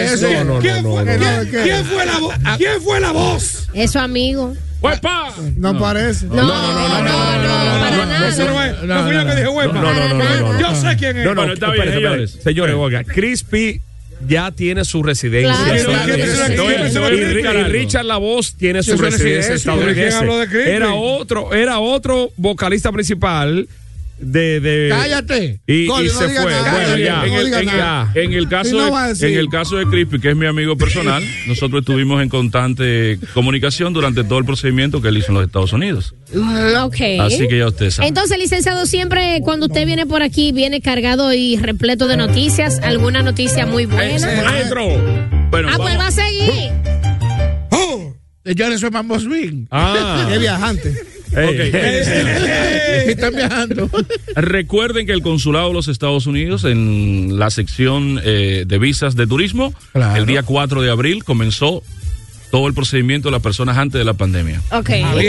Speaker 4: eso es mío.
Speaker 7: ¿Quién-
Speaker 3: no,
Speaker 7: ¿Quién
Speaker 3: no,
Speaker 7: fue-
Speaker 3: no,
Speaker 7: quién-
Speaker 3: no, no.
Speaker 7: quién fue la voz? ¿Quién fue la voz?
Speaker 4: Es su amigo.
Speaker 22: ¡Huepa!
Speaker 6: No, parece.
Speaker 4: No, no, no, para
Speaker 7: Eso no
Speaker 4: nada.
Speaker 7: es. No fui yo que dije, huepa.
Speaker 3: No, no, no, no, no.
Speaker 7: Yo sé quién es.
Speaker 3: No, no,
Speaker 7: Bueno, está bien,
Speaker 3: espérate, espérate.
Speaker 7: señores.
Speaker 3: Señores, oiga, Crispy ya tiene su residencia.
Speaker 7: Claro.
Speaker 3: Sí,
Speaker 7: Claro.
Speaker 3: sí,
Speaker 7: Claro.
Speaker 3: sí,
Speaker 7: Claro.
Speaker 3: sí,
Speaker 7: Claro.
Speaker 3: sí, Y Ri- y Richard Lavoz tiene
Speaker 7: Yo
Speaker 3: su
Speaker 7: soy
Speaker 3: residencia
Speaker 7: residencia, ¿pero quién
Speaker 3: estadounidense.
Speaker 7: habló de Crispy?
Speaker 3: Era otro, era otro vocalista principal de. de-
Speaker 8: Cállate.
Speaker 3: Y, y
Speaker 22: Goli, no
Speaker 3: se
Speaker 22: diga
Speaker 3: fue.
Speaker 22: nada.
Speaker 3: Bueno,
Speaker 22: Goli,
Speaker 3: ya.
Speaker 22: en, el, en el- en el
Speaker 3: Sí,
Speaker 22: caso
Speaker 3: no
Speaker 22: de-
Speaker 3: va a decir.
Speaker 22: en el caso de Crispy, que es mi amigo personal, nosotros estuvimos en constante comunicación durante todo el procedimiento que él hizo en los Estados Unidos.
Speaker 4: Mm, Ok.
Speaker 22: Así que ya usted sabe.
Speaker 4: Entonces, licenciado, siempre cuando usted viene por aquí, viene cargado y repleto de noticias, alguna noticia muy buena.
Speaker 22: Bueno,
Speaker 4: Ah, pues va a seguir.
Speaker 7: Oh.
Speaker 8: Señores, Eh, soy Mambo Swing.
Speaker 22: Ah.
Speaker 8: Es viajante. Están viajando.
Speaker 22: Recuerden que el Consulado de los Estados Unidos en la sección eh, de visas de turismo, el día 4 de abril comenzó todo el procedimiento de las personas antes de la pandemia.
Speaker 4: Ok.
Speaker 22: Ok.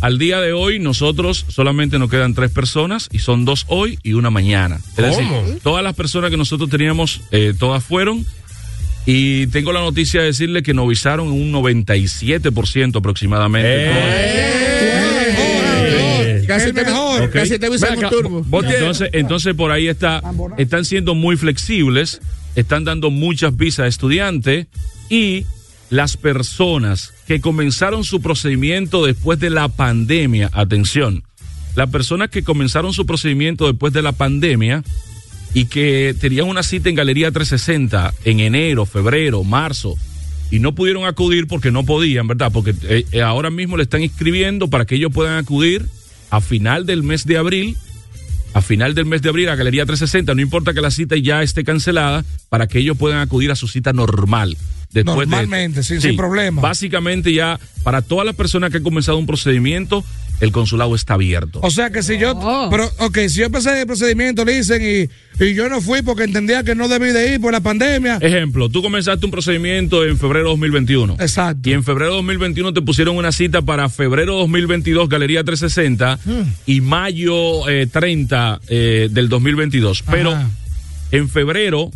Speaker 22: Al día de hoy nosotros solamente nos quedan tres personas y son dos hoy y una mañana. Es
Speaker 3: ¿Cómo?
Speaker 22: decir, todas las personas que nosotros teníamos, eh, todas fueron. Y tengo la noticia de decirle que novizaron un 97% aproximadamente.
Speaker 2: Eh.
Speaker 8: Casi te,
Speaker 22: Ok.
Speaker 8: casi te avisan
Speaker 22: Ven
Speaker 8: un
Speaker 22: acá,
Speaker 8: turbo.
Speaker 22: vos tienes- Entonces, entonces por ahí está, están siendo muy flexibles, están dando muchas visas a estudiantes y las personas que comenzaron su procedimiento después de la pandemia, atención, las personas que comenzaron su procedimiento después de la pandemia y que tenían una cita en Galería 360 en enero, febrero, marzo y no pudieron acudir porque no podían, ¿verdad? Porque eh, eh, ahora mismo le están inscribiendo para que ellos puedan acudir a final del mes de abril, a final del mes de abril a Galería 360, no importa que la cita ya esté cancelada, para que ellos puedan acudir a su cita normal. Después de esto.
Speaker 7: Normalmente, sin- sin problema.
Speaker 22: Básicamente ya para todas las personas que han comenzado un procedimiento, el consulado está abierto.
Speaker 7: O sea que si yo.
Speaker 4: Oh.
Speaker 7: Pero, ok, si yo empecé el procedimiento, le dicen, y, y yo no fui porque entendía que no debí de ir por la pandemia.
Speaker 22: Ejemplo, tú comenzaste un procedimiento en febrero 2021.
Speaker 7: Exacto.
Speaker 22: Y en febrero 2021 te pusieron una cita para febrero 2022, Galería 360, y mayo eh, 30 eh, del 2022. Pero en febrero,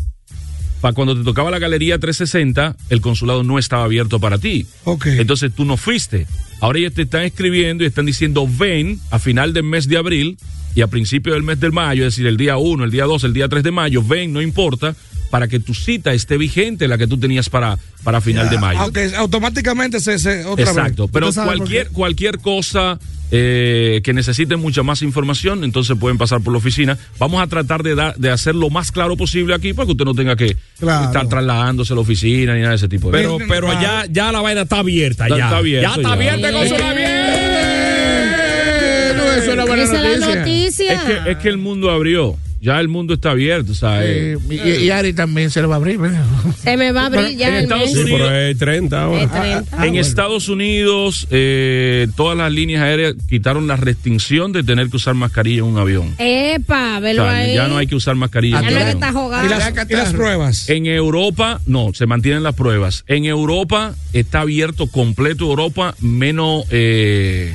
Speaker 22: para cuando te tocaba la Galería 360, el consulado no estaba abierto para ti. Entonces tú no fuiste. Ahora ellos te están escribiendo y están diciendo ven a final del mes de abril y a principio del mes de mayo, es decir, el día 1, el día 2, el día 3 de mayo, ven, no importa, para que tu cita esté vigente, la que tú tenías para, para final de mayo.
Speaker 7: Aunque automáticamente se. se- otra vez.
Speaker 22: Exacto, pero cualquier, cualquier cosa eh, que necesiten mucha más información, entonces pueden pasar por la oficina. Vamos a tratar de, dar- de hacer lo más claro posible aquí para que usted no tenga que
Speaker 3: Claro.
Speaker 22: estar trasladándose a la oficina ni nada de ese tipo de
Speaker 3: Pero,
Speaker 22: cosas.
Speaker 3: pero ya, ya la vaina está abierta.
Speaker 22: Está-
Speaker 3: Ya
Speaker 22: está abierto,
Speaker 3: Ya está
Speaker 22: ya.
Speaker 3: abierta, consulado bien.
Speaker 8: Eso es una buena
Speaker 4: Esa es la
Speaker 8: noticia.
Speaker 4: noticia.
Speaker 22: Es que, es que el mundo abrió. Ya el mundo está abierto, eh, ¿sabes?
Speaker 8: Y, y Ari también se lo va a abrir, ¿verdad?
Speaker 4: Se me va a abrir ya
Speaker 22: en
Speaker 4: el
Speaker 22: Estados
Speaker 4: mes.
Speaker 22: Unidos.
Speaker 3: Eh, 30 ahora.
Speaker 4: El 30.
Speaker 22: en Estados Unidos, eh, todas las líneas aéreas quitaron la restricción de tener que usar mascarilla en un avión.
Speaker 4: Epa, velo
Speaker 22: O sea,
Speaker 4: ahí.
Speaker 22: ya no hay que usar mascarilla. en
Speaker 4: Ya
Speaker 22: un
Speaker 4: no hay que
Speaker 22: avión.
Speaker 4: estar jugando.
Speaker 22: pruebas? En Europa, no, se mantienen las pruebas. En Europa está abierto completo Europa, menos. eh,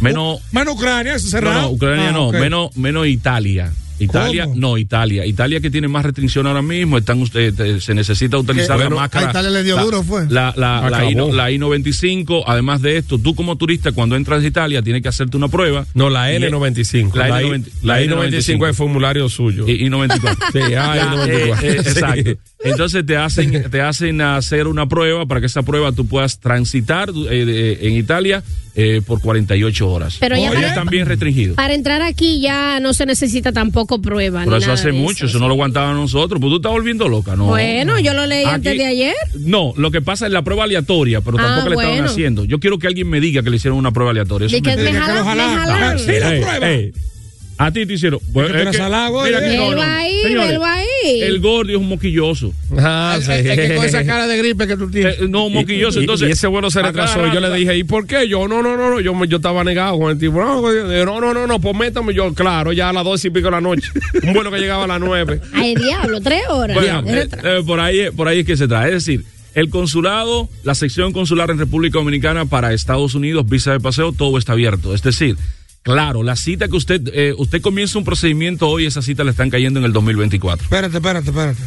Speaker 22: menos.
Speaker 7: Menos Ucrania, eso cerrado.
Speaker 22: No, no, Ucrania
Speaker 7: Ah,
Speaker 22: no,
Speaker 7: ok.
Speaker 22: menos, menos Italia. Italia, no, Italia. Italia que tiene más restricción ahora mismo, están ustedes, eh, se necesita utilizar
Speaker 23: Que-
Speaker 22: la
Speaker 23: pero a
Speaker 22: máscara.
Speaker 23: Italia le dio
Speaker 22: la-
Speaker 23: duro, fue.
Speaker 22: La, la, la,
Speaker 23: Acabó.
Speaker 22: I, no- la I-95, además de esto, tú como turista cuando entras a Italia tienes que hacerte una prueba.
Speaker 3: No, la
Speaker 22: Y-
Speaker 3: N95.
Speaker 22: La,
Speaker 3: La, I-
Speaker 22: N90
Speaker 3: la
Speaker 22: la
Speaker 3: N95 es formulario suyo.
Speaker 22: y, y 94.
Speaker 3: Sí, ah,
Speaker 22: Ya,
Speaker 3: y 94.
Speaker 22: eh, eh,
Speaker 3: Sí.
Speaker 22: exacto. Entonces te hacen, te hacen hacer una prueba para que esa prueba tú puedas transitar eh, de- en Italia eh, por 48 horas.
Speaker 4: Pero ya
Speaker 22: Oye,
Speaker 4: para-
Speaker 22: están bien restringidos.
Speaker 4: Para entrar aquí ya no se necesita tampoco prueba.
Speaker 22: Por
Speaker 4: ni
Speaker 22: eso
Speaker 4: nada de
Speaker 22: hace mucho, eso no lo aguantaban nosotros. Pues tú estás volviendo loca, ¿no?
Speaker 4: Bueno, yo lo leí
Speaker 22: Aquí-
Speaker 4: antes de ayer.
Speaker 22: No, lo que pasa es la prueba aleatoria, pero
Speaker 4: Ah,
Speaker 22: tampoco le estaban
Speaker 4: bueno.
Speaker 22: haciendo. Yo quiero que alguien me diga que le hicieron una prueba aleatoria. Eso
Speaker 4: Di
Speaker 22: es
Speaker 4: que me
Speaker 22: mentira. Ah,
Speaker 4: jalan- me jalan.
Speaker 22: Sí, la prueba. a ti te hicieron. Bueno,
Speaker 3: te
Speaker 22: es
Speaker 3: la
Speaker 22: que-
Speaker 3: salago,
Speaker 22: mira
Speaker 3: eh.
Speaker 22: que no,
Speaker 4: Velo
Speaker 22: no.
Speaker 4: ahí,
Speaker 22: Señores,
Speaker 4: velo ahí.
Speaker 22: El gordo es un moquilloso. Eh,
Speaker 3: Ah, sí.
Speaker 8: Es que con esa cara de gripe que tú tienes.
Speaker 22: no, moquilloso,
Speaker 3: Y- y-
Speaker 22: entonces- Ah,
Speaker 3: Y ese vuelo se
Speaker 22: Acá
Speaker 3: retrasó. Y yo le
Speaker 22: rato-
Speaker 3: dije, ¿y por qué? Yo, no, no, no, no. Yo, me- yo estaba negado con el tipo. No, no, no, no, no, pues métame. Yo, claro, ya a las dos y pico de la noche. Un vuelo que llegaba a las nueve.
Speaker 4: Ay, diablo, tres horas.
Speaker 22: Bueno, eh, eh, por, ahí, por ahí es que se trae. Es decir, el consulado, la sección consular en República Dominicana para Estados Unidos, visa de paseo, todo está abierto. Es decir, claro, la cita que usted, eh, usted comienza un procedimiento hoy, esa cita le están cayendo en el 2024.
Speaker 7: Espérate, espérate, espérate.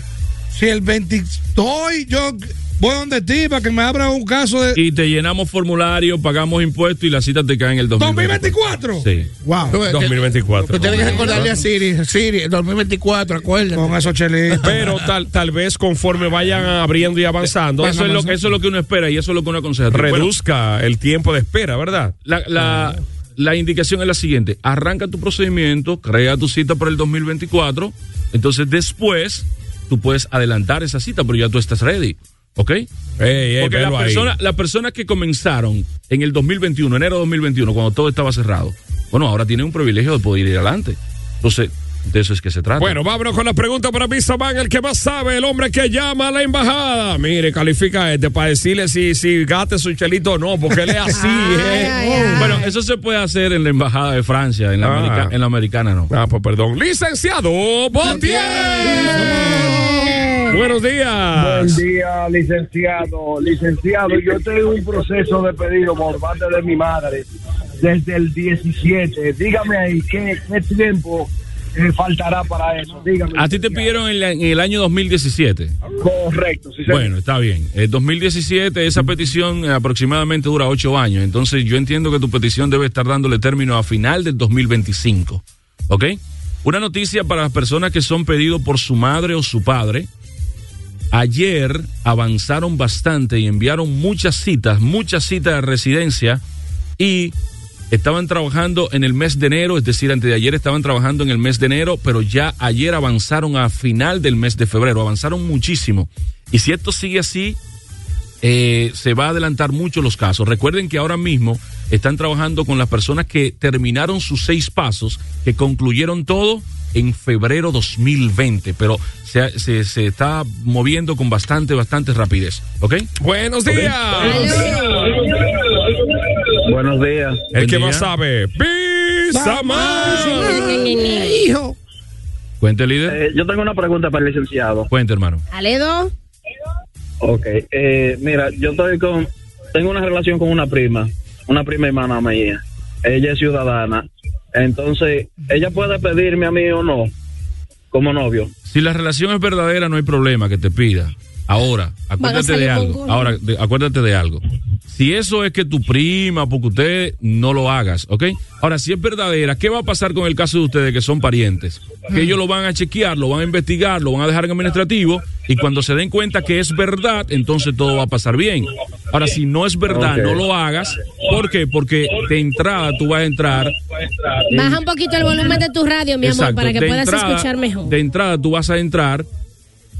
Speaker 7: Si el 22 yo voy donde ti para que me abra un caso de
Speaker 22: Y te llenamos formulario, pagamos impuestos y la cita te cae en el 2024.
Speaker 7: 2024.
Speaker 22: Sí.
Speaker 8: Wow.
Speaker 22: 2024.
Speaker 8: Tú tienes que recordarle a Siri, Siri, 2024, acuérdate.
Speaker 7: Con esos chelitos.
Speaker 3: Pero tal, tal vez conforme vayan abriendo y avanzando,
Speaker 22: Eso es, lo, eso es lo que uno espera y eso es lo que uno aconseja.
Speaker 3: reduzca el tiempo de espera, ¿verdad?
Speaker 22: La, la- la indicación es la siguiente: arranca tu procedimiento, crea tu cita para el 2024. Entonces, después tú puedes adelantar esa cita, pero ya tú estás ready. ¿Ok? Porque
Speaker 3: velo
Speaker 22: las
Speaker 3: ahí.
Speaker 22: personas las personas que comenzaron en el 2021, enero de 2021, cuando todo estaba cerrado, bueno, ahora tienen un privilegio de poder ir adelante. Entonces, de eso es que se trata.
Speaker 3: Bueno, vámonos con la pregunta para Pizza Man, el que más sabe, el hombre que llama a la embajada. Mire, califica a este para decirle si, si gaste su chelito o no, porque él es así. ¿eh?
Speaker 22: Oh. Bueno, eso se puede hacer en la Embajada de Francia, en la,
Speaker 3: Ah.
Speaker 22: america- en la americana no.
Speaker 3: Ah, pues perdón. Licenciado Botier. Buenos días.
Speaker 1: Buen día, licenciado. Licenciado, yo tengo un proceso de pedido por parte de mi madre desde el 17. Dígame ahí, ¿qué, qué tiempo eh, faltará para eso? Dígame.
Speaker 22: A ti te pidieron en, la- en el año 2017.
Speaker 1: Correcto, sí, señor.
Speaker 22: Bueno, está bien. El 2017, esa petición eh, aproximadamente dura ocho años. Entonces, yo entiendo que tu petición debe estar dándole término a final del 2025. ¿Ok? Una noticia para las personas que son pedidos por su madre o su padre. Ayer avanzaron bastante y enviaron muchas citas, muchas citas de residencia y estaban trabajando en el mes de enero, es decir, antes de ayer estaban trabajando en el mes de enero, pero ya ayer avanzaron a final del mes de febrero, avanzaron muchísimo. Y si esto sigue así, eh, se va a adelantar mucho los casos. Recuerden que ahora mismo están trabajando con las personas que terminaron sus seis pasos, que concluyeron todo en febrero 2020, pero se, se- se está moviendo con bastante, bastante rapidez. ¿Ok?
Speaker 3: Buenos días.
Speaker 22: Buenos días.
Speaker 3: El que más sabe, Pizza Man.
Speaker 4: Hijo.
Speaker 22: Cuente, líder.
Speaker 12: Eh, yo tengo una pregunta para el licenciado.
Speaker 22: Cuente, hermano.
Speaker 4: Aledo.
Speaker 12: Ok, eh, mira, yo estoy con, tengo una relación con una prima, una prima hermana mía. Ella es ciudadana. Entonces, ella puede pedirme a mí o no, como novio.
Speaker 22: Si la relación es verdadera, no hay problema que te pida. Ahora,
Speaker 12: Van a
Speaker 22: acuérdate
Speaker 12: salir
Speaker 22: de
Speaker 12: con
Speaker 22: algo.
Speaker 12: gorro.
Speaker 22: Ahora, de- acuérdate de algo. Si eso es que tu prima, porque usted no lo hagas, ¿ok? Ahora, si es verdadera, ¿qué va a pasar con el caso de ustedes que son parientes? Que ellos lo van a chequear, lo van a investigar, lo van a dejar en administrativo y cuando se den cuenta que es verdad, entonces todo va a pasar bien. Ahora, si no es verdad,
Speaker 12: Ok.
Speaker 22: no lo hagas. ¿Por qué? Porque de entrada tú vas a entrar
Speaker 4: Baja un poquito el volumen de tu radio, mi amor,
Speaker 22: Exacto,
Speaker 4: para que
Speaker 22: de
Speaker 4: puedas
Speaker 22: entrada-
Speaker 4: escuchar mejor.
Speaker 22: De entrada, tú vas a entrar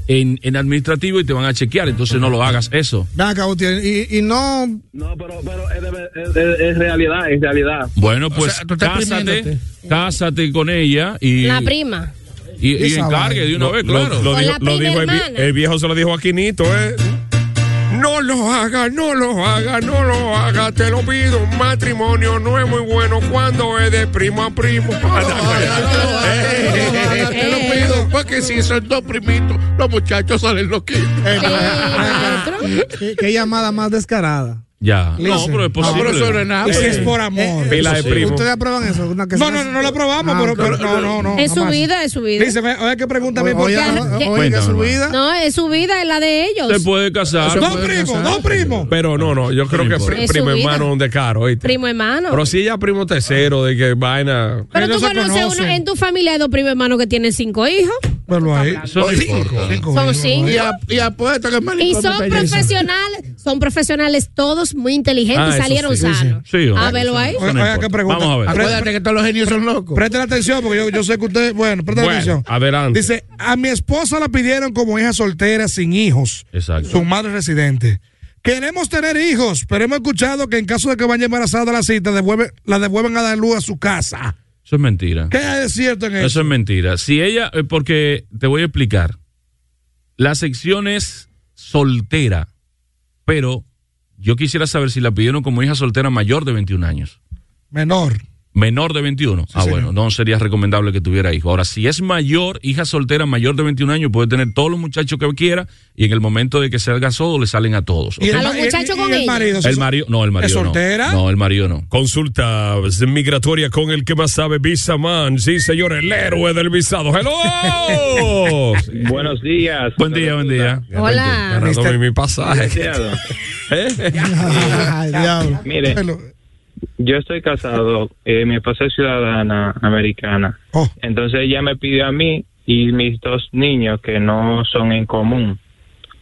Speaker 22: en, en administrativo y te van a chequear. Entonces no lo hagas eso.
Speaker 23: Ven acá, Gutiérrez, y, y no.
Speaker 12: Es, es realidad, es realidad.
Speaker 22: Bueno, pues
Speaker 12: sea, tú estás
Speaker 22: cásate,
Speaker 12: primiéndote.
Speaker 22: cásate con ella y,
Speaker 4: La prima.
Speaker 22: y, y
Speaker 4: Esa
Speaker 22: encargue de una
Speaker 3: Lo-
Speaker 22: vez,
Speaker 3: lo-
Speaker 22: claro.
Speaker 3: Lo,
Speaker 4: Con
Speaker 3: dijo,
Speaker 4: la
Speaker 3: lo
Speaker 4: prima
Speaker 3: dijo el, vi-
Speaker 4: hermana.
Speaker 3: el viejo, se lo dijo a Quinito, ¿eh? No lo haga, no lo haga, no lo haga, te lo pido. Un matrimonio no es muy bueno cuando es de primo a primo.
Speaker 8: eh,
Speaker 2: Te lo
Speaker 4: Eh.
Speaker 2: pido, porque si son dos primitos, los muchachos salen loquitos.
Speaker 23: ¿Qué, qué llamada más descarada?
Speaker 22: Ya.
Speaker 23: Listen.
Speaker 22: No, pero es posible.
Speaker 23: Y si es
Speaker 7: por
Speaker 6: Eh,
Speaker 7: amor.
Speaker 23: ¿Ustedes aprueban eso? Una que
Speaker 7: No,
Speaker 23: sea-
Speaker 7: no, no, no lo probamos,
Speaker 23: Ah,
Speaker 7: pero, pero
Speaker 23: ok.
Speaker 7: no, no, no.
Speaker 4: es su vida, es su vida.
Speaker 7: Dice, oye, que pregunta a mí por
Speaker 23: Oye,
Speaker 7: qué.
Speaker 23: oye,
Speaker 4: que-
Speaker 3: Cuéntame,
Speaker 7: su
Speaker 3: hermano.
Speaker 7: vida.
Speaker 4: No, es su vida, es la de ellos.
Speaker 22: Se puede casar.
Speaker 3: Dos primos, dos primos. Pero no, no, yo creo que
Speaker 4: importa.
Speaker 3: pri-
Speaker 4: Es su
Speaker 3: primo
Speaker 4: vida.
Speaker 3: hermano es de caro, ¿oíste?
Speaker 4: Primo hermano.
Speaker 3: Pero si ella primo tercero, de que vaina.
Speaker 4: Pero
Speaker 3: Ellos
Speaker 4: tú
Speaker 3: se
Speaker 4: conoces a uno
Speaker 3: conocen.
Speaker 4: en tu familia hay dos primos hermanos que tienen cinco hijos.
Speaker 7: Verlo ahí.
Speaker 22: Eso no importa.
Speaker 4: Son cinco.
Speaker 8: Y, ap- y apuesto que el manicomio
Speaker 4: Y son
Speaker 8: está lleno.
Speaker 4: profesionales, son profesionales todos muy inteligentes
Speaker 8: Ah,
Speaker 4: y
Speaker 8: eso
Speaker 4: salieron
Speaker 8: sí.
Speaker 4: sanos.
Speaker 8: Sí, sí. Sí,
Speaker 4: Ah,
Speaker 8: hombre.
Speaker 4: velo ahí.
Speaker 7: Oiga, oiga, ¿qué pregunta?
Speaker 22: Vamos a ver.
Speaker 7: Acuérdate que todos los genios son locos. Presten atención, porque yo, yo sé que usted. Bueno, presten
Speaker 22: Bueno,
Speaker 7: atención.
Speaker 22: adelante.
Speaker 7: Dice: A mi esposa la pidieron como hija soltera, sin hijos.
Speaker 22: Exacto.
Speaker 7: Su madre residente. Queremos tener hijos, pero hemos escuchado que en caso de que vaya embarazada a la cita, devuelve- la devuelven a dar luz a su casa.
Speaker 22: Eso es mentira.
Speaker 7: ¿Qué es cierto en eso?
Speaker 22: Eso es mentira. Si ella, eh, porque te voy a explicar. La sección es soltera, pero yo quisiera saber si la pidieron como hija soltera mayor de 21 años.
Speaker 7: Menor.
Speaker 22: Menor de 21. ah, bueno, no sería recomendable que tuviera hijo. Ahora, si es mayor, hija soltera mayor de 21 años, puede tener todos los muchachos que quiera y en el momento de que salga solo, le salen a todos.
Speaker 7: ¿Y
Speaker 22: ¿ok?
Speaker 7: el ma- y- y el marido?
Speaker 22: El marido, no, el marido.
Speaker 3: ¿Es
Speaker 22: no.
Speaker 3: soltera?
Speaker 22: No, el marido no.
Speaker 3: Consulta Ah, migratoria con el que más sabe, Visa Man. Sí, señor, el héroe del visado. ¡Hello!
Speaker 11: Buenos días.
Speaker 22: Buen día, buen día.
Speaker 4: Hola.
Speaker 3: Mister- mi pasaje.
Speaker 6: ¿Eh?
Speaker 23: Ay, diablo.
Speaker 11: Mire, yo estoy casado, eh, mi esposa es ciudadana americana. Entonces ella me pidió a mí y mis dos niños que no son en común.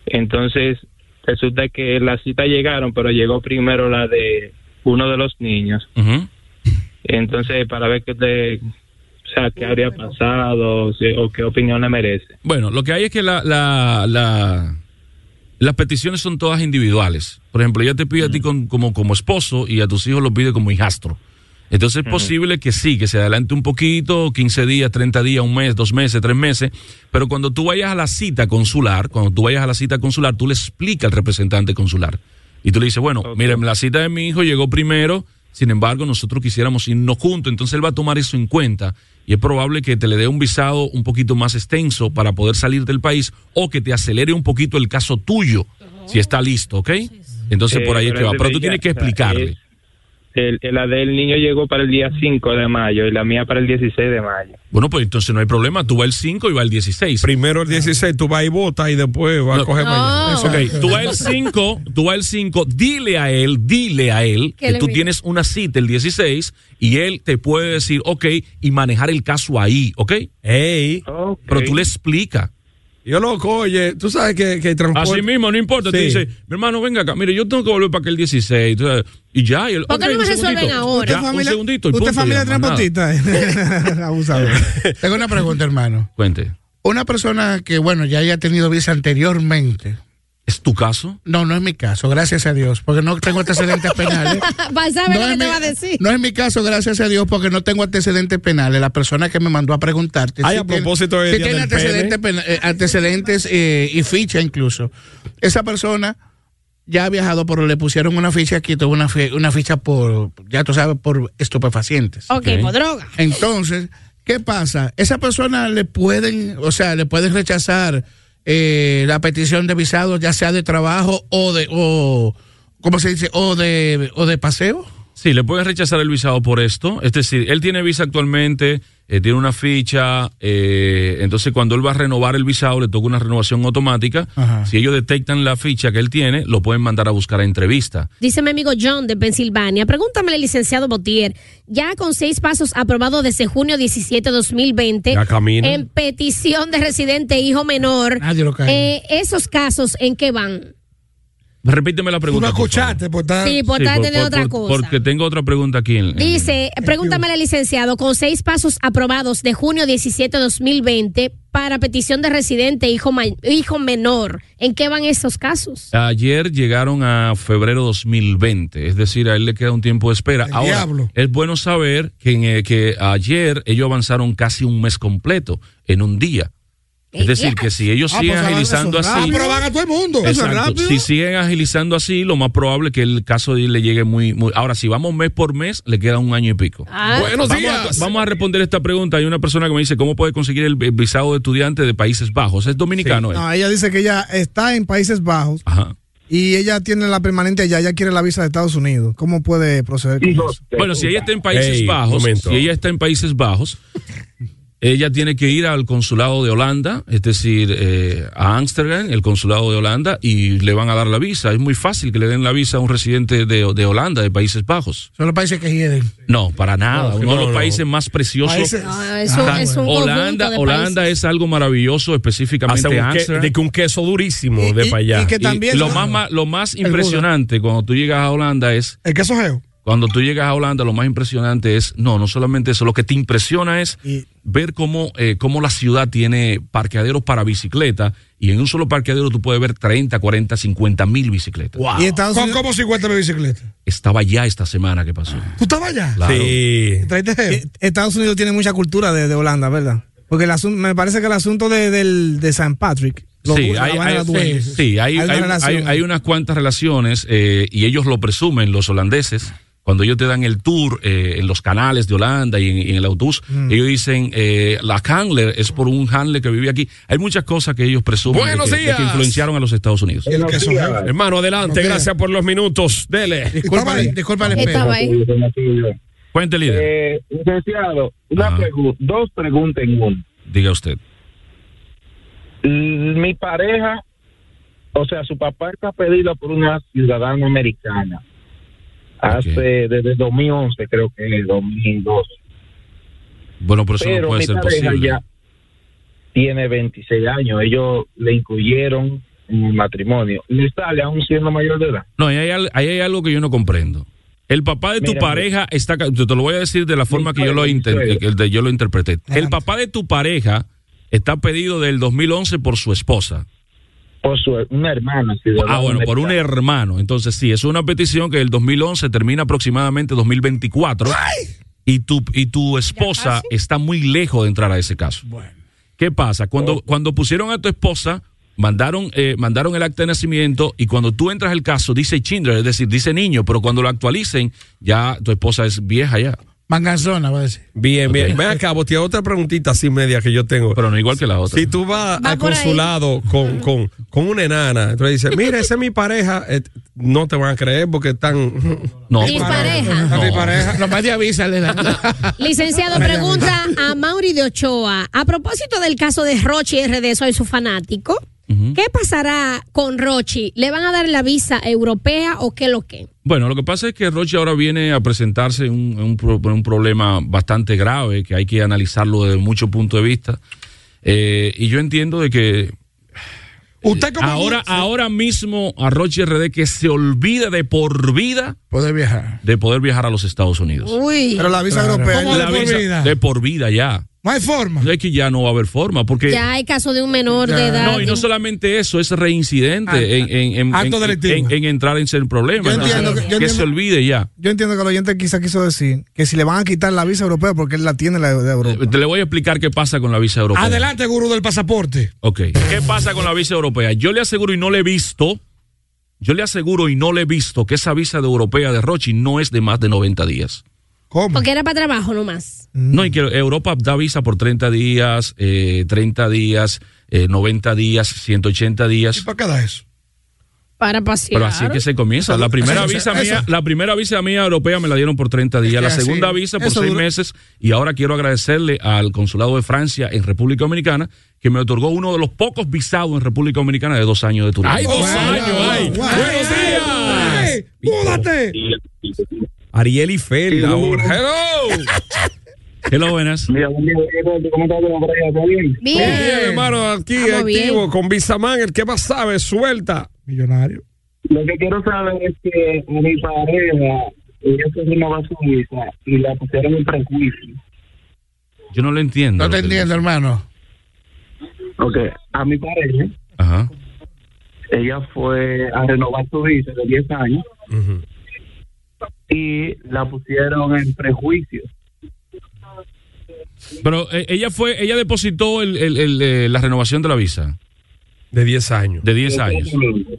Speaker 11: Entonces resulta que la cita llegaron, pero llegó primero la de uno de los niños. Entonces para ver qué le- o sea, qué habría pasado o si- o qué opinión le merece.
Speaker 22: Bueno, lo que hay es que la, la- la- las peticiones son todas individuales. Por ejemplo, ella te pide a ti con- como, como esposo y a tus hijos los pide como hijastro. Entonces es posible que sí, que se adelante un poquito, 15 días, 30 días, un mes, dos meses, tres meses, pero cuando tú vayas a la cita consular, cuando tú vayas a la cita consular, tú le explicas al representante consular. Y tú le dices, bueno, miren, la cita de mi hijo llegó primero, sin embargo, nosotros quisiéramos irnos juntos, entonces él va a tomar eso en cuenta y es probable que te le dé un visado un poquito más extenso para poder salir del país o que te acelere un poquito el caso tuyo, si está listo, ¿ok? Entonces
Speaker 11: Eh,
Speaker 22: por ahí es que va,
Speaker 11: es de
Speaker 22: pero tú
Speaker 11: ella,
Speaker 22: tienes que
Speaker 11: o sea, eh,
Speaker 22: explicarle.
Speaker 11: es- el- el- la del niño llegó para el día 5 de mayo y la mía para el 16 de mayo.
Speaker 22: Bueno, pues entonces no hay problema. Tú vas el 5 y vas el 16.
Speaker 3: Primero el 16, tú vas y votas y después vas a coger mañana.
Speaker 22: Ok, tú vas el 5, tú vas el 5, dile a él, dile a él
Speaker 3: Que
Speaker 22: que
Speaker 3: le
Speaker 22: tú
Speaker 3: mire.
Speaker 22: tienes una cita el 16 y él te puede decir, ok, y manejar el caso ahí, ¿ok? Pero tú le explicas.
Speaker 3: Yo loco, oye, tú sabes que, que el transporte.
Speaker 22: Así mismo, no importa. Te
Speaker 3: Sí.
Speaker 22: dice, mi hermano, venga acá. Mire, yo tengo que volver para que el 16. tú sabes, Y ya. Y él,
Speaker 4: ¿Por qué
Speaker 22: "Ok,
Speaker 4: no me
Speaker 22: un
Speaker 4: resuelven
Speaker 22: segundito".
Speaker 4: ahora?
Speaker 22: Ya, un segundito. y
Speaker 6: ¿Usted
Speaker 22: punto,
Speaker 6: familia
Speaker 22: ya,
Speaker 6: de
Speaker 22: más nada.
Speaker 6: transportista? eh? Abusador.
Speaker 8: Tengo una pregunta, hermano.
Speaker 22: Cuente.
Speaker 8: Una persona que, bueno, ya haya tenido visa anteriormente.
Speaker 22: ¿Es tu caso?
Speaker 8: No, no es mi caso, gracias a Dios, porque no tengo antecedentes penales.
Speaker 4: Para saber lo que
Speaker 8: mi-
Speaker 4: te va a decir.
Speaker 8: No es mi caso, gracias a Dios, porque no tengo antecedentes penales. La persona que me mandó a preguntarte.
Speaker 3: Ay,
Speaker 8: si
Speaker 3: a
Speaker 8: tiene-
Speaker 3: propósito del
Speaker 8: si
Speaker 3: Día
Speaker 8: tiene
Speaker 3: del Pene.
Speaker 8: antecedentes, pena- eh, antecedentes eh, y ficha incluso. Esa persona ya ha viajado, pero le pusieron una ficha aquí, tuvo una, fi- una ficha por, ya tú sabes, por estupefacientes.
Speaker 4: Ok, por droga.
Speaker 8: Entonces, ¿qué pasa? Esa persona le pueden, o sea, le pueden rechazar eh, la petición de visado, ya sea de trabajo o de, o, ¿cómo se dice? O de, o de paseo.
Speaker 22: Sí, le puedes rechazar el visado por esto. Es decir, él tiene visa actualmente, eh, tiene una ficha, eh, entonces cuando él va a renovar el visado le toca una renovación automática. Si ellos detectan la ficha que él tiene, lo pueden mandar a buscar a entrevista.
Speaker 4: Dice mi amigo John de Pensilvania, pregúntame al licenciado Botier, ya con seis pasos aprobados desde junio 17 de 2020,
Speaker 3: Ya camina.
Speaker 4: en petición de residente hijo menor,
Speaker 8: Nadie lo cae.
Speaker 4: eh, esos casos en qué van?
Speaker 22: Repíteme la pregunta.
Speaker 7: no
Speaker 22: por
Speaker 7: escuchaste, por estar-
Speaker 4: Sí, por
Speaker 22: Sí,
Speaker 4: estar teniendo otra cosa.
Speaker 22: Porque tengo otra pregunta aquí. en- en-
Speaker 4: Dice, pregúntamele, licenciado, con seis pasos aprobados de junio 17 de 2020 para petición de residente hijo, ma- hijo menor, ¿en qué van esos casos?
Speaker 22: Ayer llegaron a febrero 2020, es decir, a él le queda un tiempo de espera. Ahora,
Speaker 7: diablo.
Speaker 22: es bueno saber que, en, eh, que ayer ellos avanzaron casi un mes completo en un día. Es decir, que si ellos
Speaker 7: Ah,
Speaker 22: siguen
Speaker 7: pues, ah,
Speaker 22: agilizando
Speaker 7: eso es
Speaker 22: así,
Speaker 7: rápido. Ah, pero van a todo el mundo. Eso es
Speaker 22: Exacto.
Speaker 7: rápido.
Speaker 22: si siguen agilizando así, lo más probable es que el caso de él le llegue muy, muy. Ahora, si vamos mes por mes, le queda un año y pico.
Speaker 4: Ah.
Speaker 22: Buenos vamos días. A, vamos a responder esta pregunta. Hay una persona que me dice cómo puede conseguir el, el visado de estudiante de Países Bajos. Es dominicano. él?
Speaker 6: No, ella dice que ella está en Países Bajos
Speaker 22: Ajá.
Speaker 6: y ella tiene la permanente allá, ella quiere la visa de Estados Unidos. ¿Cómo puede proceder con eso?
Speaker 22: Bueno, si ella está en Países
Speaker 6: Ey,
Speaker 22: Bajos,
Speaker 6: momento.
Speaker 22: si ella está en Países Bajos, ella tiene que ir al consulado de Holanda, es decir, eh, a Ámsterdam, el consulado de Holanda, y le van a dar la visa. Es muy fácil que le den la visa a un residente de, de Holanda, de Países Bajos.
Speaker 8: Son los países que quieren.
Speaker 22: No, para nada.
Speaker 8: No,
Speaker 22: Uno de
Speaker 8: no,
Speaker 22: los
Speaker 8: no.
Speaker 22: países más preciosos.
Speaker 8: Países- Ah,
Speaker 4: No, es un- es un conjunto
Speaker 22: Holanda,
Speaker 4: de
Speaker 22: Holanda es algo maravilloso, específicamente
Speaker 3: Hace un que-
Speaker 22: Ámsterdam.
Speaker 3: de que un queso durísimo de para allá.
Speaker 22: Y lo, más, ma- lo más impresionante cuando tú llegas a Holanda es.
Speaker 7: ¿El queso geo?
Speaker 22: Cuando tú llegas a Holanda, lo más impresionante es. No, no solamente eso. Lo que te impresiona es ver cómo, eh, cómo la ciudad tiene parqueaderos para bicicleta. Y en un solo parqueadero tú puedes ver 30, 40, 50 mil bicicletas.
Speaker 7: ¿Y ¿Cómo, ¿Cómo 50 de bicicleta?
Speaker 22: Estaba ya esta semana que pasó.
Speaker 6: Ah.
Speaker 7: ¿Tú estabas allá?
Speaker 22: Claro.
Speaker 6: Eh, Estados Unidos tiene mucha cultura de, de Holanda, ¿verdad? Porque el asun- me parece que el asunto de, del, de San Patrick. lo-
Speaker 22: Sí,
Speaker 6: la
Speaker 22: hay,
Speaker 6: vaina de la
Speaker 22: hay-
Speaker 6: dueña.
Speaker 22: sí, sí, hay-
Speaker 6: una
Speaker 22: hay-
Speaker 6: relación.
Speaker 22: hay- hay unas cuantas relaciones eh, y ellos lo presumen, los holandeses. Cuando ellos te dan el tour eh, en los canales de Holanda y en, y en el autobús,
Speaker 6: Mm.
Speaker 22: ellos dicen, eh, la Handler es por un Handler que vive aquí. Hay muchas cosas que ellos presumen de
Speaker 3: Buenos
Speaker 22: que, de que
Speaker 3: días.
Speaker 22: influenciaron a los Estados Unidos.
Speaker 3: Hermano, adelante, gracias por los minutos. Dele.
Speaker 8: Discúlpale, discúlpale,
Speaker 3: Estaba ahí.
Speaker 22: Cuente, líder.
Speaker 12: Eh, licenciado, una pregu- dos preguntas en una.
Speaker 22: Diga usted.
Speaker 12: Mm, Mi pareja, o sea, su papá está pedido por una ciudadana americana. Hace desde 2011, creo que 2012.
Speaker 22: Bueno, pero eso no puede
Speaker 12: mi
Speaker 22: ser
Speaker 12: pareja
Speaker 22: posible.
Speaker 12: ya tiene 26 años. Ellos le incluyeron en el matrimonio. ¿Le sale aún siendo mayor de edad?
Speaker 22: No, ahí hay, al- ahí hay algo que yo no comprendo. El papá de tu
Speaker 12: Mira,
Speaker 22: pareja está... ca- Te te lo voy a decir de la forma que yo lo, inter- eh, que- que yo lo interpreté. El papá de tu pareja está pedido del 2011 por su esposa.
Speaker 12: Por su, una hermana. ciudadana
Speaker 22: Ah, bueno, por un
Speaker 12: americana.
Speaker 22: hermano. Entonces, sí, es una petición que el 2011 termina aproximadamente 2024. Y tu, y tu esposa está muy lejos de entrar a ese caso. ¿Qué pasa? Cuando, cuando pusieron a tu esposa, mandaron, eh, mandaron el acta de nacimiento y cuando tú entras al caso, dice Chindra, es decir, dice niño, pero cuando lo actualicen, ya tu esposa es vieja ya.
Speaker 8: Manganzona, va a decir.
Speaker 3: Bien, bien. Ven acá, Botia, otra preguntita así media que yo tengo.
Speaker 22: Pero no igual que la otra.
Speaker 3: Si tú vas
Speaker 8: Va
Speaker 3: al
Speaker 8: por ahí.
Speaker 3: consulado con, con, con una enana, entonces dices, mira, esa es mi pareja, eh, no te van a creer porque están...
Speaker 22: No.
Speaker 4: Mi pareja.
Speaker 3: Mi pareja.
Speaker 8: Nomás de avísale.
Speaker 4: Licenciado, pregunta a Mauri de Ochoa. A propósito del caso de Rochi RD, soy su fanático. ¿Qué pasará con Rochi? ¿Le van a dar la visa europea o qué lo que?
Speaker 22: Bueno, lo que pasa es que Roche ahora viene a presentarse un, un pro- un problema bastante grave que hay que analizarlo desde muchos puntos de vista. Eh, y yo entiendo de que eh,
Speaker 7: Usted
Speaker 8: como
Speaker 22: ahora, ahora mismo a Roche RD que se olvida de por vida
Speaker 8: Poder viajar.
Speaker 22: de poder viajar a los Estados Unidos.
Speaker 4: Uy.
Speaker 6: Pero la visa europea.
Speaker 22: La visa- de por vida ya.
Speaker 7: No hay forma.
Speaker 22: Es que ya no va a haber forma porque
Speaker 4: Ya hay caso de un menor de edad.
Speaker 22: no, y no solamente eso, es reincidente en, en- en-
Speaker 6: Acto
Speaker 22: en-
Speaker 6: delictivo.
Speaker 22: en- en entrar en ser problema.
Speaker 6: Yo
Speaker 22: Entonces,
Speaker 6: entiendo que- yo
Speaker 22: que
Speaker 6: entiendo-
Speaker 22: se olvide ya.
Speaker 6: Yo entiendo que el oyente quizá quiso decir que si le van a quitar la visa europea porque él la tiene la de Europa.
Speaker 22: Te le voy a explicar qué pasa con la visa europea.
Speaker 7: Adelante, gurú del pasaporte.
Speaker 22: Ok. ¿Qué pasa con la visa europea? Yo le aseguro y no le he visto, yo le aseguro y no le he visto que esa visa de europea de Rochi no es de más de 90 días.
Speaker 4: Porque era para trabajo nomás.
Speaker 22: No, y que Europa da visa por 30 días, eh, 30 días, eh, 90 días, 180 días.
Speaker 7: ¿Para qué da eso?
Speaker 4: Para pasear.
Speaker 22: Pero así es que se comienza. La primera visa mía, la primera visa mía europea me la dieron por 30 días,
Speaker 7: Es
Speaker 22: la
Speaker 7: que así,
Speaker 22: segunda visa por
Speaker 7: eso
Speaker 22: seis
Speaker 7: dura.
Speaker 22: meses y ahora quiero agradecerle al consulado de Francia en República Dominicana que me otorgó uno de los pocos visados en República Dominicana de dos años de turismo.
Speaker 3: ¡Ay, dos años! ¡Ay! ¡Buenos días! ¡Múdate! Ariel y Feli, ahora. ¡Hello!
Speaker 22: ¡Hello, buenas!
Speaker 3: Mira, ¿cómo estás, bien?
Speaker 4: Bien.
Speaker 3: hermano, aquí
Speaker 4: Estamos
Speaker 3: activo
Speaker 4: bien.
Speaker 3: con Visaman, el que más sabe, suelta.
Speaker 7: Millonario.
Speaker 12: Lo que quiero saber es que mi pareja, ella se va a suiza y la pusieron en prejuicio.
Speaker 22: Yo no lo entiendo.
Speaker 8: No te entiendo, hermano.
Speaker 12: Ok, a mi pareja,
Speaker 22: Ajá.
Speaker 12: ella fue a renovar su visa de 10 años y la pusieron en prejuicio.
Speaker 22: Pero eh, ella fue, ella depositó el- el- el, eh, la renovación de la visa.
Speaker 3: De 10 años.
Speaker 22: De 10 años.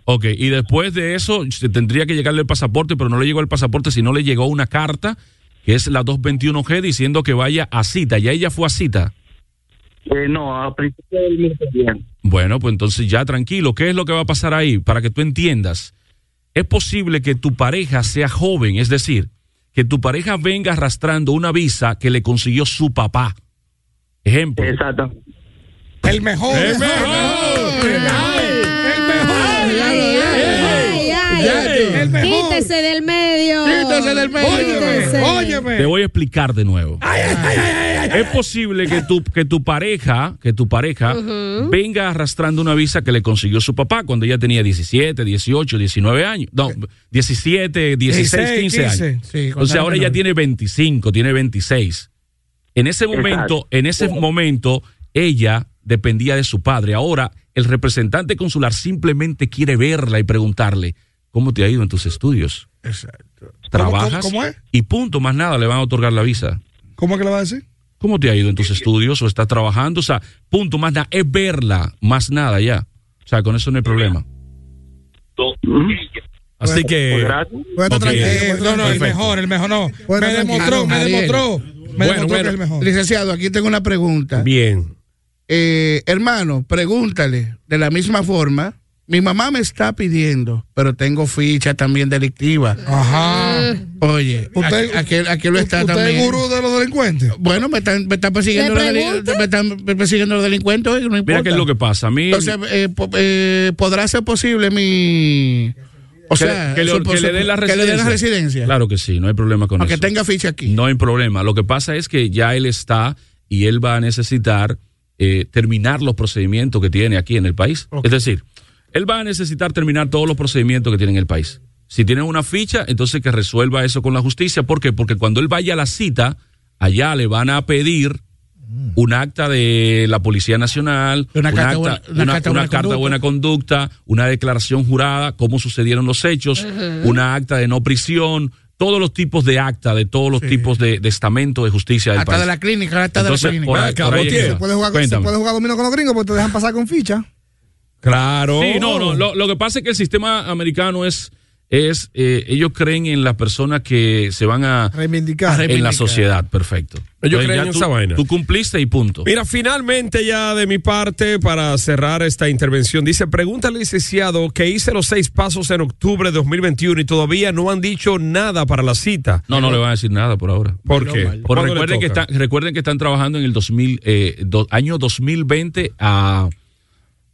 Speaker 22: Ok, y después de eso se tendría que llegarle el pasaporte, pero no le llegó el pasaporte, sino le llegó una carta, que es la 221G, diciendo que vaya a cita. Ya ella fue a cita.
Speaker 12: Eh, no, a principio del mes bien.
Speaker 22: Bueno, pues entonces ya tranquilo, ¿qué es lo que va a pasar ahí? Para que tú entiendas, es posible que tu pareja sea joven, es decir, que tu pareja venga arrastrando una visa que le consiguió su papá. Ejemplo.
Speaker 12: Exacto.
Speaker 22: El mejor. El
Speaker 4: Ay, ay, Quítese del medio. Quítese del medio. Quítese.
Speaker 22: Te voy a explicar de nuevo. Es posible que tu, que tu pareja, que tu pareja
Speaker 24: Ujú.
Speaker 22: venga arrastrando una visa que le consiguió su papá cuando ella tenía 17, 18, 19 años. No, 17, 16, 15, años.
Speaker 8: Sí, cuando
Speaker 22: Entonces
Speaker 8: era
Speaker 22: ahora
Speaker 8: menor.
Speaker 22: ella tiene 25, tiene 26. En ese momento,
Speaker 8: Exacto.
Speaker 22: en ese momento, ella dependía de su padre. Ahora, el representante consular simplemente quiere verla y preguntarle, ¿cómo te ha ido en tus estudios?
Speaker 7: Exacto.
Speaker 22: Trabajas
Speaker 7: cómo- cómo es?
Speaker 22: y punto, más nada, le van a otorgar la visa.
Speaker 7: ¿Cómo es que le va a decir?
Speaker 22: ¿Cómo te ha ido en tus estudios o estás trabajando? O sea, punto, más nada, es verla, más nada ya. O sea, con eso no hay problema. Así que... Ok.
Speaker 7: Eh, no, no, el
Speaker 22: Perfecto.
Speaker 7: mejor, el mejor no. Me demostró, me
Speaker 8: Javier.
Speaker 7: demostró. Me demostró que es el mejor.
Speaker 8: Licenciado, aquí tengo una pregunta.
Speaker 3: Bien.
Speaker 8: Eh, hermano, pregúntale de la misma forma. Mi mamá me está pidiendo, pero tengo ficha también delictiva.
Speaker 7: Ajá.
Speaker 8: Oye, usted, aquel, aquel lo está
Speaker 7: ¿Usted
Speaker 8: también.
Speaker 7: es gurú de los delincuentes?
Speaker 8: Bueno, me están, me están persiguiendo
Speaker 7: ¿Le
Speaker 8: los delincuentes. Me están persiguiendo los delincuentes. oye, no importa.
Speaker 22: Mira qué es lo que pasa. A mí...
Speaker 8: Entonces, eh, po- eh, podrá ser posible mi. O
Speaker 22: que,
Speaker 8: sea,
Speaker 22: que le,
Speaker 8: su-
Speaker 22: que le den la
Speaker 8: que
Speaker 22: residencia.
Speaker 8: le den la residencia.
Speaker 22: Claro que sí, no hay problema con
Speaker 8: Aunque
Speaker 22: eso.
Speaker 8: tenga ficha aquí.
Speaker 22: No hay problema. Lo que pasa es que ya él está y él va a necesitar eh, terminar los procedimientos que tiene aquí en el país. Es decir, él va a necesitar terminar todos los procedimientos que tiene en el país. Si tiene una ficha, entonces que resuelva eso con la justicia. ¿Por qué? Porque cuando él vaya a la cita, allá le van a pedir un acta de la Policía Nacional,
Speaker 8: Una carta
Speaker 22: acta-
Speaker 8: buena- una
Speaker 22: una-
Speaker 8: carta
Speaker 22: una
Speaker 8: buena
Speaker 22: carta de buena conducta, una declaración jurada, cómo sucedieron los hechos,
Speaker 8: Ujú.
Speaker 22: una acta de no prisión, todos los tipos de acta de todos los tipos de, de estamento de justicia del
Speaker 8: Hasta
Speaker 22: país.
Speaker 8: de la clínica, hasta de la
Speaker 22: Entonces,
Speaker 8: clínica.
Speaker 22: por ahí- por ahí es que
Speaker 23: se
Speaker 22: va.
Speaker 23: puede jugar, se
Speaker 22: Cuéntame.
Speaker 23: puede jugar dominó con los gringos porque te dejan pasar con ficha.
Speaker 3: Claro.
Speaker 22: Sí, no, no. Lo, lo que pasa es que el sistema americano es, es eh, ellos creen en las personas que se van a
Speaker 23: reivindicar
Speaker 22: en la sociedad, perfecto.
Speaker 3: Ellos
Speaker 22: Entonces,
Speaker 3: creen
Speaker 22: ya
Speaker 3: en
Speaker 22: tú-
Speaker 3: esa vaina.
Speaker 22: Tú cumpliste y punto.
Speaker 3: Mira, finalmente ya de mi parte, para cerrar esta intervención, dice, pregunta al licenciado que hice los seis pasos en octubre de 2021 y todavía no han dicho nada para la cita.
Speaker 22: No, no le van a decir nada por ahora.
Speaker 3: ¿Por qué?
Speaker 22: Porque
Speaker 3: ¿Cuándo le
Speaker 22: recuerden, que
Speaker 3: toca?
Speaker 22: están, recuerden que están trabajando en el 2000, eh, do- año 2020 a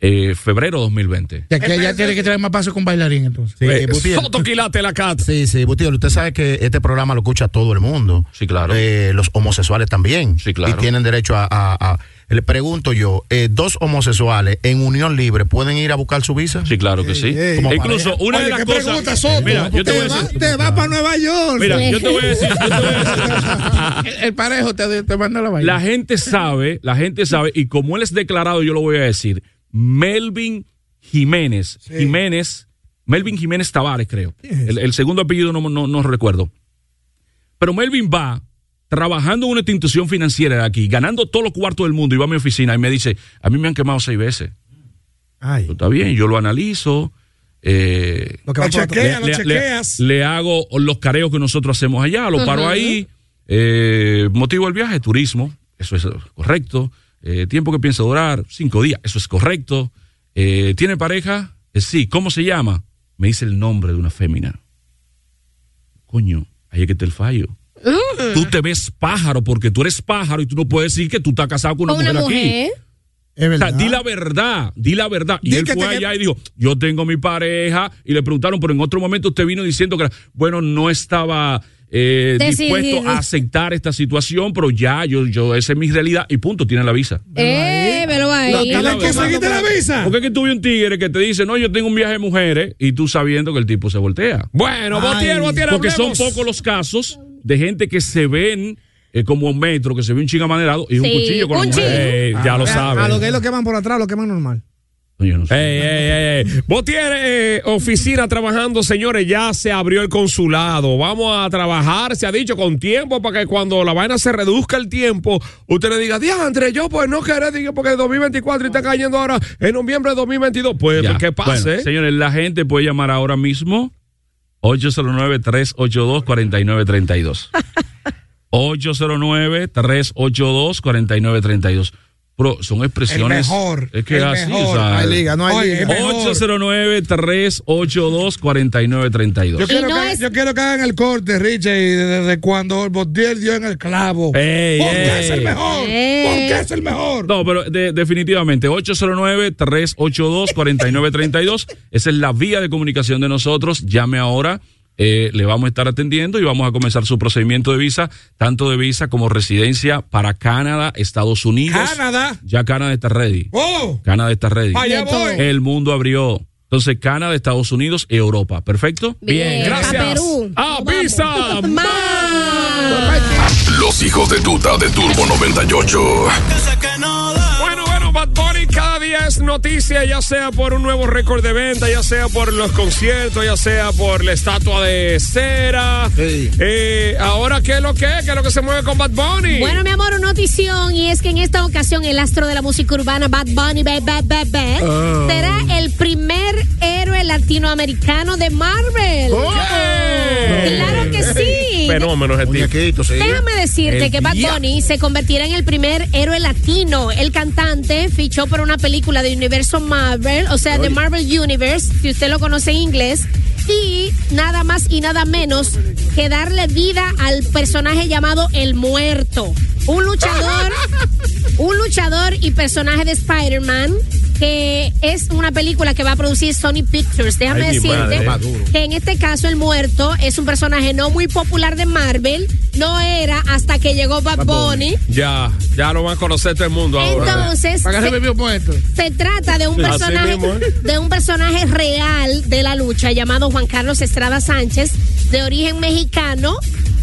Speaker 22: eh, febrero 2020.
Speaker 8: De aquí a allá tiene que traer más pasos con bailarín, entonces.
Speaker 5: Sí, eh, Butiel.
Speaker 3: Sotoquilate la cat.
Speaker 5: Sí, sí, Butiel, usted sabe que este programa lo escucha todo el mundo.
Speaker 22: Sí, claro.
Speaker 5: Eh, los homosexuales también. Sí,
Speaker 22: claro.
Speaker 5: Y tienen derecho a... a- a- le pregunto yo, eh, ¿dos homosexuales en unión libre pueden ir a buscar su visa?
Speaker 22: Sí, claro que sí.
Speaker 5: Como
Speaker 22: Incluso
Speaker 5: pareja.
Speaker 22: una de las cosas. Mira, yo te voy a decir-
Speaker 23: para Nueva York.
Speaker 22: Mira, yo te voy a decir. yo te voy a decir-
Speaker 8: El parejo te, te manda la vaina.
Speaker 22: La gente sabe, la gente sabe, y como él es declarado, yo lo voy a decir. Melvin Jiménez. Jiménez. Melvin Jiménez Tavares, creo. El, el segundo apellido no, no, no recuerdo. Pero Melvin va trabajando en una institución financiera de aquí, ganando todos los cuartos del mundo, y va a mi oficina y me dice, a mí me han quemado seis veces. Pero Está bien, yo lo analizo. eh,
Speaker 7: Lo que va Lo por otro- chequea, lo
Speaker 22: le,
Speaker 7: chequeas.
Speaker 22: le hago los careos que nosotros hacemos allá, lo paro
Speaker 7: Ajá.
Speaker 22: ahí. eh, motivo del viaje, turismo, eso es correcto. eh, tiempo que piensa durar, cinco días, eso es correcto. eh, ¿Tiene pareja? Eh, sí, ¿cómo se llama? Me dice el nombre de una fémina. Coño, ahí es que está el fallo. Tú te ves pájaro porque tú eres pájaro y tú no puedes decir que tú estás casado con una, mujer, aquí. O sea, di la verdad, di la verdad. Y
Speaker 7: Di
Speaker 22: él
Speaker 7: que
Speaker 22: fue
Speaker 7: te-
Speaker 22: allá y dijo, yo tengo mi pareja. Y le preguntaron, pero en otro momento usted vino diciendo que, era- bueno, no estaba eh,
Speaker 4: Decidido.
Speaker 22: dispuesto a aceptar esta situación, pero ya, yo, yo, esa es mi realidad y punto, tiene la visa.
Speaker 4: Eh, velo
Speaker 22: No,
Speaker 4: ahí.
Speaker 22: tú la ves, mano, pero- Porque es que tuve un tigre que te dice, no, yo tengo un viaje de mujeres y tú sabiendo que el tipo se voltea.
Speaker 3: Bueno, Ay. Botier, Botier,
Speaker 22: Porque son
Speaker 3: hablemos.
Speaker 22: pocos los casos de gente que se ven eh, como metro, que se ve un chingo amanerado y un
Speaker 23: Sí,
Speaker 22: cuchillo con
Speaker 23: un
Speaker 22: la mujer.
Speaker 23: chin.
Speaker 22: Eh, ya
Speaker 6: Ah,
Speaker 22: lo
Speaker 23: Ah, A lo que
Speaker 22: sabes.
Speaker 23: lo queman por atrás, lo queman normal.
Speaker 3: Ey, ey, ey, ey. Botier, eh, oficina trabajando, señores, ya se abrió el consulado. Vamos a trabajar, se ha dicho, con tiempo para que cuando la vaina se reduzca el tiempo, usted le diga, diantre, yo pues no querés, diga, porque es 2024 y está cayendo ahora en noviembre de 2022. Pues
Speaker 22: Ya.
Speaker 3: que pase.
Speaker 7: eh?
Speaker 22: Bueno, señores, la gente puede llamar ahora mismo 809-382-4932. 809-382-4932. Pero son expresiones.
Speaker 7: El mejor,
Speaker 22: Es que
Speaker 7: el
Speaker 22: así,
Speaker 7: mejor.
Speaker 22: o sea,
Speaker 7: No hay liga, no hay Oye, liga. el mejor.
Speaker 22: 809-382-4932.
Speaker 7: Yo quiero, que, yo quiero que hagan el corte, Richie, y desde cuando Botier dio en el clavo. Porque es el mejor.
Speaker 22: Eh,
Speaker 7: Porque
Speaker 2: Eh.
Speaker 7: es el mejor.
Speaker 22: No, pero de- definitivamente, 809-382-4932. Esa es la vía de comunicación de nosotros. Llame ahora. eh, le vamos a estar atendiendo y vamos a comenzar su procedimiento de visa, tanto de visa como residencia para Canadá, Estados Unidos.
Speaker 7: Canadá.
Speaker 22: Ya Canadá está ready.
Speaker 7: ¡Oh!
Speaker 22: Canadá está ready.
Speaker 7: Allá voy.
Speaker 22: El mundo abrió. Entonces, Canadá, Estados Unidos, Europa. ¿Perfecto?
Speaker 7: Bien, gracias.
Speaker 22: gracias.
Speaker 7: ¡Avisa!
Speaker 9: Los hijos de tuta de Turbo 98.
Speaker 3: Bueno, bueno, Bad Bunny cada día es noticia, ya sea por un nuevo récord de venta, ya sea por los conciertos, ya sea por la estatua de cera. Eh, ahora, ¿qué es lo que es? ¿Qué es lo que se mueve con Bad Bunny?
Speaker 4: Bueno, mi amor, una notición y es que en esta ocasión el astro de la música urbana Bad Bunny bad, bad, bad, bad,
Speaker 3: Oh.
Speaker 4: será el primer héroe latinoamericano de Marvel.
Speaker 3: Oh.
Speaker 4: Claro que sí.
Speaker 3: Eh, Fenómeno, ese tipo.
Speaker 4: Déjame decirte
Speaker 3: El
Speaker 4: que Bad
Speaker 3: día-
Speaker 4: Bunny se convertirá en el primer héroe latino. El cantante fichó por una película de universo Marvel, o sea, de Marvel Universe, si usted lo conoce en inglés. Y nada más y nada menos que darle vida al personaje llamado El Muerto. Un luchador, un luchador y personaje de Spider-Man, que es una película que va a producir Sony Pictures. Déjame
Speaker 21: Ay, mi madre,
Speaker 4: decirte
Speaker 21: va duro.
Speaker 4: que en este caso el muerto es un personaje no muy popular de Marvel, no era hasta que llegó Bad Bunny.
Speaker 3: Ya, ya lo van a conocer todo el mundo ahora.
Speaker 4: Entonces,
Speaker 3: ¿Para qué se bebió
Speaker 8: pues.
Speaker 4: se, se trata de un
Speaker 3: Así
Speaker 4: personaje
Speaker 3: mismo, ¿eh?
Speaker 4: de un personaje real de la lucha llamado Juan Carlos Estrada Sánchez, de origen mexicano,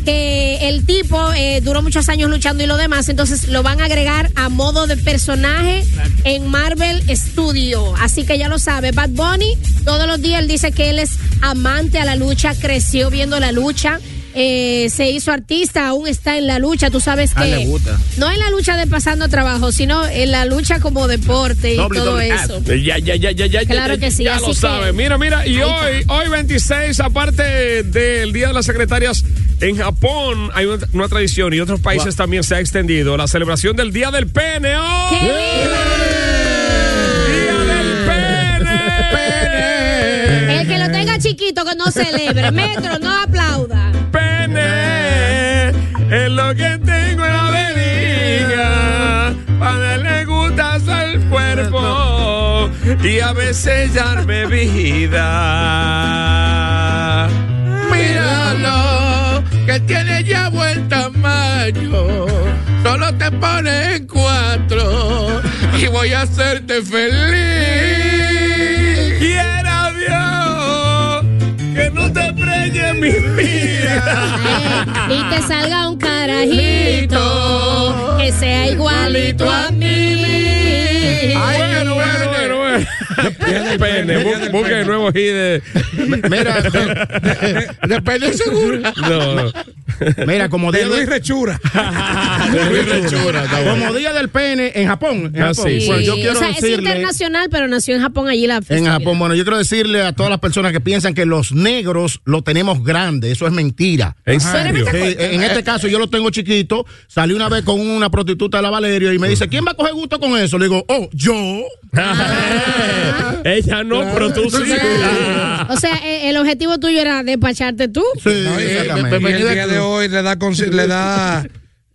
Speaker 4: que el tipo eh, duró muchos años luchando y lo demás, entonces lo van a agregar a modo de personaje en Marvel Studio. Así que ya lo sabe, Bad Bunny todos los días él dice que él es amante a la lucha, creció viendo la lucha. eh, se hizo artista, aún está en la lucha, tú sabes que...
Speaker 21: Ah, le gusta.
Speaker 4: No en la lucha de pasando trabajo, sino en la lucha como deporte y
Speaker 3: Doble,
Speaker 4: todo
Speaker 3: doble.
Speaker 4: eso.
Speaker 3: Ah, Ya, ya, ya, ya, ya.
Speaker 4: Claro
Speaker 3: ya,
Speaker 4: que sí,
Speaker 3: Ya
Speaker 4: así
Speaker 3: lo
Speaker 4: que-
Speaker 3: sabe. Mira, mira, y hoy,
Speaker 4: Ahí
Speaker 3: hoy 26, aparte del Día de las Secretarias, en Japón hay una, una tradición y en otros países también se ha extendido la celebración del Día del Pene. ¡Oh!
Speaker 4: El que lo tenga chiquito que no celebre. Metro, no aplauda.
Speaker 3: Pene es lo que tengo en la avenida para darle gustas al cuerpo y a veces darme vida.
Speaker 8: Míralo, que tiene ya vuelta mayo. Solo te pones en cuatro y voy a hacerte feliz.
Speaker 3: Quiera Dios que no te preñe mi vida.
Speaker 4: Y te salga un carajito que sea igualito a mí.
Speaker 3: bueno, bueno, bueno, bueno. Pene, bu- busca el nuevo hit de.
Speaker 5: Mira,
Speaker 8: depende seguro.
Speaker 3: No, no.
Speaker 5: Mira, como
Speaker 3: De
Speaker 5: día
Speaker 3: Luis
Speaker 5: Rechura.
Speaker 3: Ah,
Speaker 5: Como día del pene en Japón. en
Speaker 4: Ah,
Speaker 5: Japón.
Speaker 4: sí,
Speaker 5: Bueno, yo
Speaker 4: sí.
Speaker 5: quiero
Speaker 4: o sea, es
Speaker 5: decirle-
Speaker 4: internacional, pero nació en Japón allí la
Speaker 5: En
Speaker 4: festividad.
Speaker 5: Japón, bueno, yo quiero decirle a todas las personas que piensan que los negros lo tenemos grande, eso es mentira.
Speaker 3: ¿En
Speaker 5: Ajá.
Speaker 3: serio?
Speaker 5: Sí, en este caso yo lo tengo chiquito, salí una vez con una prostituta de la Valerio y me dice, ¿quién va a coger gusto con eso? Le digo, oh, yo.
Speaker 3: Ah. Ella no, pero tú sí.
Speaker 4: O sea, eh, el objetivo tuyo era despacharte tú.
Speaker 7: No, y- y el día de hoy le da, consci- le da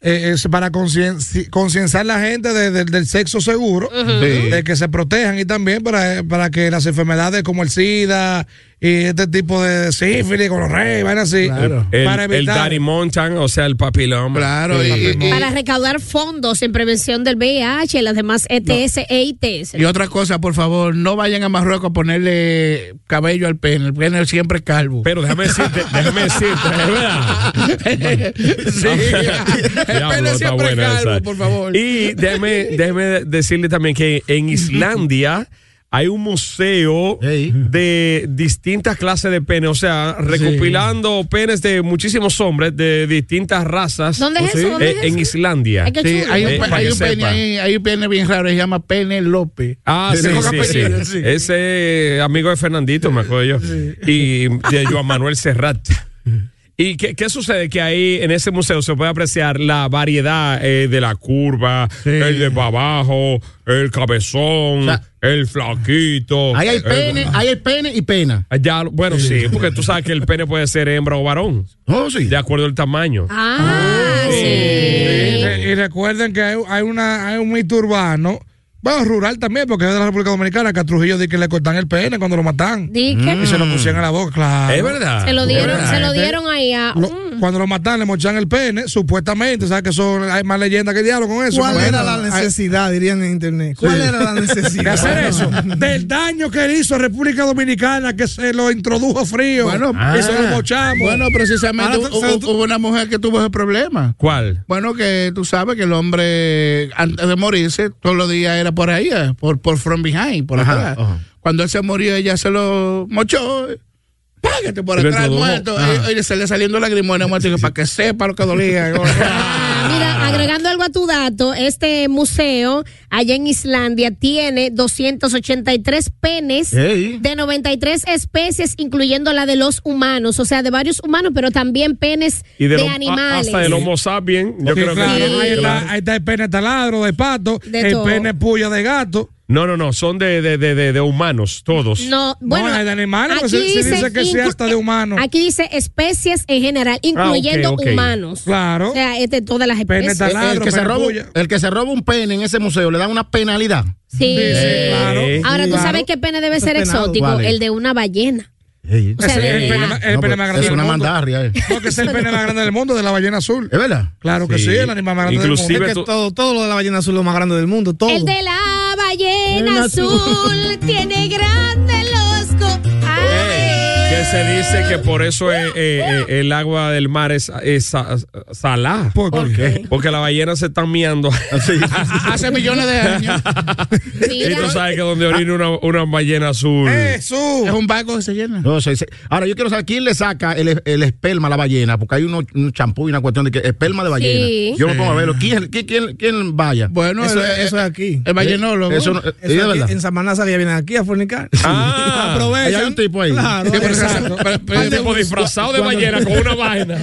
Speaker 7: eh, es para concienci- concienciar la gente de- de- del sexo seguro,
Speaker 3: Ujú. Sí.
Speaker 7: eh, de que se protejan y también para, para que las enfermedades como el SIDA y este tipo de sífilis, gonorrea, van así.
Speaker 3: Claro. El,
Speaker 7: Para
Speaker 3: el
Speaker 7: evitar.
Speaker 3: Daddy Monchan, o sea, el papiloma.
Speaker 8: Claro,
Speaker 4: Para recaudar fondos en prevención del VIH y las demás ETS e ITS.
Speaker 8: Y otra cosa, por favor, no vayan a Marruecos a ponerle cabello al pene. El pene es siempre calvo.
Speaker 3: Pero déjame decirte, déjame decirte, es verdad.
Speaker 8: Sí.
Speaker 3: Diablo,
Speaker 8: Pene
Speaker 3: está
Speaker 8: siempre
Speaker 3: buena
Speaker 8: calvo,
Speaker 3: esa.
Speaker 8: por favor.
Speaker 3: Y déjeme, déjeme decirle también que en Islandia hay un museo de distintas clases de penes, o sea, recopilando penes de muchísimos hombres de distintas razas.
Speaker 8: ¿Dónde es eso?
Speaker 3: Eh,
Speaker 8: ¿Dónde es eso?
Speaker 3: en Islandia.
Speaker 8: Sí, hay un,
Speaker 3: Eh,
Speaker 8: pe-
Speaker 3: para
Speaker 8: hay
Speaker 3: que
Speaker 8: un pene,
Speaker 3: sepa.
Speaker 8: ahí- hay un pene bien raro, se llama Pene López.
Speaker 3: Ah, sí,
Speaker 8: Tengo
Speaker 3: sí,
Speaker 8: que
Speaker 3: sí.
Speaker 8: pedir, sí.
Speaker 3: Ese amigo de Fernandito, me acuerdo yo. Y de Joan Manuel Serrat. ¿Y qué, qué sucede? Que ahí en ese museo se puede apreciar la variedad eh, de la curva, el de para abajo, el cabezón, el flaquito.
Speaker 5: Ahí hay
Speaker 3: el- Ah.
Speaker 5: pene, ahí hay pene y pena.
Speaker 3: Ya, bueno, sí, porque tú sabes que el pene puede ser hembra o varón.
Speaker 5: Oh,
Speaker 3: De acuerdo al tamaño.
Speaker 4: Ah,
Speaker 7: Y, re- y recuerden que hay, hay una, hay un mito urbano, bueno, rural también, porque es de la República Dominicana, que a Trujillo di que le cortan el pene cuando lo matan.
Speaker 4: ¿Di que?
Speaker 7: Y se
Speaker 3: Mm.
Speaker 7: lo pusieron en la boca, claro.
Speaker 4: Es verdad. Se lo dieron- Es verdad. se lo dieron ahí a-
Speaker 7: Lo- cuando lo matan, le mochan el pene, supuestamente. ¿Sabes que eso hay más leyenda que diablo con eso?
Speaker 23: ¿Cuál
Speaker 7: Bueno,
Speaker 23: era la
Speaker 7: hay-
Speaker 23: necesidad, dirían en internet? ¿Cuál
Speaker 7: Sí.
Speaker 23: era la necesidad?
Speaker 7: De hacer eso. Del daño que le hizo a República Dominicana, que se lo introdujo frío.
Speaker 8: Bueno,
Speaker 3: Ah.
Speaker 7: y se
Speaker 23: ah.
Speaker 7: lo mochamos.
Speaker 8: Bueno, precisamente
Speaker 7: Ahora,
Speaker 8: hu- hu- hubo una mujer que tuvo ese problema.
Speaker 3: ¿Cuál?
Speaker 8: Bueno, que tú sabes que el hombre, antes de morirse, todos los días era por ahí, eh, por, por from behind, por
Speaker 5: Ajá,
Speaker 8: atrás.
Speaker 5: ajá.
Speaker 8: Cuando él se murió, ella se lo mochó. eh, Págate por
Speaker 5: Y le
Speaker 8: atrás,
Speaker 5: introdujo.
Speaker 8: muerto.
Speaker 5: Ajá.
Speaker 8: Y, y se le saliendo lagrimones muerto. y que Para que sepa lo que dolía.
Speaker 4: Mira, agregando algo a tu dato, este museo allá en Islandia tiene 283 penes
Speaker 5: Ey.
Speaker 4: de 93 especies, incluyendo la de los humanos, o sea, de varios humanos, pero también penes
Speaker 3: Y
Speaker 4: de,
Speaker 3: del hom- a-
Speaker 4: animales.
Speaker 3: hasta el Homo sapiens. Yo
Speaker 7: Sí,
Speaker 3: creo
Speaker 7: claro,
Speaker 3: que.
Speaker 7: ahí,
Speaker 3: Claro.
Speaker 7: Está, ahí está el pene taladro de pato,
Speaker 4: De
Speaker 7: el
Speaker 4: todo.
Speaker 7: pene puya de gato.
Speaker 3: No, no, no, son de, de, de, de- de humanos, todos.
Speaker 4: No, bueno,
Speaker 7: hay de animales,
Speaker 4: aquí
Speaker 7: pues, se- se dice que sí
Speaker 4: inclu-
Speaker 7: hasta de humanos.
Speaker 4: Aquí dice especies en general, incluyendo
Speaker 5: ok, ok.
Speaker 4: humanos.
Speaker 7: Claro.
Speaker 4: O sea, es de todas las
Speaker 5: El,
Speaker 4: especies.
Speaker 5: el que se roba, el que se roba un pene en ese museo le dan una penalidad.
Speaker 4: Sí.
Speaker 5: claro.
Speaker 4: Ahora, ¿tú
Speaker 5: Eh, Claro.
Speaker 4: sabes qué pene debe
Speaker 5: Eso es
Speaker 4: ser
Speaker 5: penado.
Speaker 4: exótico?
Speaker 5: ¿Cuál es?
Speaker 4: El de una ballena.
Speaker 5: Ey.
Speaker 4: O sea,
Speaker 7: Ese es
Speaker 4: de
Speaker 7: el pene,
Speaker 4: verdad.
Speaker 7: ma- el
Speaker 5: No,
Speaker 7: pene
Speaker 5: pues,
Speaker 7: más grande
Speaker 5: es una
Speaker 7: del mundo.
Speaker 5: mandarria. eh.
Speaker 7: Porque es el pene más grande del mundo, de la ballena azul.
Speaker 5: ¿Es verdad?
Speaker 7: Claro que
Speaker 5: Sí.
Speaker 7: sí, el animal más grande
Speaker 23: Inclusive
Speaker 7: del mundo.
Speaker 23: es que todo, todo lo de la ballena azul es lo más grande del mundo, todo.
Speaker 4: El de la ballena
Speaker 23: Ballena
Speaker 4: azul tiene grande Ah, los co- Ay.
Speaker 3: Que se dice que por eso eh, eh, eh, el agua del mar es, es sa- salada. ¿Por,
Speaker 5: qué?
Speaker 3: Porque las ballenas se están miando.
Speaker 7: Ah,
Speaker 8: Hace millones de años.
Speaker 3: y tú sabes que donde orina una, una ballena azul.
Speaker 7: Eh,
Speaker 8: Es un barco que se llena.
Speaker 5: No sé, sé. Ahora yo quiero saber quién le saca el, el esperma a la ballena, porque hay uno, un champú y una cuestión de que esperma de ballena.
Speaker 8: Sí.
Speaker 5: Yo me
Speaker 8: Sí.
Speaker 5: pongo a verlo. ¿Quién, quién, quién, quién vaya? Eh,
Speaker 8: Bueno,
Speaker 23: Eso, es- eso es aquí.
Speaker 8: el vallenólogo.
Speaker 5: Eso no-
Speaker 23: Eso
Speaker 5: ¿y de
Speaker 23: aquí,
Speaker 5: verdad?
Speaker 23: En Samaná salía vienen aquí a fornicar.
Speaker 3: Ah,
Speaker 23: Aprovechan.
Speaker 5: Hay un tipo ahí.
Speaker 23: Claro.
Speaker 6: eh.
Speaker 5: Sí, pero-
Speaker 23: exacto.
Speaker 3: Un tipo disfrazado de ballena con una vaina.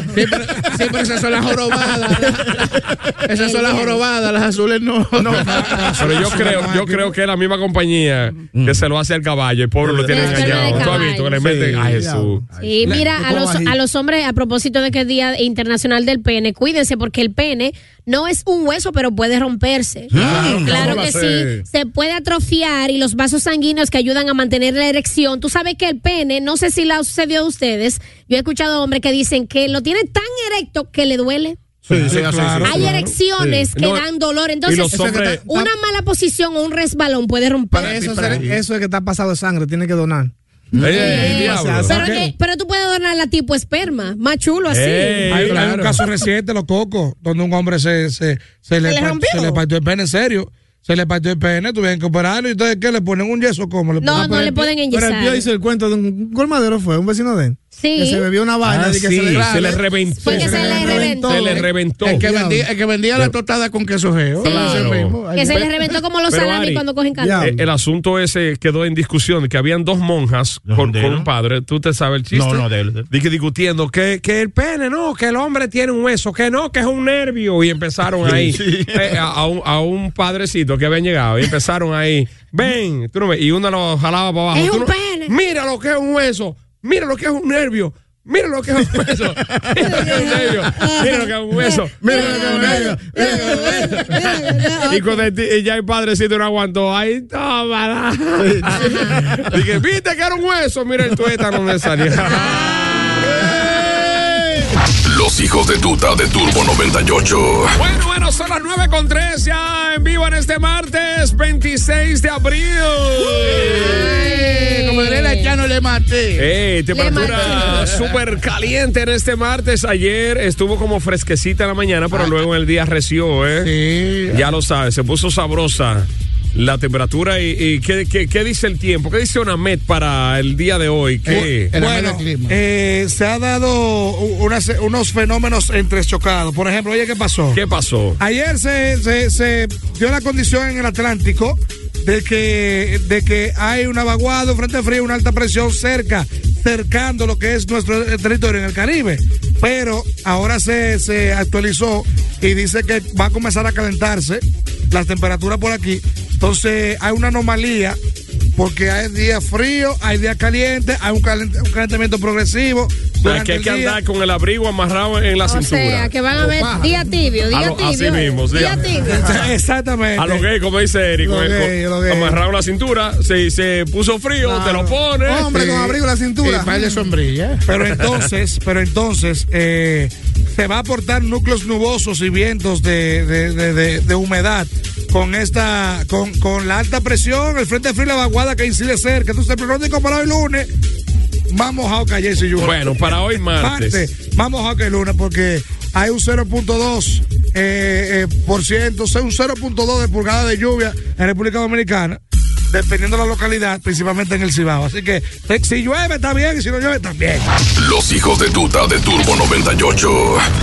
Speaker 8: Siempre esas son las jorobadas. Esas son las jorobadas, las azules no.
Speaker 3: Pero yo creo, yo creo que es la misma compañía
Speaker 5: Mm.
Speaker 3: que se lo hace al caballo. El pobre lo tiene
Speaker 4: La esperma de
Speaker 3: engañado. ¿Tú has
Speaker 4: caballo.
Speaker 3: visto que le meten a Jesús?
Speaker 4: Y mira, a los, a los hombres, a propósito de que es Día Internacional del Pene, cuídense porque el pene no es un hueso, pero puede romperse.
Speaker 21: Ah,
Speaker 4: claro
Speaker 21: ¿cómo va
Speaker 4: que
Speaker 21: a ser?
Speaker 4: sí, se puede atrofiar y los vasos sanguíneos que ayudan a mantener la erección. Tú sabes que el pene, no sé si la sucedió a ustedes, yo he escuchado hombres que dicen que lo tiene tan erecto que le duele.
Speaker 5: Sí, sí, sí, sí, sí.
Speaker 4: Hay erecciones
Speaker 5: Sí.
Speaker 4: que
Speaker 5: No,
Speaker 4: dan dolor,
Speaker 5: y los
Speaker 4: entonces
Speaker 5: hombres-
Speaker 4: una mala posición o un resbalón puede romper.
Speaker 23: Eso, es, eso es que está pasado de sangre, tiene que donar.
Speaker 3: Ey, diablo.
Speaker 4: Pero, que- pero tú puedes donar la tipo esperma, más chulo así.
Speaker 7: Hay, hay un caso reciente, los cocos, donde un hombre se, se, se, le,
Speaker 4: le
Speaker 7: pa-
Speaker 4: rompió?
Speaker 7: se le partió el pene, en serio. Se le partió el pene, tuvieron que operarlo. ¿Y ustedes qué? ¿Le ponen un yeso? ¿Cómo? ¿Le
Speaker 4: No,
Speaker 7: ponen-
Speaker 4: no le ponen
Speaker 23: Pero el
Speaker 4: enyesar.
Speaker 23: tío hizo el cuento de un colmadero, fue un vecino de él.
Speaker 4: Sí.
Speaker 23: Que se bebió una vaina.
Speaker 3: Ah,
Speaker 23: y que
Speaker 3: sí,
Speaker 23: se, le,
Speaker 3: se le reventó.
Speaker 23: Fue que se le reventó.
Speaker 3: Se le reventó.
Speaker 8: El que vendía, el que vendía la tostada con queso geo.
Speaker 3: Sí.
Speaker 8: Ese mismo.
Speaker 4: Que se les reventó como los
Speaker 3: Pero,
Speaker 4: salamis
Speaker 3: Ari,
Speaker 4: cuando cogen calor.
Speaker 3: Eh, El, asunto ese quedó en discusión, que habían dos monjas con, con un padre, tú te sabes el chiste.
Speaker 5: No, no, de él,
Speaker 3: Di que discutiendo que, que el pene, no, que el hombre tiene un hueso, que no, que es un nervio. Y empezaron
Speaker 5: Sí,
Speaker 3: ahí
Speaker 5: sí.
Speaker 3: eh, a, a un, a un padrecito que habían llegado y empezaron ahí, ven, tú no ves, y uno lo jalaba para abajo.
Speaker 2: Es
Speaker 3: "Tú
Speaker 2: un
Speaker 3: no- Mira lo que es un hueso, mira lo que es un nervio. Mira lo que es un beso. Mira lo que es un beso. Mira lo que es un beso. Y cuando el ti- y ya el padrecito no aguantó, ahí tómala. Dije, viste que era un hueso. Mira el tuétano donde salió.
Speaker 9: Los hijos de tuta de Turbo 98.
Speaker 3: Bueno, bueno, son las 9 con 3 ya en vivo en este martes 26 de abril.
Speaker 8: Como diría el haitiano, le
Speaker 7: Eh.
Speaker 8: maté.
Speaker 3: Ey, temperatura súper caliente en este martes. Ayer estuvo como fresquecita en la mañana, pero luego en el día reció, ¿eh? Ya lo sabes, se puso sabrosa la temperatura. ¿Y, y ¿qué, qué, qué dice el tiempo? ¿Qué dice UNAMED para el día de hoy? ¿Qué?
Speaker 7: bueno, eh, se ha dado u- unas- unos fenómenos entrechocados. Por ejemplo, oye, ¿qué pasó?
Speaker 3: ¿Qué pasó?
Speaker 7: Ayer se, se- se dio la condición en el Atlántico de que, de que hay una vaguada, un frente frío, una alta presión cerca, cercando lo que es nuestro eh, territorio en el Caribe. Pero ahora se, se actualizó y dice que va a comenzar a calentarse las temperaturas por aquí. Entonces hay una anomalía porque hay días fríos, hay días calientes, hay un, calent- un calentamiento progresivo.
Speaker 3: que
Speaker 7: durante
Speaker 3: hay
Speaker 7: el
Speaker 3: que
Speaker 7: día.
Speaker 3: andar con el abrigo amarrado en la
Speaker 4: O
Speaker 3: cintura.
Speaker 4: sea, que van a ver día tibio,
Speaker 3: A
Speaker 4: día
Speaker 3: lo- Ah, así
Speaker 4: tibio. eh.
Speaker 3: mismo, sí.
Speaker 4: Día tibio.
Speaker 7: Exactamente.
Speaker 3: A lo gay, como dice Eric,
Speaker 7: Lo
Speaker 3: con-
Speaker 7: gay,
Speaker 3: con-
Speaker 7: lo gay.
Speaker 3: amarrado la cintura, se, se puso frío, te lo pones.
Speaker 7: Hombre, con abrigo en la cintura.
Speaker 8: Y par de sombrilla.
Speaker 7: Pero entonces, pero entonces, eh, se va a aportar núcleos nubosos y vientos de, de- de- de- de humedad con esta, con, con la alta presión, el frente frío y la vaguada que incide cerca. Entonces, el pronóstico para hoy lunes, más mojado que ayer, si yo.
Speaker 3: Bueno, para hoy martes.
Speaker 7: más mojado que el lunes, porque hay un 0.2 eh, eh, por ciento, o sea, un 0.2 de pulgada de lluvia en República Dominicana. Dependiendo de la localidad, principalmente en el Cibao. Así que te- si llueve está bien y si no llueve también.
Speaker 9: Los hijos de tuta de Turbo 98.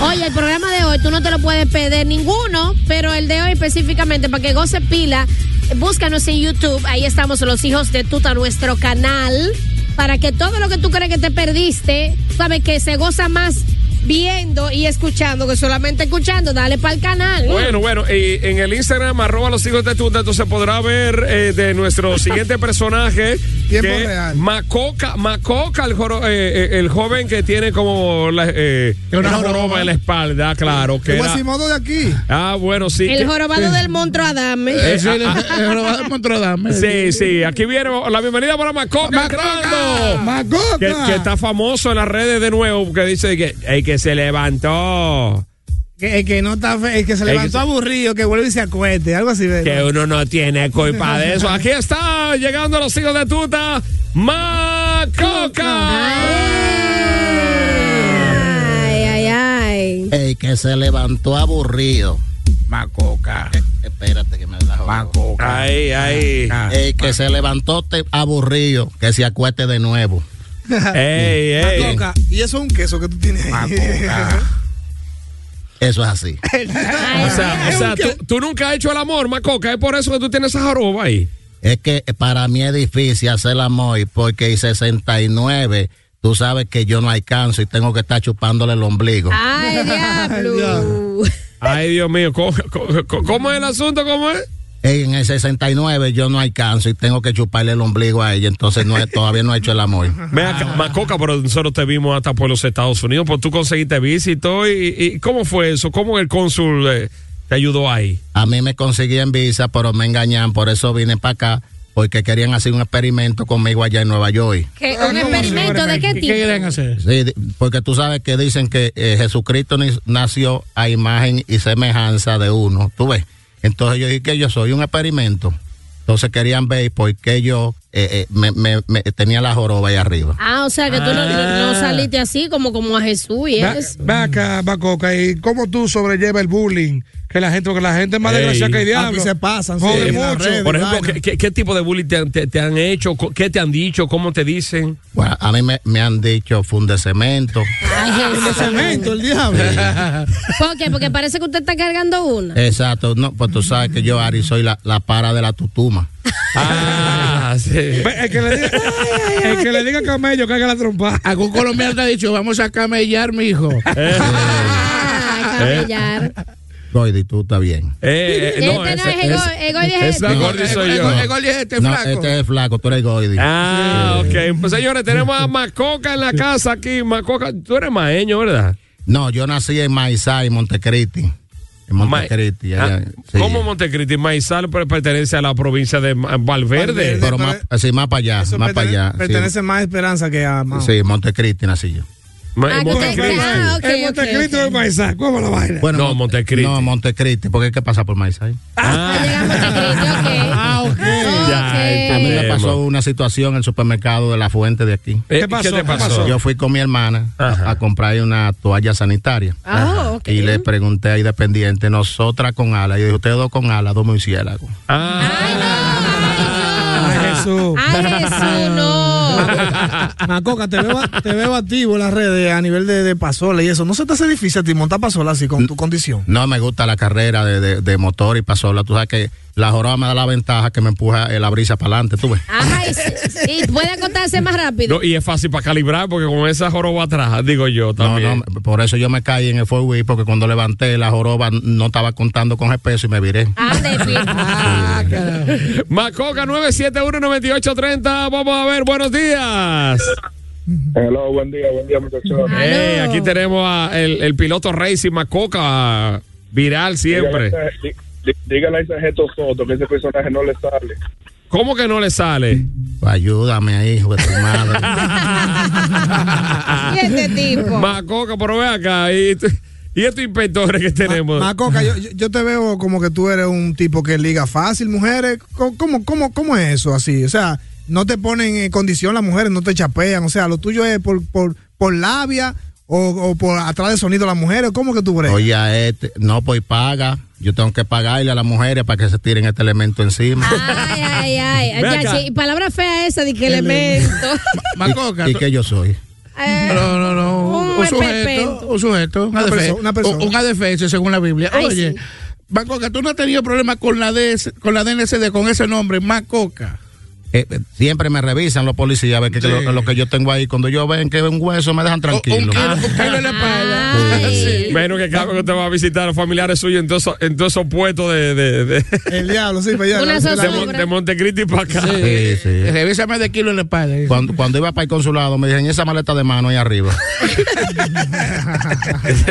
Speaker 4: Oye, el programa de hoy tú no te lo puedes perder ninguno, pero el de hoy específicamente para que goce pila, búscanos en YouTube, ahí estamos los hijos de Tuta, nuestro canal, para que todo lo que tú crees que te perdiste, sabes que se goza más viendo y escuchando que solamente escuchando, dale para el canal.
Speaker 3: Bueno, bueno, y en el Instagram, arroba los hijos de tuta, entonces podrá ver eh, de nuestro siguiente personaje.
Speaker 7: Tiempo
Speaker 3: que
Speaker 7: real.
Speaker 3: Macoca, Macoca, el, joro- eh, eh, el joven que tiene como la, eh, una joroba en la espalda, claro. Que
Speaker 23: El
Speaker 3: era-
Speaker 23: Guasimodo de aquí.
Speaker 3: ah, bueno, sí. que-
Speaker 4: El jorobado del monstruo Adame.
Speaker 3: Eh, ah, ah.
Speaker 8: Dame.
Speaker 3: Sí, sí, aquí viene la bienvenida para Macoca. entrando. Que, que está famoso en las redes de nuevo, que dice que el que se levantó.
Speaker 6: Que, el que no está fe- el que se
Speaker 3: El que
Speaker 6: levantó
Speaker 3: se-
Speaker 6: aburrido, que vuelve y se acueste, algo así. ¿verdad?
Speaker 3: Que uno no tiene culpa de eso. Aquí está, llegando los hijos de tuta, Macoca.
Speaker 4: Ay, ay, ay.
Speaker 5: El que se levantó aburrido.
Speaker 8: Macoca.
Speaker 5: Espérate que me la jodo.
Speaker 8: Macoca.
Speaker 3: Ay, ay.
Speaker 5: El que se levantó te- aburrido, que se acueste de nuevo.
Speaker 3: Ey, ey.
Speaker 23: Macoca, Y eso es un queso que tú tienes ahí.
Speaker 5: Eso es así.
Speaker 3: O sea, o sea, tú, tú nunca has hecho el amor, Macoca. Es por eso que tú tienes esa joroba ahí.
Speaker 5: Es que eh, para mí es difícil hacer el amor porque en 69 tú sabes que yo no alcanzo y tengo que estar chupándole el ombligo.
Speaker 4: Ay, diablo.
Speaker 3: Ah. Ay, Dios mío. ¿Cómo, cómo- cómo es el asunto? ¿Cómo es?
Speaker 5: Ey, en el 69 yo no alcanzo y tengo que chuparle el ombligo a ella, entonces no he- todavía no he hecho el amor.
Speaker 3: Ven acá, Macoca, pero nosotros te vimos hasta por los Estados Unidos, pues tú conseguiste visa y todo. ¿Y, y cómo fue eso? ¿Cómo el cónsul eh, te ayudó ahí?
Speaker 5: A mí me conseguían visa, pero me engañan, por eso vine para acá, porque querían hacer un experimento conmigo allá en Nueva York.
Speaker 4: ¿Qué- ¿Un experimento de qué tipo?
Speaker 8: hacer?
Speaker 5: Sí, di- porque tú sabes que dicen que eh, Jesucristo ni- nació a imagen y semejanza de uno, tú ves. Entonces yo dije que yo soy un experimento. Entonces querían ver por qué yo eh, eh, me, me- me- tenía la joroba ahí arriba.
Speaker 4: Ah, o sea que tú no, no- no saliste así como, como a Jesús y
Speaker 7: Va,
Speaker 4: eso.
Speaker 7: va acá, Bacoca, ¿y cómo tú sobrellevas el bullying? Que la gente, porque la gente es más
Speaker 3: Ey.
Speaker 7: desgraciada que el diablo.
Speaker 23: Aquí se pasan, sí,
Speaker 7: Jode
Speaker 23: en las
Speaker 7: mucho.
Speaker 23: redes,
Speaker 3: Por ejemplo, ¿qué, qué, qué tipo de bullying te, han- te- te han hecho? Co- ¿Qué te han dicho? ¿Cómo te dicen?
Speaker 5: Bueno, a mí me, me han dicho funde cemento.
Speaker 4: Ay,
Speaker 3: Ah,
Speaker 4: Jesús.
Speaker 23: Cemento, el diablo.
Speaker 4: ¿Por qué? Porque parece que usted está cargando una.
Speaker 5: Exacto, no, pues tú sabes que yo, Ari, soy la, la para de la tutuma.
Speaker 3: Ah, sí.
Speaker 7: Ve, Pues, El que le diga, el que le diga camello, caiga la trompa. Eh.
Speaker 8: Algún colombiano te ha dicho, vamos a camellar, mijo.
Speaker 4: Ay, camellar.
Speaker 5: Gordy, tú estás bien.
Speaker 3: Eh, eh, no,
Speaker 4: Este no
Speaker 3: ese-
Speaker 4: es el go-
Speaker 3: ese-
Speaker 4: el Gordy es
Speaker 3: ese
Speaker 4: este.
Speaker 3: Gordy
Speaker 4: El-
Speaker 3: soy
Speaker 4: el-
Speaker 3: yo.
Speaker 4: el Gordy es este,
Speaker 5: No,
Speaker 4: flaco.
Speaker 5: este es el flaco, tú eres Gordy.
Speaker 3: Ah, ok. Pues, señores, tenemos a Macoca en la casa aquí. Macoca, tú eres maeño, ¿verdad?
Speaker 5: No, yo nací en Maizá, en Montecristi. En Montecristi. allá,
Speaker 3: Ah.
Speaker 5: sí.
Speaker 3: ¿Cómo Montecristi? Maizal per- pertenece a la provincia de Ma- Valverde.
Speaker 5: Pero más, sí, más para allá, más para
Speaker 6: Ah,
Speaker 5: allá. sí.
Speaker 6: Pertenece más a Esperanza que a Mao.
Speaker 5: Sí, Montecristi nací yo. Ah,
Speaker 6: Ah,
Speaker 3: Ma- Montecristi.
Speaker 6: El Montecristo de Maizá, ¿cómo la vaina?
Speaker 5: Bueno,
Speaker 3: no, Montecristi.
Speaker 5: No, Montecristi, porque hay que pasar por Maizá.
Speaker 4: Ah, ok.
Speaker 5: A mí me pasó una situación en el supermercado de la fuente de aquí.
Speaker 3: ¿Qué Eh, ¿Qué pasó? te pasó? pasó?
Speaker 5: Yo fui con mi hermana a, a comprar una toalla sanitaria.
Speaker 4: Ah, ok.
Speaker 5: Y le pregunté ahí dependiente, nosotras con alas. Y dije, ustedes dos con alas, dos murciélagos.
Speaker 3: Ah.
Speaker 6: Ay,
Speaker 2: Ah,
Speaker 6: Jesús.
Speaker 4: Ay, Ah, Jesús, no.
Speaker 6: Macoca, Ah, te veo, te veo activo en las redes a nivel de, de pasola y eso. ¿No se te hace difícil a ti montar pasola así con tu condición?
Speaker 5: No me gusta la carrera de, de- de motor y pasola. Tú sabes que la joroba me da la ventaja que me empuja eh, la brisa para adelante, tú ves.
Speaker 4: Ay, sí, y puede acostarse más rápido.
Speaker 3: No, y es fácil para calibrar porque con esa joroba atrás, digo yo
Speaker 5: No,
Speaker 3: también.
Speaker 5: no, por eso yo me caí en el four wheel, porque cuando levanté la joroba no estaba contando con el peso y me viré.
Speaker 4: Ah,
Speaker 2: Ah,
Speaker 3: Macoca 971-9830. Vamos a ver, buenos días.
Speaker 1: Hello, buen día, buen día, muchachos.
Speaker 3: Hey, aquí tenemos a el, el piloto Racing Macoca, viral siempre.
Speaker 1: Dígale a ese- dí- Dígale a ese Geto Soto que ese personaje no le sale.
Speaker 3: ¿Cómo que no le sale?
Speaker 5: Ayúdame ahí, hijo de tu madre.
Speaker 4: Y este tipo.
Speaker 3: Macoca, pero ve acá. Y, tu- y estos inspectores que tenemos.
Speaker 6: Macoca, yo, yo- yo te veo como que tú eres un tipo que liga fácil, mujeres. Co- ¿Cómo, cómo, cómo es eso así? O sea, no te ponen en condición las mujeres, no te chapean. O sea, lo tuyo es por, por, por labia o, o por atrás de sonido las mujeres. ¿Cómo que tú bregas?
Speaker 5: Oye, a este, no, pues paga. Yo tengo que pagarle a las mujeres para que se tiren este elemento encima.
Speaker 3: Ah,
Speaker 4: Ay, ay, ay.
Speaker 5: Ve
Speaker 4: Ya,
Speaker 5: acá.
Speaker 4: sí, palabra fea esa de que elemento.
Speaker 5: ¿Y, y que yo soy?
Speaker 4: Eh,
Speaker 8: No, no, no. Un,
Speaker 4: Un
Speaker 8: sujeto,
Speaker 4: esperpento.
Speaker 8: un sujeto, una,
Speaker 6: Una
Speaker 8: defensa,
Speaker 6: persona, una persona.
Speaker 8: un- un adefesio, según la Biblia.
Speaker 4: Ay,
Speaker 8: Oye,
Speaker 4: sí.
Speaker 8: Macoca, tú no has tenido problema con la DS con la DNCD con ese nombre, Macoca.
Speaker 5: Eh, eh, siempre me revisan los policías a ver qué qué lo, lo que yo tengo ahí. Cuando yo ven que es un hueso, me dejan tranquilo.
Speaker 4: Ah.
Speaker 8: Ah.
Speaker 3: Menos que cada vez que Ah, usted va a visitar a los familiares suyos en todos esos- en todos esos puestos de, de, de,
Speaker 6: El diablo, sí, pues para allá.
Speaker 3: de,
Speaker 6: Una
Speaker 3: Mon-
Speaker 6: zozobra.
Speaker 3: de Montecristi para acá.
Speaker 5: Sí, sí.
Speaker 8: Revísame de kilo en la espalda.
Speaker 5: Cuando, cuando iba para el consulado, me dijeron, "¿Y esa maleta de mano ahí arriba.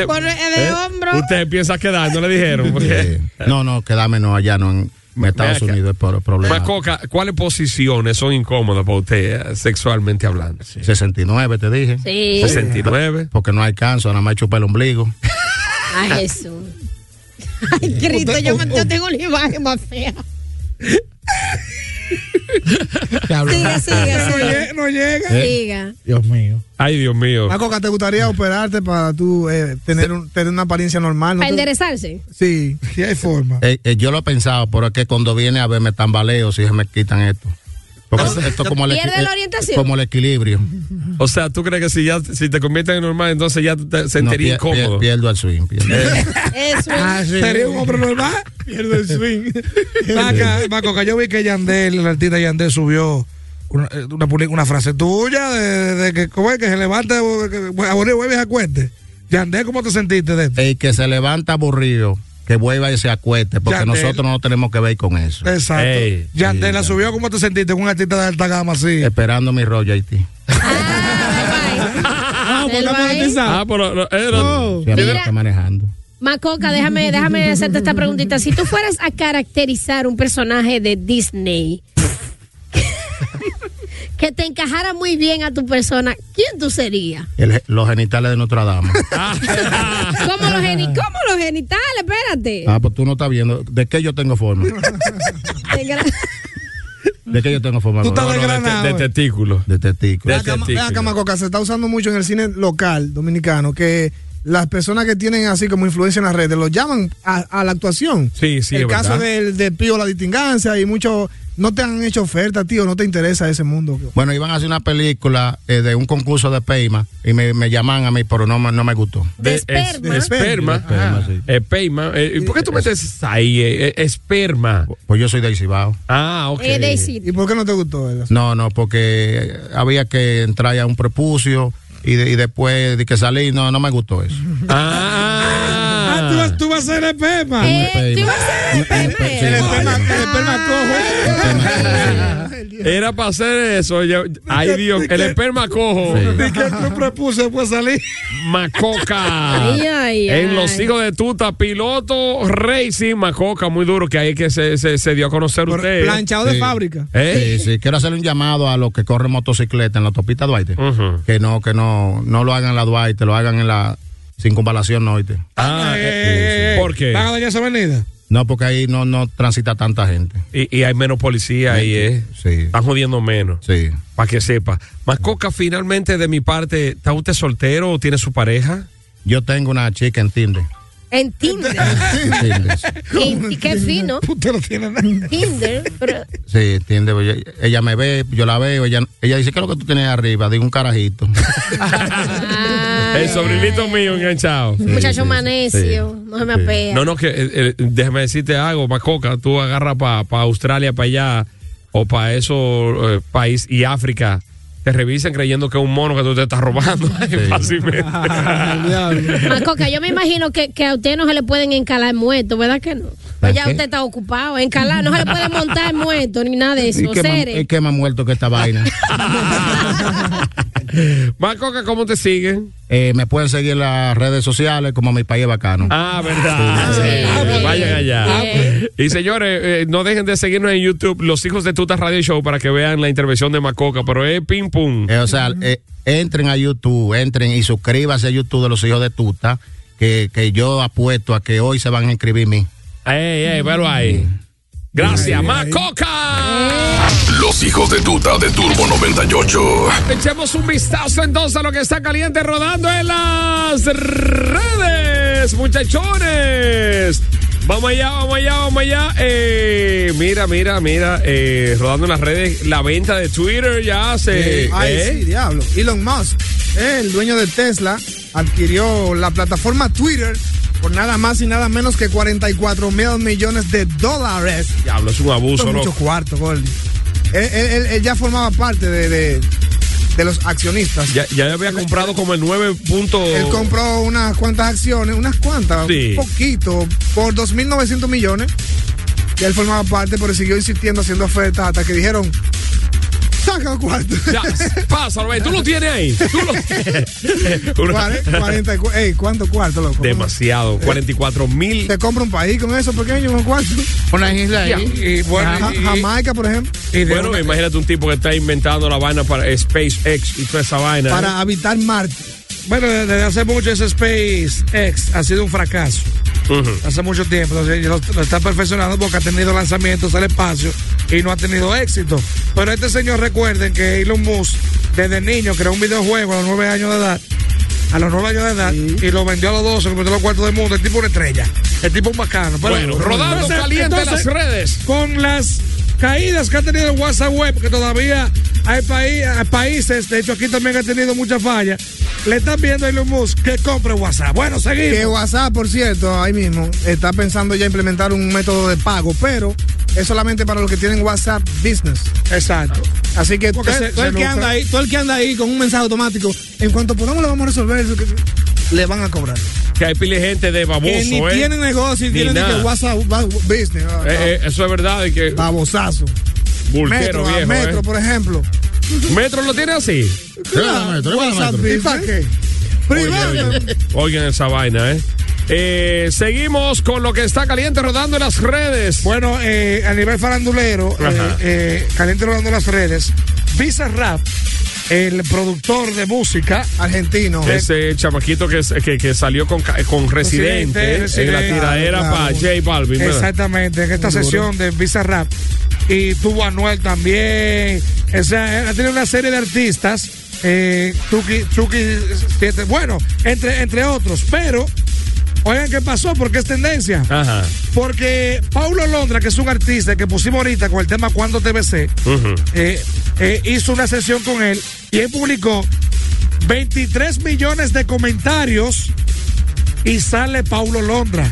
Speaker 4: Bueno, es
Speaker 3: Eh.
Speaker 4: de hombro.
Speaker 3: Usted piensa quedar, no le dijeron. Porque...
Speaker 5: No, no, quedame no allá, no en, en Estados
Speaker 3: acá.
Speaker 5: Unidos es por problema.
Speaker 3: Macoca, ¿cuáles posiciones son incómodas para usted eh, sexualmente hablando?
Speaker 5: 69, te dije.
Speaker 4: Sí.
Speaker 3: 69.
Speaker 5: Porque no alcanzo, nada más chupa el ombligo.
Speaker 4: Ay, Jesús. Ay, Cristo, yo, me- yo tengo una imagen más fea. Siga, siga,
Speaker 6: No,
Speaker 4: siga.
Speaker 6: lle- no llega.
Speaker 4: Siga.
Speaker 8: Dios mío.
Speaker 3: Ay, Dios mío.
Speaker 6: Macoca, ¿te gustaría operarte para tú eh, tener, un- tener una apariencia normal? ¿No
Speaker 4: Para
Speaker 6: te-
Speaker 4: enderezarse.
Speaker 6: Sí, sí hay forma.
Speaker 5: Eh, eh, yo lo he pensado, pero es que cuando viene a ver me tambaleo si se me quitan esto. Porque esto es como el,
Speaker 4: Pierde
Speaker 5: equi-
Speaker 4: la
Speaker 5: eh,
Speaker 4: orientación.
Speaker 5: como el equilibrio.
Speaker 3: O sea, ¿tú crees que si ya si te conviertes en normal, entonces ya te sentirías
Speaker 5: No, pie- pie-
Speaker 3: incómodo?
Speaker 5: pierdo al swing. pierdo.
Speaker 4: Eso.
Speaker 7: ah, Sería un hombre normal. Pierdo el swing. Maca, Macoca, yo vi que Yandel, el artista Yandel, subió una, eh, una, public- una frase tuya de, de que, ¿cómo es? que se levanta eh, que- a morir, vuelve y se acueste. Yandel, ¿cómo te sentiste de esto?
Speaker 5: El que se levanta aburrido, que vuelva y se acueste, porque
Speaker 7: Yandel.
Speaker 5: nosotros no tenemos que ver con eso.
Speaker 7: Exacto. Yandel la subió, ¿cómo te sentiste con un artista de alta gama así?
Speaker 5: Esperando mi rollo, Haití.
Speaker 4: Ah,
Speaker 7: pues está monetizado.
Speaker 3: Ah, pero no, eh, no.
Speaker 5: Sí, a mí me
Speaker 4: Oh. Mira.
Speaker 5: está manejando.
Speaker 4: Macoca, déjame, déjame hacerte esta preguntita. Si tú fueras a caracterizar un personaje de Disney que te encajara muy bien a tu persona, ¿quién tú serías?
Speaker 5: El- los genitales de Notre Dame.
Speaker 4: ¿Cómo los, geni- cómo los genitales? Espérate.
Speaker 5: Ah, pues tú no estás viendo. ¿De qué yo tengo forma?
Speaker 4: Tenga-
Speaker 5: ¿De qué yo tengo forma?
Speaker 6: Tú estás
Speaker 5: No, no,
Speaker 6: desgranado,
Speaker 5: te-
Speaker 6: eh.
Speaker 3: testículo.
Speaker 5: De testículo.
Speaker 6: Vea, Cama- vea, Camacoca, se está usando mucho en el cine local dominicano que las personas que tienen así como influencia en las redes los llaman a, a la actuación.
Speaker 3: Sí, sí,
Speaker 6: El
Speaker 3: es
Speaker 6: caso
Speaker 3: verdad.
Speaker 6: del, de Pío La Distingancia y muchos no te han hecho oferta, tío, no te interesa ese mundo.
Speaker 5: Bueno, iban a hacer una película eh, de un concurso de Peima y me, me llaman a mí, pero no, me- no me gustó.
Speaker 3: De esperma. esperma. Ah.
Speaker 5: Esperma, sí.
Speaker 3: Esperma. Eh, ¿y ¿Por qué tú metes ahí? eh, eh, esperma.
Speaker 5: Pues yo soy de Cibao.
Speaker 3: Ah, ok.
Speaker 6: ¿Y por qué no te gustó? él?
Speaker 5: No, no, porque había que entrar a un prepucio y, de- y después de que salí, no, no me gustó eso.
Speaker 3: Ah,
Speaker 7: tú, vas- tú vas a ser el esperma.
Speaker 4: Tú ibas a ser el Ah, esperma.
Speaker 7: El
Speaker 3: eh,
Speaker 7: esperma, el esperma cojo.
Speaker 3: Era para hacer eso. yo- ay, Dios, el esperma cojo.
Speaker 7: Ni que tú propuse puede salir.
Speaker 3: Macoca.
Speaker 4: Ay, ay,
Speaker 3: en
Speaker 4: ay.
Speaker 3: los hijos de tuta, piloto Racing Macoca, muy duro que ahí que se, se- se dio a conocer usted.
Speaker 5: Sí.
Speaker 3: ¿Eh?
Speaker 5: Sí, sí. Quiero hacerle un llamado a los que corren motocicleta en la topita Duarte. Que no, que no, no lo hagan en la Duarte, lo hagan en la circunvalación norte.
Speaker 3: Ah, eh, ¿por qué?
Speaker 7: ¿Van a dañar esa avenida?
Speaker 5: No, porque ahí no, no transita tanta gente.
Speaker 3: Y, y hay menos policía ahí, ¿eh?
Speaker 5: Sí.
Speaker 3: Están jodiendo menos.
Speaker 5: Sí.
Speaker 3: Para que sepa. Macoca, finalmente, de mi parte, ¿está usted soltero o tiene su pareja?
Speaker 5: Yo tengo una chica en Tinder.
Speaker 4: En Tinder.
Speaker 5: Tinder,
Speaker 4: y, y qué fino. Tinder. Pero,
Speaker 5: Sí, Tinder. Ella, ella me ve, yo la veo, ella, ella dice, ¿qué es lo que tú tienes arriba? Digo, un carajito.
Speaker 3: el sobrinito mío enganchado.
Speaker 4: muchacho manecio. No se me apea.
Speaker 3: No, no, que eh, eh, déjame decirte algo, Macoca, tú agarras para Australia, para allá, o para esos países y África, te revisan creyendo que es un mono que tú te estás robando fácilmente.
Speaker 4: Macoca, yo me imagino que, que a usted no se le pueden encalar muerto, ¿verdad que no? Pues ya
Speaker 5: ¿Qué?
Speaker 4: usted está ocupado, encalar, no se le puede montar muerto ni nada de
Speaker 5: Y
Speaker 4: eso.
Speaker 5: quema,
Speaker 4: Ceres.
Speaker 5: y
Speaker 3: eh,
Speaker 5: quema muerto que esta vaina.
Speaker 3: Macoca, ¿cómo te siguen?
Speaker 5: Eh, me pueden seguir en las redes sociales como mi país es bacano.
Speaker 3: Ah, verdad. Sí, Ah, pues Vayan allá.
Speaker 7: Ah, pues.
Speaker 3: Y señores, eh, no dejen de seguirnos en YouTube, Los Hijos de Tuta Radio Show, para que vean la intervención de Macoca, pero es pim pum.
Speaker 5: Eh, o sea, eh, entren a YouTube, entren y suscríbanse a YouTube de los hijos de Tuta, que, que yo apuesto a que hoy se van a inscribir mí.
Speaker 3: Ey, ey, pero ahí. Gracias, Macoca.
Speaker 9: Los hijos de tuta de Turbo 98.
Speaker 3: Echemos un vistazo entonces a lo que está caliente rodando en las redes, muchachones. Vamos allá, vamos allá, vamos allá. Eh, mira, mira, mira. eh, rodando en las redes, la venta de Twitter ya se.
Speaker 6: Ay,
Speaker 3: ¿eh?
Speaker 6: sí, diablo. Elon Musk, eh, el dueño de Tesla, adquirió la plataforma Twitter por nada más y nada menos que 44 mil millones de dólares.
Speaker 3: Diablo, es un abuso,
Speaker 6: Esto es
Speaker 3: ¿no?
Speaker 6: mucho cuarto, Goldie. Él, él- él- él ya formaba parte de, de- de los accionistas.
Speaker 3: Ya, ya había comprado como el 9 punto.
Speaker 6: Él compró unas cuantas acciones, unas cuantas,
Speaker 3: Oh. Sí.
Speaker 6: un poquito, por 2.900 millones. Ya él formaba parte, pero siguió insistiendo, haciendo ofertas hasta que dijeron, saca los cuartos.
Speaker 3: Ya, pásalo, ve, tú lo tienes ahí. Tú lo Una-
Speaker 6: Cuare- 40 y cu- ey, ¿cuánto cuarto, loco?
Speaker 3: Demasiado, 44 mil.
Speaker 6: Te compra un país con eso pequeño, un cuarto.
Speaker 25: Una isla
Speaker 3: ahí.
Speaker 25: Y bueno,
Speaker 6: Ja-
Speaker 25: y-
Speaker 6: Jamaica, por ejemplo,
Speaker 3: Bueno, imagínate un tipo que está inventando la vaina para SpaceX y toda esa vaina. ¿eh?
Speaker 6: para habitar Marte.
Speaker 7: Bueno, desde hace mucho ese SpaceX ha sido un fracaso. Hace mucho tiempo. Entonces, ellos lo, lo está perfeccionando porque ha tenido lanzamientos al espacio y no ha tenido éxito. Pero este señor, recuerden que Elon Musk, desde niño, creó un videojuego a los nueve años de edad. A los nueve años de edad. Y lo vendió a los 12, lo vendió a los cuartos del mundo. El tipo una estrella. El tipo un bacano. Pero-
Speaker 3: Bueno, rodando caliente las redes.
Speaker 7: Con las caídas que ha tenido el WhatsApp Web, que todavía hay paí- hay países, de hecho aquí también ha tenido muchas fallas, le están viendo a Elon Musk que compre WhatsApp. Bueno, seguimos.
Speaker 6: Que WhatsApp, por cierto, ahí mismo, está pensando ya implementar un método de pago, pero es solamente para los que tienen WhatsApp Business.
Speaker 7: Exacto.
Speaker 6: Así que
Speaker 7: Porque
Speaker 6: todo,
Speaker 7: se-
Speaker 6: todo
Speaker 7: se
Speaker 6: el que
Speaker 7: lucra.
Speaker 6: anda ahí, todo el que anda ahí con un mensaje automático, en cuanto podamos le vamos a resolver eso que- le van a cobrar.
Speaker 3: Que hay pile gente de baboso,
Speaker 6: que ni
Speaker 3: ¿eh?
Speaker 6: tienen negocio y
Speaker 3: Ni
Speaker 6: tienen ni que
Speaker 3: nada.
Speaker 6: WhatsApp ba- Business. ah,
Speaker 3: Eh, eh, eso es verdad. y que
Speaker 6: Babosazo.
Speaker 3: Bultero
Speaker 6: Metro, ah,
Speaker 3: viejo. ¿eh?
Speaker 6: metro, por ejemplo.
Speaker 3: Metro lo tiene así.
Speaker 6: Claro, WhatsApp Business. ¿Y para qué? Privado.
Speaker 3: Oigan esa vaina, ¿eh? Eh, seguimos con lo que está caliente rodando en las redes.
Speaker 7: Bueno, eh, a nivel farandulero, eh,
Speaker 3: Ajá.
Speaker 7: eh, caliente rodando las redes, Bizarrap, el productor de música
Speaker 6: argentino,
Speaker 3: Ese chamaquito que, que, que salió con, ca- con Residente, ¿eh? en la
Speaker 7: Residente,
Speaker 3: tiradera
Speaker 7: claro,
Speaker 3: para
Speaker 7: claro.
Speaker 3: J Balvin. ¿verdad?
Speaker 7: Exactamente, en esta
Speaker 3: Muy duro.
Speaker 7: sesión de Visa Rap. Y tuvo a Anuel también. O sea, él ha tenido una serie de artistas. Eh, Chucky, Chucky siete- bueno, entre, entre otros. Pero, oigan qué pasó, porque es tendencia.
Speaker 3: Ajá.
Speaker 7: Porque Paulo Londra, que es un artista que pusimos ahorita con el tema Cuando te besé,
Speaker 3: Ujú.
Speaker 7: eh, eh, hizo una sesión con él y él publicó 23 millones de comentarios y sale Paulo Londra.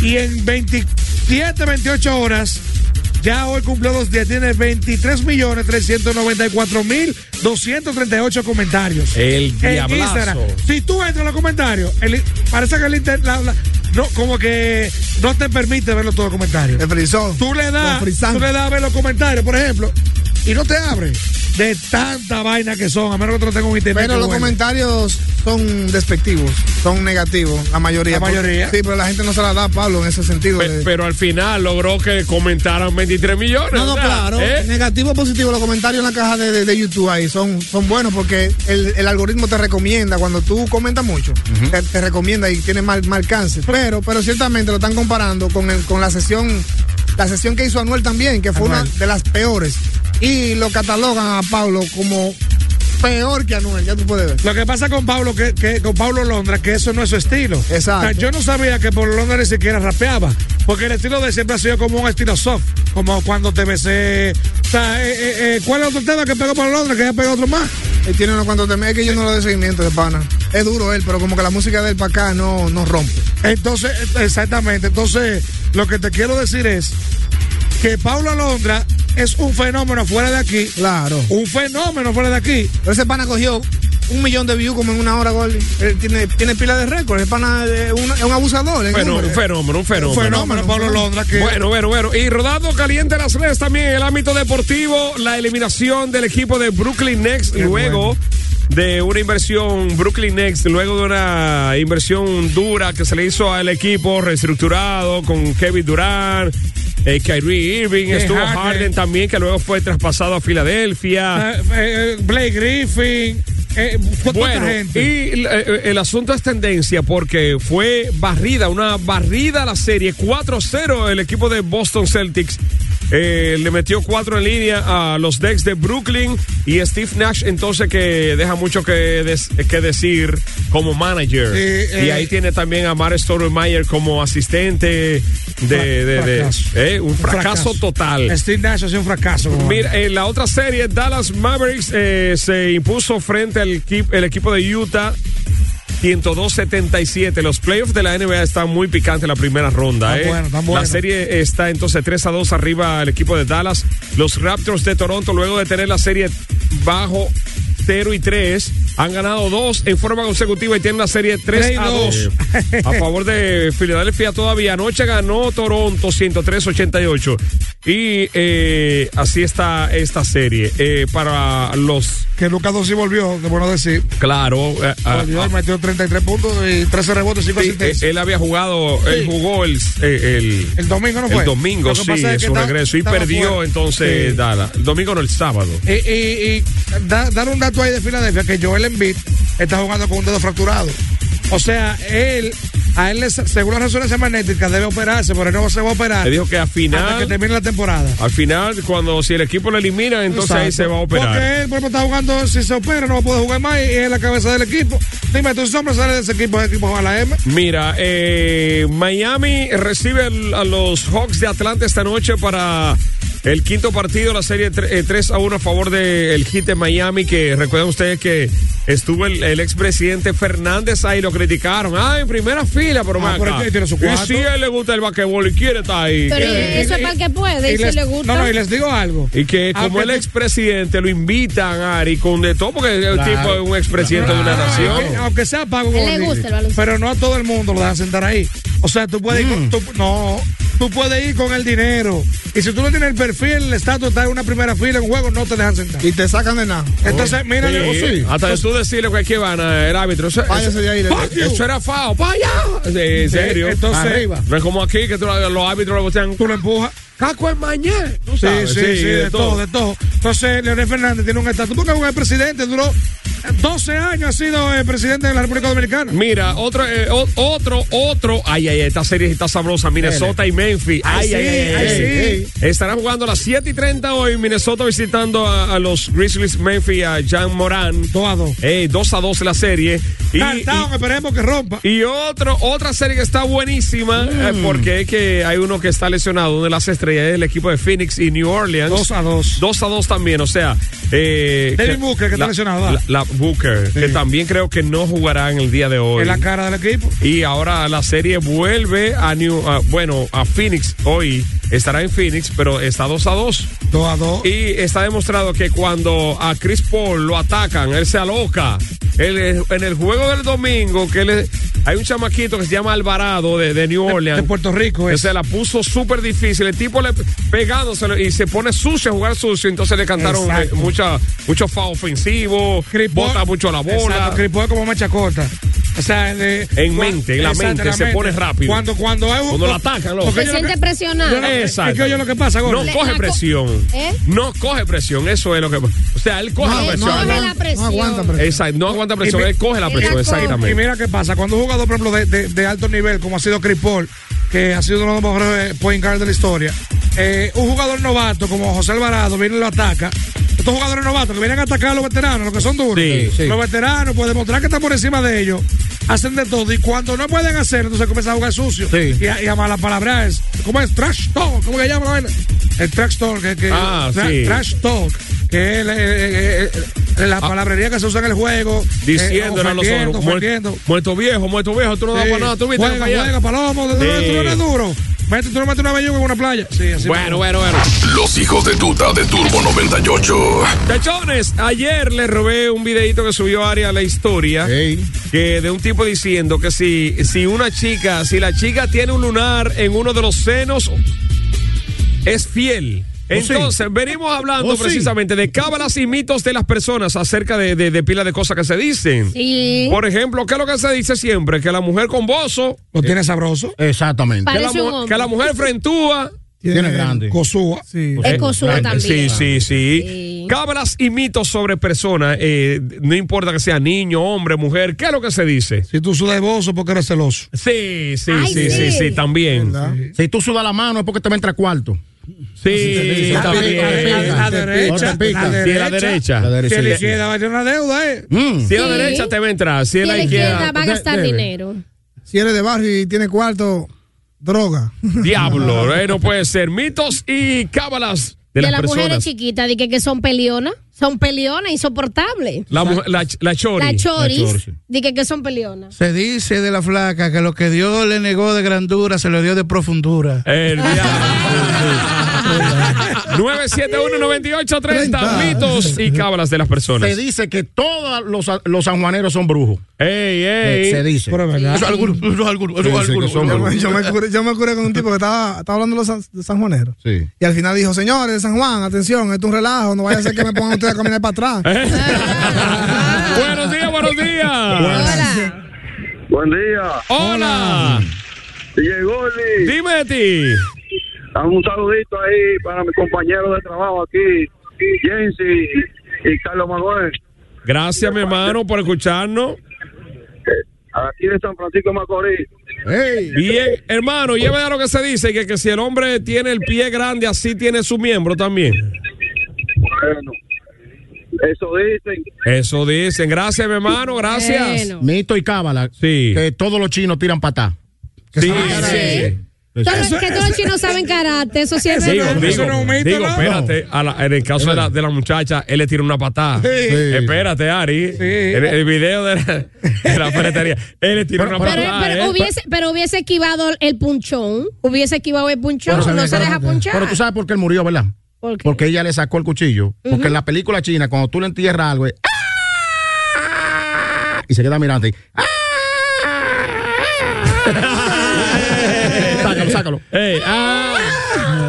Speaker 7: Y en 27, 28 horas Ya hoy cumplió dos días, tiene 23 millones 394 mil 238 comentarios.
Speaker 3: El
Speaker 7: En
Speaker 3: diablazo.
Speaker 7: Eh, Instagram. Si tú entras en los comentarios, el- parece que el inter- la- la- no, como que no te permite ver los todos los comentarios. Tú le das,
Speaker 6: Con frisante.
Speaker 7: tú le das a ver los comentarios, por ejemplo, y no te abre de tanta vaina que son, a menos que tú no tengas un internet.
Speaker 23: Pero los comentarios son despectivos, son negativos, la mayoría. pues.
Speaker 3: La mayoría.
Speaker 23: Sí, pero la gente no se la da a Pablo en ese sentido.
Speaker 3: Pe-
Speaker 23: de-
Speaker 3: pero al final logró que comentaran 23 millones.
Speaker 23: No, no,
Speaker 3: ¿verdad?
Speaker 23: claro.
Speaker 3: ¿Eh?
Speaker 23: Negativo o positivo, los comentarios en la caja de, de- de YouTube ahí son, son buenos porque el, el algoritmo te recomienda cuando tú comentas mucho, te, te recomienda y tiene mal, mal alcance. Pero, pero ciertamente lo están comparando con, el- con la sesión, la sesión que hizo Anuel también, que fue una de las peores. Y lo catalogan a Pablo como peor que Anuel, ya tú puedes ver.
Speaker 7: Lo que pasa con Pablo, que, que- con Pablo Londra, que eso no es su estilo. Exacto. yo no sabía que Pablo Londra ni siquiera rapeaba. Porque el estilo de él siempre ha sido como un estilo soft. Como cuando te besé. O sea, eh, eh, eh, ¿cuál es otro tema que pegó Pablo Londra? Que ya pegó otro más.
Speaker 23: Él tiene uno cuando te es que yo no lo doy seguimiento de pana. Es duro él, pero como que la música de él para acá no, no rompe.
Speaker 7: Entonces, exactamente. Entonces, lo que te quiero decir es que Pablo Alondra es un fenómeno fuera de aquí.
Speaker 23: Claro.
Speaker 7: Un fenómeno fuera de aquí.
Speaker 23: Pero ese pana cogió un millón de views como en una hora, Gordy. Él tiene, tiene pila de récord. El pana es un, es un abusador. en
Speaker 3: Bueno,
Speaker 23: número.
Speaker 3: un fenómeno, un fenómeno.
Speaker 7: Un fenómeno, Pablo Londra, que-
Speaker 3: Bueno, bueno, bueno. Y rodando caliente las redes también en el ámbito deportivo, la eliminación del equipo de Brooklyn Nets luego de una inversión, Brooklyn Nets, luego de una inversión dura que se le hizo al equipo reestructurado con Kevin Durant. eh, Kyrie Irving,
Speaker 7: Que
Speaker 3: estuvo
Speaker 7: Harden.
Speaker 3: Harden también, que luego fue traspasado a Filadelfia.
Speaker 7: Eh, eh, Blake Griffin. eh, fue tanta
Speaker 3: Bueno,
Speaker 7: gente.
Speaker 3: y el, el- el asunto es tendencia porque fue barrida, una barrida la serie 4-0 el equipo de Boston Celtics. Eh, le metió cuatro en línea a los Decks de Brooklyn y Steve Nash entonces que deja mucho que, des- que decir como manager.
Speaker 7: Eh,
Speaker 3: y
Speaker 7: eh.
Speaker 3: ahí tiene también a Mark Stoudemire como asistente de... de- de-
Speaker 7: fracaso.
Speaker 3: eh, un fracaso
Speaker 7: fracaso.
Speaker 3: total.
Speaker 7: Steve Nash ha sido un fracaso. como
Speaker 3: Mira, en la otra serie, Dallas Mavericks eh, se impuso frente al equi- el equipo de Utah. 102-77. Los playoffs de la NBA están muy picantes en la primera ronda.
Speaker 7: Están
Speaker 3: eh.
Speaker 7: buenos, están
Speaker 3: La
Speaker 7: buenos.
Speaker 3: serie está entonces 3 a 2 arriba el equipo de Dallas. Los Raptors de Toronto, luego de tener la serie bajo 0 y 3, han ganado 2 en forma consecutiva y tienen la serie 3
Speaker 7: Tres y
Speaker 3: a 2
Speaker 7: dos.
Speaker 3: a favor de Filadelfia todavía. Anoche ganó Toronto 103-88. Y eh, así está esta serie. Eh, para los.
Speaker 7: Que Lucas Dossi volvió, de bueno decir.
Speaker 3: Claro. eh, ah,
Speaker 7: Volvió, metió 33 puntos y 13 rebotes, 5
Speaker 3: sí, eh,
Speaker 7: asistencias.
Speaker 3: él había jugado, él jugó el, eh, el,
Speaker 7: El domingo no fue.
Speaker 3: el domingo,
Speaker 7: Lo que
Speaker 3: sí,
Speaker 7: pasa es
Speaker 3: en
Speaker 7: que
Speaker 3: su
Speaker 7: está-
Speaker 3: regreso. Y
Speaker 7: estaba
Speaker 3: perdió
Speaker 7: fuera.
Speaker 3: entonces
Speaker 7: Sí.
Speaker 3: Dallas. El domingo no, el sábado.
Speaker 7: Y, eh, y- y da- dar un dato ahí de Filadelfia que Joel Embiid está jugando con un dedo fracturado. O sea, él, a él, le sa- según las razones magnéticas, debe operarse, pero él no se va a operar.
Speaker 3: Le dijo que al
Speaker 7: hasta Ah. que
Speaker 3: final,
Speaker 7: termine la temporada.
Speaker 3: al final, cuando si el equipo lo elimina, entonces ahí
Speaker 7: Exacto.
Speaker 3: se va a operar.
Speaker 7: Porque él, por ejemplo, está jugando, si se opera, no va a poder jugar más y es la cabeza del equipo. Dime, tú, si ese hombre sale de ese equipo, ese equipo va a la M.
Speaker 3: Mira, eh, Miami recibe al- a los Hawks de Atlanta esta noche para el quinto partido, la serie 3 a 1 a favor del hit de Miami, que recuerden ustedes que estuvo el, el expresidente Fernández ahí, lo criticaron. Ah, en primera fila, pero,
Speaker 7: Ah,
Speaker 3: ven
Speaker 7: pero
Speaker 3: acá.
Speaker 7: es que tiene su
Speaker 3: Y
Speaker 7: cuarto.
Speaker 3: si a él le gusta el basquetbol y quiere estar ahí.
Speaker 4: Pero
Speaker 3: que-
Speaker 4: eso es para el que puede, y,
Speaker 7: eh, y
Speaker 4: si
Speaker 7: les-
Speaker 4: le gusta.
Speaker 7: No, no, y les digo algo.
Speaker 3: y que como
Speaker 7: Aunque
Speaker 3: el expresidente lo invitan Ari con de todo, porque el
Speaker 7: Claro.
Speaker 3: tipo es un expresidente de una nación.
Speaker 7: Ah, Aunque- Aunque sea pago,
Speaker 4: A él le
Speaker 7: Gordy,
Speaker 4: gusta el baloncesto.
Speaker 7: pero no a todo el mundo lo dejan sentar ahí. O sea, tú puedes
Speaker 3: Mm.
Speaker 7: ir con, tú, no, tú puedes ir con el dinero. Y si tú no tienes el perfil, el estatus está en una primera fila en un juego, no te dejan sentar.
Speaker 23: Y te sacan de nada.
Speaker 7: Entonces, mira,
Speaker 3: Oh,
Speaker 7: oh,
Speaker 3: Sí,
Speaker 7: yo-
Speaker 3: Hasta de tú decirle cualquier vaina el árbitro. Eso,
Speaker 23: Váyase de ahí, de-
Speaker 3: Fuck you. Eso era fao, para allá.
Speaker 7: Sí,
Speaker 3: En serio.
Speaker 7: entonces-
Speaker 3: Arriba. No es como aquí que tú- los árbitros le botean.
Speaker 7: tú lo empujas.
Speaker 3: Caco es mañana. Tú
Speaker 7: Sí,
Speaker 3: sabes,
Speaker 7: sí, sí, de, todo. de todo. Entonces, Leonel Fernández tiene un estatus. Porque es presidente, duró eh, 12 años, ha sido eh, presidente de la República Dominicana.
Speaker 3: Mira, otro, eh, o- otro, otro. Ay, ay, esta serie está sabrosa. Minnesota y Memphis.
Speaker 7: Ay,
Speaker 3: Ay, ay,
Speaker 7: sí,
Speaker 3: ay.
Speaker 7: ay,
Speaker 3: ay. Estarán jugando a las 7 y 30 hoy. Minnesota visitando a, a los Grizzlies Memphis, a Jan Moran. 2
Speaker 7: a 2.
Speaker 3: Eh, 2 a 2 la serie. Y,
Speaker 7: Cantado, esperemos que rompa.
Speaker 3: Y otro, otra serie que está buenísima, eh,
Speaker 7: Mm.
Speaker 3: porque es que hay uno que está lesionado, una de las estrellas es el equipo de Phoenix y New Orleans.
Speaker 7: 2 a 2.
Speaker 3: 2 a 2 también, o sea. eh,
Speaker 7: Devin
Speaker 3: que-
Speaker 7: Booker, que está lesionado, ¿verdad?
Speaker 3: La, la- Booker, que también creo que no jugará en el día de hoy.
Speaker 7: Es la cara del equipo.
Speaker 3: Y ahora la serie vuelve a New, a- bueno, a Phoenix hoy. Estará en Phoenix, pero está 2 a 2.
Speaker 7: 2 a 2.
Speaker 3: Y está demostrado que cuando a Chris Paul lo atacan, él se aloca. Él es- en el juego del domingo, que él es- hay un chamaquito que se llama Alvarado de, de New Orleans. De,
Speaker 7: Puerto Rico.
Speaker 3: Que se la puso súper difícil. El tipo le pegándoselo y se pone sucio a jugar sucio. Entonces le cantaron eh,
Speaker 7: Exacto.
Speaker 3: mucha, mucho fa ofensivo, bota mucho la bola.
Speaker 7: Exacto, Cripó es como machacota. O sea, de-
Speaker 3: En
Speaker 7: cua-
Speaker 3: mente, en la
Speaker 7: exacto,
Speaker 3: mente, se pone rápido.
Speaker 7: Cuando, cuando, hay un-
Speaker 3: Cuando lo atacan, loco.
Speaker 4: Se
Speaker 3: yo lo
Speaker 4: siente
Speaker 3: que-
Speaker 4: presionado.
Speaker 3: Exacto.
Speaker 7: Es que oye lo que pasa, Gordo.
Speaker 3: No
Speaker 4: Le-
Speaker 3: coge
Speaker 4: la co-
Speaker 3: presión.
Speaker 4: ¿Eh?
Speaker 3: No coge presión, eso es lo que. O sea, él coge la
Speaker 4: No,
Speaker 3: presión.
Speaker 4: no aguanta la presión. No aguanta presión.
Speaker 3: Exacto, no aguanta presión,
Speaker 7: mi-
Speaker 3: él coge la presión,
Speaker 7: Y
Speaker 3: exactamente.
Speaker 7: mira qué pasa, cuando un jugador, por ejemplo, de, de- de alto nivel, como ha sido Chris Paul, que ha sido uno de los mejores eh, point guard de la historia, eh, un jugador novato como José Alvarado viene y lo ataca. Estos jugadores novatos que vienen a atacar a los veteranos, los que son duros.
Speaker 3: sí.
Speaker 7: Los veteranos, pues demostrar que están por encima de ellos, hacen de todo. Y cuando no pueden hacer, entonces comienzan a jugar sucio. Y, a, y a malas palabras. ¿Cómo es? Trash talk. ¿Cómo que llama la vaina? El trash talk. Que, que-
Speaker 3: Ah,
Speaker 7: tra-
Speaker 3: sí. Ah.
Speaker 7: Trash talk. Que es eh, eh, eh, la palabrería que se usa en el juego eh,
Speaker 3: Diciéndole a los
Speaker 7: ofendiendo,
Speaker 3: otros,
Speaker 7: ofendiendo.
Speaker 3: muerto, muerto viejo, muerto viejo, tú no das
Speaker 7: Sí.
Speaker 3: para nada, tú viste.
Speaker 7: Juega,
Speaker 3: para allá.
Speaker 7: juega, palomo, tú no eres- tú no eres
Speaker 3: Sí.
Speaker 7: duro. Mete, tú no metes una belluga en una playa. Sí, así
Speaker 3: Bueno, bueno, bueno.
Speaker 9: Los hijos de tuta de Turbo 98.
Speaker 3: Tachones, ayer le robé un videito que subió Aria a la historia. Que de un tipo diciendo que si, si una chica, si la chica tiene un lunar en uno de los senos, es fiel. Entonces, venimos hablando
Speaker 7: Oh, sí.
Speaker 3: precisamente de cábalas y mitos de las personas acerca de, de, de pila de cosas que se dicen.
Speaker 4: Sí.
Speaker 3: Por ejemplo, ¿qué es lo que se dice siempre? Que la mujer con bozo.
Speaker 7: ¿Lo tiene sabroso?
Speaker 5: Exactamente.
Speaker 3: Que la,
Speaker 4: Parece un
Speaker 3: mu-
Speaker 4: hombre.
Speaker 3: que la mujer frentúa.
Speaker 5: Tiene grande.
Speaker 7: Cosúa.
Speaker 23: Sí.
Speaker 4: Es cosúa
Speaker 3: Eh, Sí,
Speaker 4: también.
Speaker 3: sí, sí. Cábalas y mitos sobre personas, eh, no importa que sea niño, hombre, mujer, ¿qué es lo que se dice?
Speaker 7: Si tú sudas de bozo, porque eres celoso.
Speaker 3: Sí, sí,
Speaker 7: Ay,
Speaker 3: sí, sí,
Speaker 7: sí.
Speaker 3: sí, también.
Speaker 5: Si tú sudas la mano es porque te va a entrar cuarto.
Speaker 3: Sí,
Speaker 5: Te
Speaker 3: también.
Speaker 5: pica, te pica.
Speaker 7: La derecha,
Speaker 5: No te pica.
Speaker 3: Si es la derecha.
Speaker 5: La derecha.
Speaker 7: Si es la
Speaker 3: Sí.
Speaker 7: izquierda va a tener una deuda, eh.
Speaker 3: Si es la
Speaker 4: Sí.
Speaker 3: derecha te va a entrar, si
Speaker 4: Si
Speaker 3: es
Speaker 4: la
Speaker 3: la
Speaker 4: izquierda
Speaker 3: izquierda.
Speaker 4: va a gastar
Speaker 3: debe.
Speaker 4: dinero.
Speaker 23: Si eres de barrio y tiene cuarto, droga.
Speaker 3: Diablo, eh, no puede ser. Mitos y cábalas de
Speaker 4: De
Speaker 3: las
Speaker 4: las mujeres
Speaker 3: personas.
Speaker 4: chiquitas, de que, que son pelionas. Son pelionas, insoportables.
Speaker 3: La, mujer- la, ch- la chori.
Speaker 4: Las choris, de que, que son pelionas.
Speaker 8: Se dice de la flaca que lo que Dios le negó de grandura se lo dio de profundura.
Speaker 3: El diablo. 971-9830. Mitos y cábalas de las personas.
Speaker 5: Se dice que todos los, los sanjuaneros son brujos.
Speaker 3: Ey, ey.
Speaker 5: Se, se dice.
Speaker 7: Pero es verdad.
Speaker 5: Eso algunos, eso algunos, eso
Speaker 8: Sí, sí, que
Speaker 5: algunos.
Speaker 8: son
Speaker 5: Eso
Speaker 23: Yo me-
Speaker 5: algunos.
Speaker 23: Yo me, curé, yo me curé con un tipo que estaba, estaba hablando de los san- de San Juanero.
Speaker 5: Sí.
Speaker 23: Y al final dijo, señores de San Juan, atención, esto es un relajo, no vaya a ser que me pongan ustedes a caminar para atrás.
Speaker 3: buenos días, buenos días.
Speaker 1: Buen día.
Speaker 3: Hola.
Speaker 1: Llegó Lee.
Speaker 3: Dime de ti.
Speaker 12: Ah,
Speaker 1: Dame un saludito ahí para mis compañeros de trabajo aquí, Jens y, y Carlos Manuel.
Speaker 3: Gracias, mi hermano, por escucharnos.
Speaker 1: Aquí de San Francisco de Macorís.
Speaker 3: Bien, hermano, llévame a lo que se dice, que, que si el hombre tiene el pie grande, así tiene su miembro también.
Speaker 1: Bueno, eso dicen.
Speaker 3: Eso dicen. Gracias, mi hermano, gracias.
Speaker 4: Bueno.
Speaker 5: Mito y cábala.
Speaker 3: Sí.
Speaker 5: Que todos los chinos tiran patá.
Speaker 3: Sí, sí.
Speaker 4: sí. Todo- que todos los chinos saben karate, eso sí es
Speaker 3: Digo,
Speaker 4: verdad.
Speaker 3: digo,
Speaker 7: no es un mito,
Speaker 3: digo,
Speaker 7: ¿no?
Speaker 3: espérate, a la- en el caso de la, de la muchacha, él le tira una patada. Espérate, Ari. El, el video de la, de la ferretería. Él le tira una
Speaker 4: Pero,
Speaker 3: patada.
Speaker 4: pero
Speaker 3: ¿eh?
Speaker 4: hubiese, pero hubiese esquivado el punchón. Hubiese esquivado el punchón.
Speaker 5: Pero se
Speaker 4: no
Speaker 5: le-
Speaker 4: se deja punchar.
Speaker 5: Pero tú sabes por qué él murió, ¿verdad?
Speaker 4: ¿Por qué?
Speaker 5: Porque ella le sacó el cuchillo. Porque en la película china, cuando tú le entierras algo, es, ¡ah! y se queda mirando ahí. ¡ah! sácalo, sácalo.
Speaker 3: Ey, ah.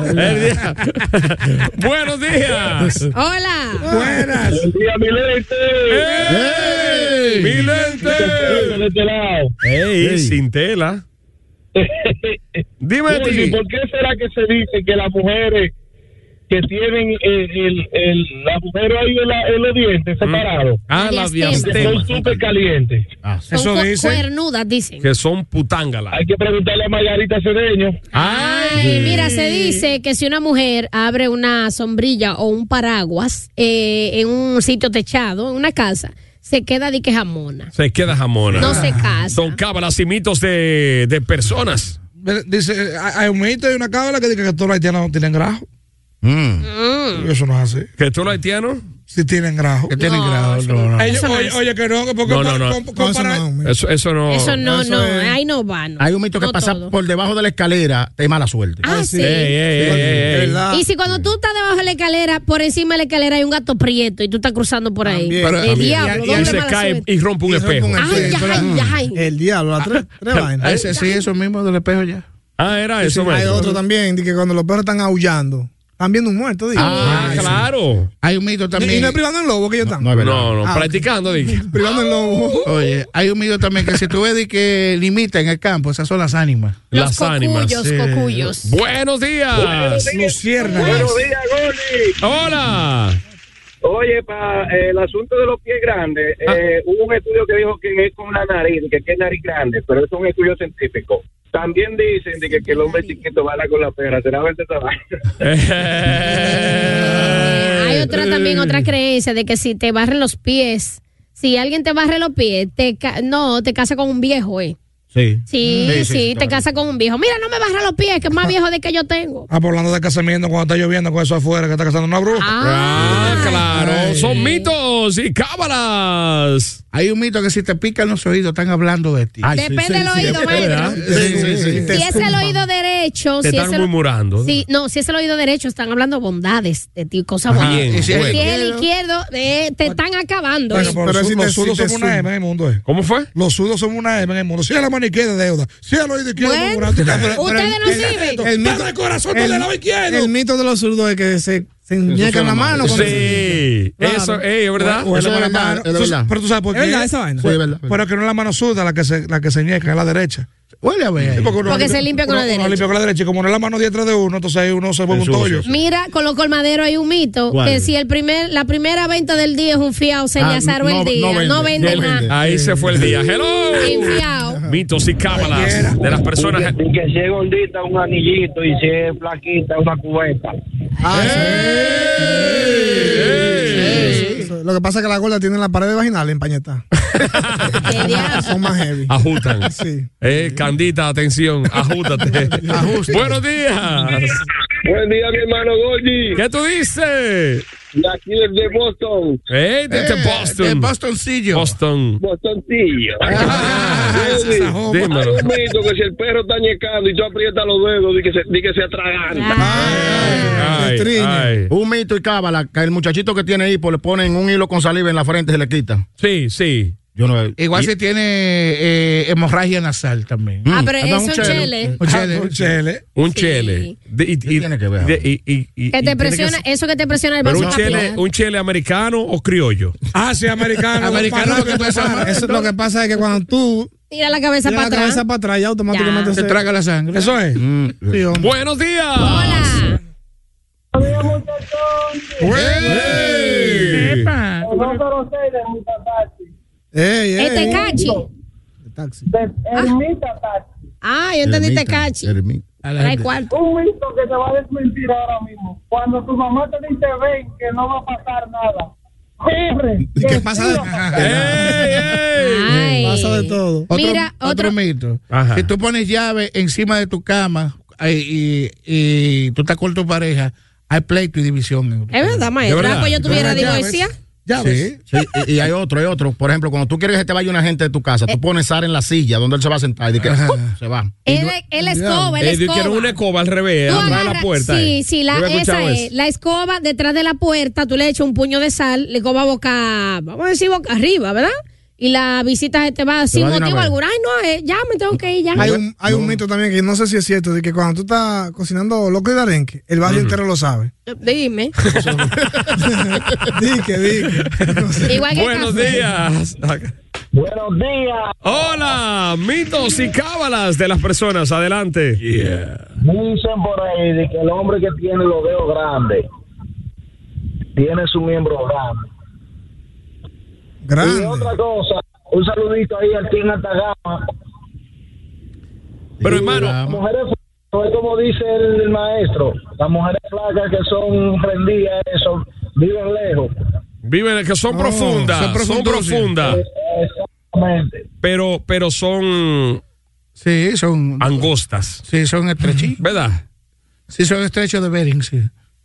Speaker 3: El día- Buenos días.
Speaker 4: Hola.
Speaker 7: Buenas.
Speaker 1: Buen día, mi lente.
Speaker 3: Ey, Mi lente.
Speaker 1: De este lado.
Speaker 3: Ey, sin tela. Dime de
Speaker 1: Oye,
Speaker 3: ti.
Speaker 1: ¿Por qué será que se dice que las mujeres que tienen el, el, el- las mujeres ahí en, la- en los dientes separados,
Speaker 3: Ah, las diastemas. Ah,
Speaker 1: son súper calientes?
Speaker 4: Son
Speaker 3: Eso
Speaker 4: cu-
Speaker 3: dicen
Speaker 4: cuernudas, dicen.
Speaker 3: que son putángalas.
Speaker 1: Hay que preguntarle a Margarita Cedeño.
Speaker 4: Ay, mira, se dice que si una mujer abre una sombrilla o un paraguas eh, en un sitio techado, en una casa, se queda de que jamona.
Speaker 3: Se queda jamona.
Speaker 4: No se casa.
Speaker 3: Son cábalas y mitos de, de personas.
Speaker 7: Dice, hay un mito y una cábala que dice que todos los haitianos tienen grajo.
Speaker 5: Mm.
Speaker 7: Eso no es así.
Speaker 3: ¿Que tú los haitianos?
Speaker 7: si tienen grajo.
Speaker 8: Que tienen No, grajo, eso no, no.
Speaker 7: Ellos-
Speaker 8: Eso no
Speaker 7: oye,
Speaker 8: es.
Speaker 7: oye, que no, que porque
Speaker 8: No, no, no.
Speaker 7: com- comparar-
Speaker 3: Eso, eso
Speaker 5: Oh,
Speaker 3: no.
Speaker 4: Eso no,
Speaker 8: Eso
Speaker 4: no,
Speaker 8: es-
Speaker 4: ahí no va. no.
Speaker 5: Hay un mito que
Speaker 4: No
Speaker 5: pasa
Speaker 4: todo.
Speaker 5: por debajo de la escalera, es mala suerte.
Speaker 4: Ah, sí.
Speaker 5: Ey, ey, ey, ey, ey.
Speaker 4: Y si cuando tú estás debajo de la escalera, por encima de la escalera hay un gato prieto y tú estás cruzando por ahí.
Speaker 3: Pero-
Speaker 4: el diablo,
Speaker 3: y ahí
Speaker 4: doble
Speaker 3: se
Speaker 4: mala
Speaker 3: cae
Speaker 4: suerte.
Speaker 3: y rompe un espejo.
Speaker 4: Ay, ay, ay.
Speaker 6: El diablo, las tres, tres vainas.
Speaker 8: Ese sí, eso mismo del espejo ya.
Speaker 3: Ah, era
Speaker 6: Sí,
Speaker 3: eso,
Speaker 6: Hay
Speaker 3: maestro.
Speaker 6: otro también, de que cuando los perros están aullando, están viendo un muerto, digo.
Speaker 3: Ah, claro.
Speaker 8: Hay un mito
Speaker 6: Y, y
Speaker 8: también.
Speaker 6: no es privando el lobo que ellos están.
Speaker 8: no es verdad.
Speaker 3: No, no,
Speaker 8: Ah, ok.
Speaker 3: practicando, dije.
Speaker 6: Privando el lobo.
Speaker 8: Oye, hay un mito también que si tú ves de que limita en el campo, esas son las ánimas.
Speaker 3: Los Las ánimas. cocuyos,
Speaker 8: cocuyos.
Speaker 3: Buenos días.
Speaker 8: Buenos días.
Speaker 3: Lucierna.
Speaker 1: Buenos días, Gordy.
Speaker 3: Hola.
Speaker 1: Oye, para el asunto de los pies grandes,
Speaker 3: Ah.
Speaker 1: eh, hubo un estudio que dijo que es con la nariz, que es nariz grande, pero eso es un estudio científico. También dicen de que, que el hombre chiquito bala con la perra. ¿Será verdad esa
Speaker 4: Hay otra también, otra creencia de que si te barren los pies, si alguien te barre los pies, te ca- no, te casa con un viejo, eh.
Speaker 5: Sí.
Speaker 4: Sí, sí,
Speaker 7: Mm. Sí, sí,
Speaker 4: te casa con un viejo. Mira, no me barra los pies, que es más viejo de que yo tengo.
Speaker 7: Ah, por hablando de casamiento, cuando está lloviendo con eso afuera, que está casando una bruja.
Speaker 3: Ah, claro. Son mitos y cábalas.
Speaker 8: Hay un mito que si te pican los oídos, están hablando de ti.
Speaker 3: Ay,
Speaker 4: sí, Depende sí, del sí, oído, es verdad. maestro.
Speaker 8: Sí, sí, sí.
Speaker 4: Si es el oído derecho,
Speaker 8: Te
Speaker 4: si
Speaker 8: están
Speaker 4: es el-
Speaker 8: murmurando.
Speaker 4: Sí, no, si es el oído derecho, están hablando bondades de ti, cosas
Speaker 8: Ajá.
Speaker 4: buenas.
Speaker 8: Bien,
Speaker 4: si
Speaker 8: bueno.
Speaker 4: es el izquierdo, eh, te están acabando.
Speaker 7: Bueno, pero,
Speaker 4: eh.
Speaker 7: los- los sudos somos una M en el mundo. eh.
Speaker 3: ¿Cómo fue?
Speaker 7: Los sudos somos una M en el mundo. Si es la mano izquierda, deuda. Si es el oído izquierdo,
Speaker 4: Bueno,
Speaker 7: murmurante.
Speaker 4: ustedes no sirven.
Speaker 7: El, mito del corazón está del lado izquierdo.
Speaker 6: el mito de los zurdos es que se, se muñecan la mano. cuando
Speaker 3: Sí.
Speaker 6: Claro.
Speaker 3: Eso, ey, es verdad.
Speaker 7: O- o la mano-
Speaker 6: es
Speaker 7: tú-
Speaker 6: verdad.
Speaker 7: Pero tú sabes por
Speaker 6: Es
Speaker 7: qué.
Speaker 6: verdad esa vaina.
Speaker 7: Fue-
Speaker 6: Sí, es verdad,
Speaker 7: Pero que no es la mano suda la que se, la que se ñeca, es la derecha.
Speaker 8: Huele a ver.
Speaker 7: porque, uno-
Speaker 4: Porque se limpia con la
Speaker 7: uno- uno
Speaker 4: derecha.
Speaker 7: limpia con la derecha. Y como no es la mano diestra de uno, entonces ahí uno se vuelve un
Speaker 3: sucio,
Speaker 7: tollo.
Speaker 4: Mira, con los colmaderos hay un mito
Speaker 7: ¿Cuál?
Speaker 4: que si el primer, la primera venta del día es un fiao, se le
Speaker 3: Ah,
Speaker 4: azaró el día. No venden,
Speaker 3: No
Speaker 4: nada.
Speaker 3: vende. Ahí se fue el día. Hello.
Speaker 4: Enfiao.
Speaker 3: Mitos y cábalas de las personas.
Speaker 1: Y que si es gordita, un anillito, y si es flaquita, una cubeta.
Speaker 6: Ah, Sí, sí. Lo que pasa es que la gorda tiene la pared vaginal empañetada. Son más heavy.
Speaker 3: Ajustan. Eh, Candita, atención, ajútate. Buenos días.
Speaker 2: Buen día, mi hermano Gordy.
Speaker 3: ¿Qué tú dices?
Speaker 2: De aquí desde Boston.
Speaker 3: Eh, desde Boston.
Speaker 8: Bostoncillo.
Speaker 3: Boston.
Speaker 2: Bostoncillo. Gordy,
Speaker 3: Dímelo.
Speaker 2: Hay un mito que si el perro está ñecando y tú aprietas los dedos, di que se, di que se atraganta.
Speaker 3: Ay, ay.
Speaker 5: Un mito y cábala, que el muchachito que tiene hipo le ponen un hilo con saliva en la frente y se le quita.
Speaker 3: Sí, sí.
Speaker 5: Yo no he-
Speaker 8: Igual
Speaker 5: y-
Speaker 8: si tiene eh, hemorragia nasal también.
Speaker 4: Ah, pero
Speaker 8: Mm.
Speaker 4: eso
Speaker 8: No,
Speaker 4: es un chele.
Speaker 8: Un chele.
Speaker 3: Un chele. Ah, Un chele. De- y- y- de- y- y- y-
Speaker 4: Que
Speaker 3: y
Speaker 4: te
Speaker 3: tiene
Speaker 4: presiona,
Speaker 3: ser-
Speaker 4: eso que te presiona el
Speaker 3: Pero
Speaker 4: vaso
Speaker 3: un chele,
Speaker 4: capilar.
Speaker 3: un chele americano o criollo.
Speaker 7: Ah, sí, americano.
Speaker 8: Americano, porque tú sabes.
Speaker 6: Eso, lo que pasa es que cuando tú
Speaker 4: Tira la cabeza
Speaker 6: tiras
Speaker 4: para
Speaker 6: la
Speaker 4: atrás.
Speaker 6: cabeza para atrás, ya automáticamente
Speaker 8: Te
Speaker 6: se-
Speaker 8: traga la sangre.
Speaker 7: Eso es.
Speaker 6: Sí, hombre.
Speaker 3: Buenos días. Hey.
Speaker 6: Ey, ey,
Speaker 4: Ah. Este
Speaker 6: ey.
Speaker 4: cachi. Ah, yo entendí te cachi. Trae cuarto.
Speaker 1: Un mito que te va a desmentir ahora mismo. Cuando tu mamá te dice, ven, que no va a pasar nada. Corre.
Speaker 6: ¿Qué pasa?
Speaker 4: Ay.
Speaker 6: Pasa de todo.
Speaker 8: Otro,
Speaker 4: Mira,
Speaker 8: otro
Speaker 4: otro-
Speaker 8: mito.
Speaker 3: Ajá.
Speaker 8: Si tú pones llave encima de tu cama ay, y, y tú estás con tu pareja, hay pleito y división. en tu
Speaker 4: Es verdad, maestro.
Speaker 5: verdad.
Speaker 4: Ah, pues yo tuviera
Speaker 8: Pero ya ves.
Speaker 4: divorcia.
Speaker 5: Sí, sí, y- y hay otro, hay otro. Por ejemplo, cuando tú quieres que se te vaya una gente de tu casa,
Speaker 4: Eh.
Speaker 5: tú pones Sara en la silla donde él se va a sentar y de que, ¡pum! se va.
Speaker 4: Él, él escoba, él
Speaker 3: Eh, yo quiero
Speaker 4: escoba.
Speaker 3: una escoba al
Speaker 5: eh,
Speaker 3: revés,
Speaker 4: Tú
Speaker 3: atrás de la
Speaker 4: agarras-
Speaker 3: puerta.
Speaker 4: Sí,
Speaker 3: eh.
Speaker 4: sí,
Speaker 3: Yo
Speaker 4: la,
Speaker 3: había
Speaker 4: esa
Speaker 3: escuchado
Speaker 4: es.
Speaker 3: eso.
Speaker 4: La escoba detrás de la puerta, tú le echas un puño de sal, la escoba boca, vamos a decir boca arriba, ¿verdad? Y la visita se te va sin
Speaker 6: va de una
Speaker 4: motivo
Speaker 6: vez.
Speaker 4: alguno. Ay, no, eh, ya me tengo que ir, ya.
Speaker 6: Hay un, hay un mito también que no sé si es cierto, de que cuando tú estás cocinando loco de arenque, el barrio entero lo sabe.
Speaker 4: Dime.
Speaker 6: Dique, dique.
Speaker 4: Igual que el
Speaker 3: Buenos
Speaker 4: café.
Speaker 3: días.
Speaker 1: Buenos días.
Speaker 3: Hola, mitos y cábalas de las personas. Adelante.
Speaker 1: Dicen por ahí de que el hombre que tiene los dedos grandes tiene su miembro grande. Y otra cosa, un saludito ahí al Team Atagama.
Speaker 3: Pero
Speaker 1: Las
Speaker 3: hermano,
Speaker 1: mujeres flacas, es como dice el, el maestro, las mujeres flacas que son rendidas, eso, viven lejos.
Speaker 3: viven que son
Speaker 1: No,
Speaker 3: profundas,
Speaker 1: Oh, son
Speaker 3: son
Speaker 1: profundas, sí.
Speaker 3: profundas,
Speaker 1: Exactamente.
Speaker 3: pero pero son
Speaker 8: Sí, son
Speaker 3: angostas,
Speaker 8: sí, son estrechos.
Speaker 3: ¿verdad?
Speaker 8: Sí, son estrechos de Bering, sí.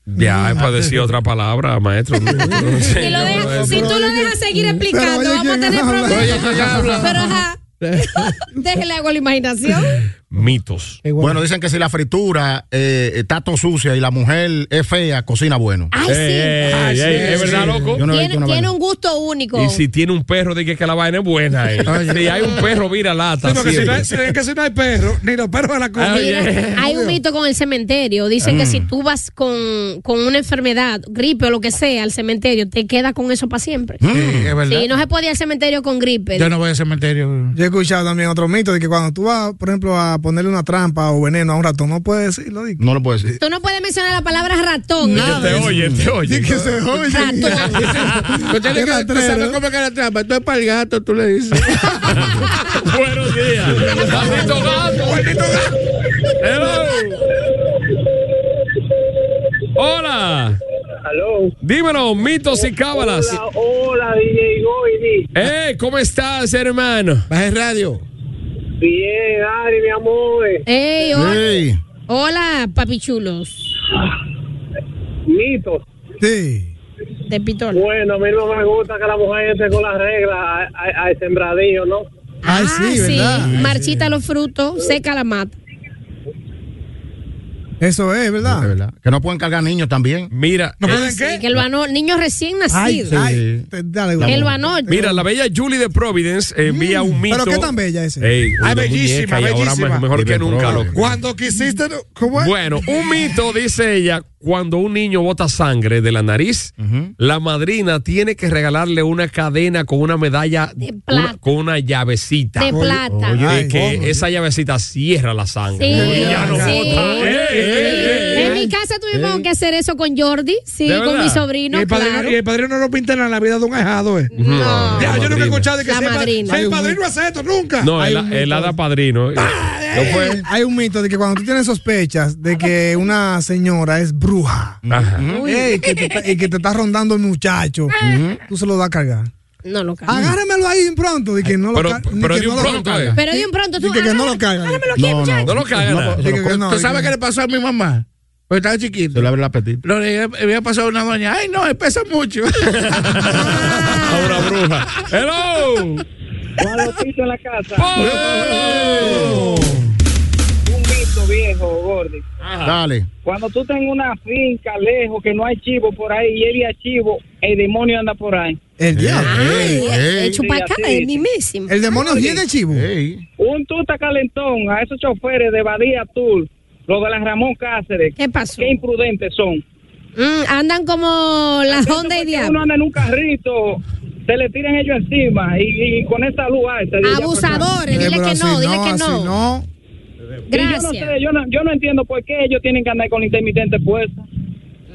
Speaker 3: Ya, para decir otra palabra, maestro. No, no sé,
Speaker 4: Si, lo
Speaker 3: yo,
Speaker 4: dejas-
Speaker 3: eh,
Speaker 4: si tú lo dejas seguir explicando,
Speaker 2: oye,
Speaker 4: vamos a
Speaker 2: ¿quién
Speaker 4: tener
Speaker 2: habla?
Speaker 4: problemas.
Speaker 2: Oye, ¿quién habla?
Speaker 4: Pero ajá, déjele algo a la imaginación.
Speaker 3: Mitos.
Speaker 5: Bueno, dicen que si la fritura eh, está todo sucia y la mujer es fea, cocina bueno.
Speaker 4: Ay, sí.
Speaker 5: eh,
Speaker 3: Ay, sí, es verdad, loco.
Speaker 5: Yo no he
Speaker 4: tiene,
Speaker 5: visto una
Speaker 4: tiene
Speaker 5: vaina.
Speaker 4: un gusto único.
Speaker 3: Y si tiene un perro, de que, que la vaina es buena. eh. Si hay un perro, vira lata.
Speaker 7: Sí, porque si no hay-
Speaker 3: siempre.
Speaker 7: si es que si no hay perro, ni los perros de la comida.
Speaker 4: Mira, hay un mito con el cementerio. Dicen que
Speaker 7: Ah, Mm.
Speaker 4: si tú vas con, con una enfermedad, gripe o lo que sea, al cementerio, te quedas con eso para siempre.
Speaker 3: Mm.
Speaker 8: es verdad.
Speaker 4: Sí, no se puede ir al cementerio con gripe.
Speaker 8: Yo no voy al cementerio.
Speaker 6: Yo he escuchado también otro mito de que cuando tú vas, por ejemplo, a ponerle una trampa o veneno a un ratón, no puedes decirlo.
Speaker 5: No lo puedes decir.
Speaker 4: Tú no puedes mencionar la palabra ratón.
Speaker 6: Nada.
Speaker 4: ¿eh?
Speaker 3: oye, te oye.
Speaker 6: que se oye.
Speaker 8: Tú tienes Pues que pensar cómo que la trampa. Tú es para el gato, tú le dices.
Speaker 3: Buenos días. Maldito gato. Maldito gato. Hola. Dímelo, mitos y cábalas.
Speaker 2: Hola, hola, DJ Goini.
Speaker 3: Eh, ¿cómo estás, hermano?
Speaker 8: Baja el radio.
Speaker 2: Bien, Ari, mi amor.
Speaker 1: eh,
Speaker 4: Ey, hola. Hola, papichulos.
Speaker 2: Mitos.
Speaker 6: Sí.
Speaker 4: De pitón.
Speaker 2: Bueno, a mí no me gusta que la mujer esté con las reglas a- a- al sembradío, ¿no?
Speaker 6: Ay,
Speaker 4: ah, sí. Marchita los frutos, seca la mata.
Speaker 6: Eso es, ¿verdad?
Speaker 5: Es verdad. Que no pueden cargar niños también.
Speaker 3: Mira.
Speaker 4: Sí, Que el banor, niño recién nacido. el banor.
Speaker 3: Mira, la bella Julie de Providence eh, envía un mito.
Speaker 6: Pero qué tan bella es.
Speaker 3: Ey,
Speaker 7: Ay,
Speaker 3: una
Speaker 7: Ah, bellísima,
Speaker 3: muñeca y ahora
Speaker 7: bellísima.
Speaker 3: me- mejor que
Speaker 7: Dime,
Speaker 3: nunca,
Speaker 7: bro.
Speaker 3: loco.
Speaker 7: Cuando quisiste, no- ¿cómo es?
Speaker 3: Bueno, un mito, dice ella, cuando un niño bota sangre de la nariz, la madrina tiene que regalarle una cadena con una medalla,
Speaker 4: plata.
Speaker 3: una- con una llavecita.
Speaker 4: De plata.
Speaker 3: Y
Speaker 4: Ay,
Speaker 3: que esa llavecita cierra la sangre.
Speaker 4: Sí,
Speaker 3: Ella no
Speaker 4: sí.
Speaker 3: bota.
Speaker 4: Sí. En mi casa tuvimos que hacer eso con Jordi, sí,
Speaker 7: ¿De
Speaker 4: con mi
Speaker 7: verdad?
Speaker 4: sobrino.
Speaker 7: Y el padrino,
Speaker 4: claro.
Speaker 7: y el padrino no pinta en la vida de un ajado, ¿eh?
Speaker 4: No.
Speaker 7: Ya, yo nunca he escuchado de que
Speaker 4: La
Speaker 7: si el pa-
Speaker 4: madrina.
Speaker 7: si el padrino hace esto, nunca.
Speaker 3: No,
Speaker 7: Ay,
Speaker 3: el, el hada padrino. No fue.
Speaker 6: Hay un mito de que cuando tú tienes sospechas de que una señora es bruja
Speaker 3: Ajá.
Speaker 6: ey, que te está- y que te está rondando el muchacho, tú se lo das a cargar.
Speaker 4: No lo cargas.
Speaker 6: Agárramelo ahí de pronto, de que no
Speaker 3: Pero-
Speaker 6: lo car-
Speaker 3: pero
Speaker 6: que
Speaker 3: de un
Speaker 6: no lo
Speaker 3: pronto,
Speaker 6: cargas.
Speaker 3: eh.
Speaker 4: Pero de un pronto tú.
Speaker 6: Dije que no lo
Speaker 4: agárramelo,
Speaker 6: cargan.
Speaker 4: agárramelo aquí, muchacho.
Speaker 3: no lo cagas, nada.
Speaker 5: se lo
Speaker 8: ¿Tú
Speaker 5: come.
Speaker 8: sabes qué le pasó a mi mamá? Porque estaba chiquito.
Speaker 5: Se le abre el apetito.
Speaker 8: Lo le le había pasado a una doña. Ay, no, pesa mucho.
Speaker 3: A una bruja. ¡Hello!
Speaker 2: en la casa.
Speaker 3: ¡Oh!
Speaker 2: Un mito viejo, gordi.
Speaker 8: Ah.
Speaker 5: Dale.
Speaker 2: Cuando tú tengas una finca lejos que no hay chivo por ahí y él chivo, el demonio anda por ahí.
Speaker 6: El diablo.
Speaker 5: Ey,
Speaker 4: El
Speaker 5: ey.
Speaker 4: chupacá
Speaker 2: Sí,
Speaker 4: es
Speaker 2: sí.
Speaker 4: mismísimo.
Speaker 6: El demonio
Speaker 2: Ay,
Speaker 6: es de chivo.
Speaker 5: Ey.
Speaker 2: Un tuta calentón a esos choferes de Badía Tour, los de la Ramón Cáceres.
Speaker 4: ¿Qué pasó?
Speaker 2: Qué imprudentes son.
Speaker 4: Mm, andan como las ondas y
Speaker 2: Porque Uno
Speaker 4: diablo.
Speaker 2: anda en un carrito, se le tiran ellos encima y, y con esa luz alta. y ya
Speaker 4: Abusadores,
Speaker 6: Eh,
Speaker 4: dile
Speaker 6: pero
Speaker 4: que
Speaker 6: así
Speaker 4: no, dile que
Speaker 6: así
Speaker 4: no.
Speaker 6: no.
Speaker 2: pues, y Yo no,
Speaker 4: Gracias.
Speaker 2: sé, yo, no, yo no entiendo por qué ellos tienen que andar con intermitente puesto.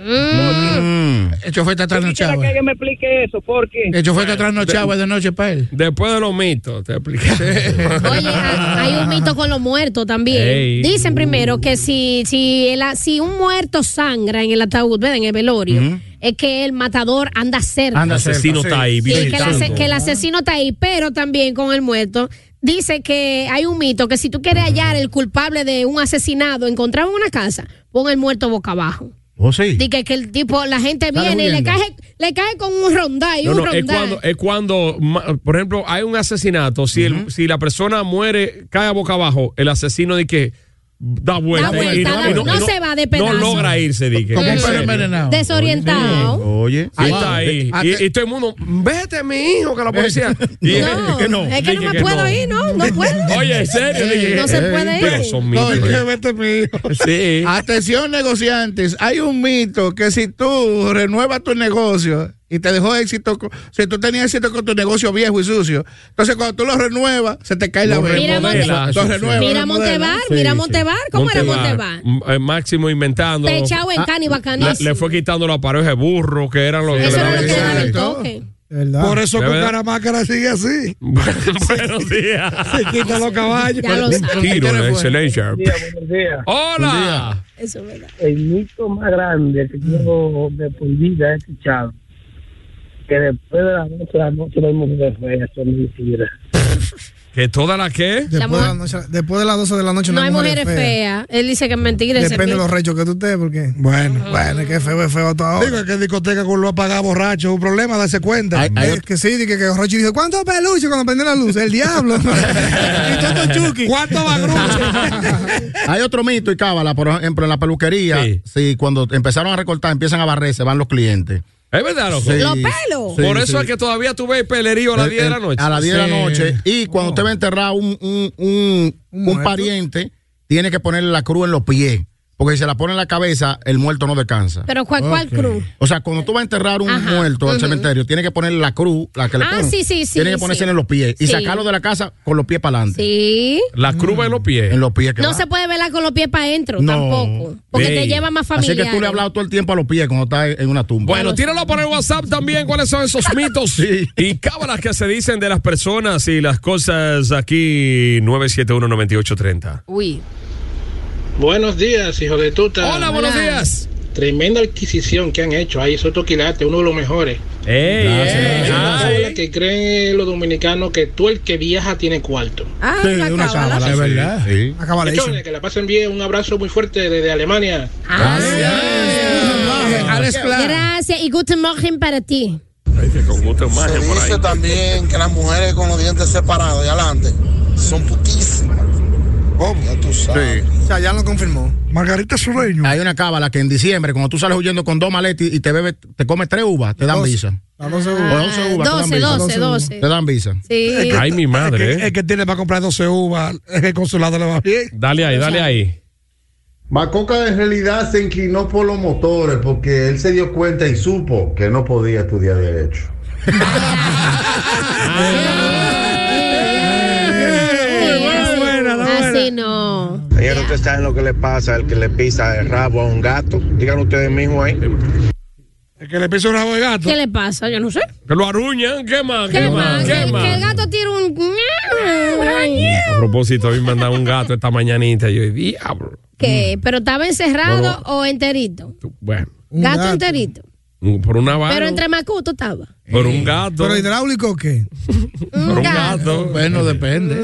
Speaker 4: Mm,
Speaker 8: El chofer está
Speaker 2: Yo quisiera
Speaker 8: trasnochado.
Speaker 2: que alguien me explique eso, porque...
Speaker 8: eh. El chofer está trasnochado es de noche para él.
Speaker 3: Después de los mitos, te expliqué.
Speaker 4: Oye, ha- hay un mito con los muertos también.
Speaker 3: Ey.
Speaker 4: Dicen primero que si si el a- si un muerto sangra en el ataúd, ¿verdad? en el velorio, es que el matador anda cerca.
Speaker 3: El asesino está ahí.
Speaker 4: Sí, que, el ase-
Speaker 3: visitando.
Speaker 4: que el asesino está ahí, pero también con el muerto. Dice que hay un mito que si tú quieres hallar el culpable de un asesinado encontrado en una casa, pon el muerto boca abajo.
Speaker 5: ¿O sí?
Speaker 4: Dice que, que el tipo, la gente
Speaker 5: Sale
Speaker 4: viene y le
Speaker 5: huyendo.
Speaker 4: cae, le cae con un rondal y
Speaker 3: No,
Speaker 4: un
Speaker 3: no, es
Speaker 4: rondal.
Speaker 3: cuando, es cuando, ma- por ejemplo, hay un asesinato. Si, el- si la persona muere, cae a boca abajo, el asesino de que da vuelta.
Speaker 4: Da vuelta, da- no se va de pedazo.
Speaker 3: No logra irse, di que.
Speaker 8: Como
Speaker 3: ¿En
Speaker 8: un perro
Speaker 3: serio?
Speaker 8: envenenado.
Speaker 4: Desorientado.
Speaker 5: Oye.
Speaker 3: Ahí
Speaker 5: Sí.
Speaker 3: está ahí.
Speaker 8: Ah,
Speaker 3: Y,
Speaker 8: te-
Speaker 3: y todo el mundo, vete, mi hijo, que la policía. Y-
Speaker 4: No, es que no
Speaker 3: Dije
Speaker 4: me puedo ir, no, no puedo.
Speaker 3: Oye, en serio.
Speaker 4: Ey,
Speaker 3: Dije,
Speaker 4: no se puede
Speaker 3: pero
Speaker 4: ir.
Speaker 3: son
Speaker 8: No,
Speaker 3: mitos.
Speaker 8: es que vete, mijo.
Speaker 3: Sí.
Speaker 8: Atención negociantes, hay un mito que si tú renuevas tu negocio y te dejó éxito, co- si tú tenías éxito con tu negocio viejo y sucio, entonces cuando tú lo renuevas, se te cae la
Speaker 3: Lo
Speaker 8: venta.
Speaker 4: Mira,
Speaker 3: remodela,
Speaker 8: Monte-
Speaker 3: eso
Speaker 8: lo
Speaker 3: sí.
Speaker 8: renuevas,
Speaker 4: Mira
Speaker 8: lo
Speaker 4: Montebar,
Speaker 8: remodelas.
Speaker 4: mira Montebar, ¿cómo era Montebar?
Speaker 3: M- eh, Máximo inventando. Ah,
Speaker 4: Te echaba en cana y
Speaker 3: Le,
Speaker 4: bacanísimo.
Speaker 3: le fue quitando la pareja de burro, que eran los
Speaker 4: Eso
Speaker 3: que le
Speaker 4: era lo que daba
Speaker 3: daban-
Speaker 4: el toque.
Speaker 7: Por eso
Speaker 3: ¿De
Speaker 7: con
Speaker 3: verdad?
Speaker 7: cara máscara sigue así.
Speaker 3: Buenos días.
Speaker 7: Se quita los caballos.
Speaker 4: Ya lo sabes.
Speaker 3: Tiro de excelencia.
Speaker 2: Buenos días.
Speaker 3: Hola.
Speaker 4: Eso es verdad.
Speaker 2: el mito más grande que yo de por vida he escuchado que después de la noche la noche no hay mujeres feas, eso es mentira
Speaker 3: ¿Que toda la qué?
Speaker 23: Después, de, la noche- después de las 12 de la noche
Speaker 4: No hay mujeres feas. Él dice que es mentira. dice
Speaker 23: Depende de
Speaker 4: que-
Speaker 23: los rechos que tú estés, porque. Bueno, bueno, es que feo es feo todo.
Speaker 7: Digo, es que discoteca con lo apagado borracho es un problema darse cuenta. Eh,
Speaker 23: Es que sí, di que, que Rochi dijo, ¿cuántos peluches cuando prende la luz? El diablo.
Speaker 7: ¿Cuántos
Speaker 5: Hay otro mito y cábala, por ejemplo, en la peluquería. Sí. cuando empezaron a recortar, empiezan a barrer, se van los clientes.
Speaker 3: ¿Es verdad, loco?
Speaker 5: Sí. Los pelos.
Speaker 3: Por
Speaker 5: Sí,
Speaker 3: eso
Speaker 5: sí.
Speaker 3: es que todavía tú ves pelerío a las
Speaker 5: Eh,
Speaker 3: 10 de la
Speaker 5: eh,
Speaker 3: noche.
Speaker 5: A las 10 de la noche. Y cuando usted va a enterrar un, un, un, un
Speaker 3: muerto?
Speaker 5: pariente, tiene que ponerle la cruz en los pies. Porque si se la pone en la cabeza, el muerto no descansa.
Speaker 4: Pero ¿cuál, cuál
Speaker 5: Ok.
Speaker 4: cruz?
Speaker 5: O sea, cuando tú vas a enterrar un
Speaker 4: Ajá,
Speaker 5: muerto al
Speaker 4: ujú.
Speaker 5: cementerio, tiene que ponerle la cruz, la que le
Speaker 4: Ah,
Speaker 5: ponen.
Speaker 4: sí, sí, sí,
Speaker 5: Tiene que ponerse
Speaker 4: sí.
Speaker 5: en los pies. Y
Speaker 4: Sí.
Speaker 5: sacarlo de la casa con los pies para adelante.
Speaker 4: Sí.
Speaker 3: La cruz en los pies.
Speaker 5: En los pies que
Speaker 4: No
Speaker 5: va.
Speaker 4: se puede velar con los pies para adentro
Speaker 5: No.
Speaker 4: tampoco. Porque te
Speaker 5: Ey.
Speaker 4: lleva más
Speaker 5: Así
Speaker 4: familiar.
Speaker 5: que tú le has hablado todo el tiempo a los pies cuando estás en una tumba.
Speaker 3: Bueno, tíralo por el WhatsApp también. ¿Cuáles son esos mitos y cábalas que se dicen de las personas y las cosas aquí? 971-9830.
Speaker 13: Uy. Buenos días, hijo de tuta.
Speaker 3: Hola, buenos Hola. días.
Speaker 13: Tremenda adquisición que han hecho ahí, Soto Quilate, uno de los mejores.
Speaker 3: ¡Ey!
Speaker 13: Es una cábala que creen los dominicanos que tú el que viaja tiene cuarto.
Speaker 4: Ah,
Speaker 13: sí,
Speaker 5: una cábala, cábala, es sí, verdad. sí. Una cábala
Speaker 13: que la pasen bien, un abrazo muy fuerte desde Alemania.
Speaker 4: Gracias. Gracias y guten Morgen para ti.
Speaker 26: Se dice también que las mujeres con los dientes separados y adelante son putísimas. Ya tú sabes.
Speaker 23: O sea, ya lo confirmó.
Speaker 5: Margarita Sureño. Hay una cábala que en diciembre, cuando tú sales huyendo con dos maletas y te bebes, te comes tres uvas, te dan
Speaker 23: Doce.
Speaker 5: visa.
Speaker 23: A 12
Speaker 18: Ah,
Speaker 5: O
Speaker 4: Ah,
Speaker 23: uvas.
Speaker 5: 12 uvas, te dan
Speaker 4: 12,
Speaker 5: visa.
Speaker 4: 12, 12.
Speaker 5: Te dan visa.
Speaker 4: Sí.
Speaker 3: Ay, mi madre,
Speaker 7: Es que,
Speaker 3: eh.
Speaker 7: el que tiene para comprar 12 uvas, es que el consulado le va bien.
Speaker 3: Dale ahí, dale ahí.
Speaker 27: Macoca en realidad se inclinó por los motores porque él se dio cuenta y supo que no podía estudiar derecho.
Speaker 4: así, así no.
Speaker 10: Ellos no te saben lo que le pasa al que le pisa el rabo a un gato. Digan ustedes mismos ahí.
Speaker 7: El que le pisa un rabo de gato.
Speaker 4: ¿Qué le pasa? Yo no sé.
Speaker 3: Que lo aruñan, quema,
Speaker 4: ¿Qué
Speaker 3: quema,
Speaker 4: más? Que, que el
Speaker 3: quema.
Speaker 4: gato tira un.
Speaker 3: A propósito, a mí me mandaron un gato esta mañanita. y Yo, diablo.
Speaker 4: ¿Qué? ¿Pero estaba encerrado o enterito?
Speaker 3: Bueno,
Speaker 4: Gato, enterito.
Speaker 3: por una vara.
Speaker 4: Pero entre macuto estaba.
Speaker 3: Por un gato.
Speaker 23: ¿Pero hidráulico o qué?
Speaker 3: Por un gato.
Speaker 5: Bueno, depende.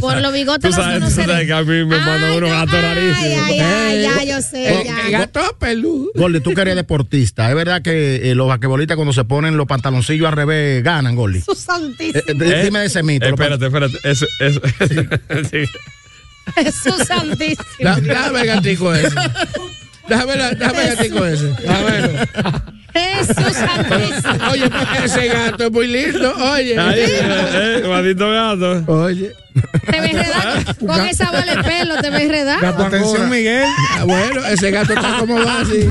Speaker 4: Por los bigotes
Speaker 3: Tú sabes,
Speaker 4: los
Speaker 3: tú sabes que a mí
Speaker 4: Ah,
Speaker 3: me
Speaker 5: Ah,
Speaker 3: mandan unos gatos rarísimos.
Speaker 4: Ay, ay, ya, yo sé.
Speaker 5: Eh,
Speaker 4: Ya.
Speaker 5: gato pelú. Gordy, tú que eres deportista. Es verdad que eh, los basquetbolistas cuando se ponen los pantaloncillos al revés ganan, Gordy.
Speaker 4: Su santísimo.
Speaker 5: Eh, eh, de- Dime de ese mito.
Speaker 3: Espérate, espérate. Eso, eso. sí.
Speaker 4: Su santísimo.
Speaker 8: Da- Dame el gatico ese. Dame, la, dame el gatico ese. A ver.
Speaker 4: Jesús santísimo.
Speaker 8: Oye, pues, ese gato es muy lindo. Oye.
Speaker 3: Ay, eh, eh, maldito gato.
Speaker 8: Oye.
Speaker 4: Te ves enredar. Con esa bola de pelo te ves enredar.
Speaker 7: Atención, Miguel.
Speaker 8: bueno, ese gato está como va así.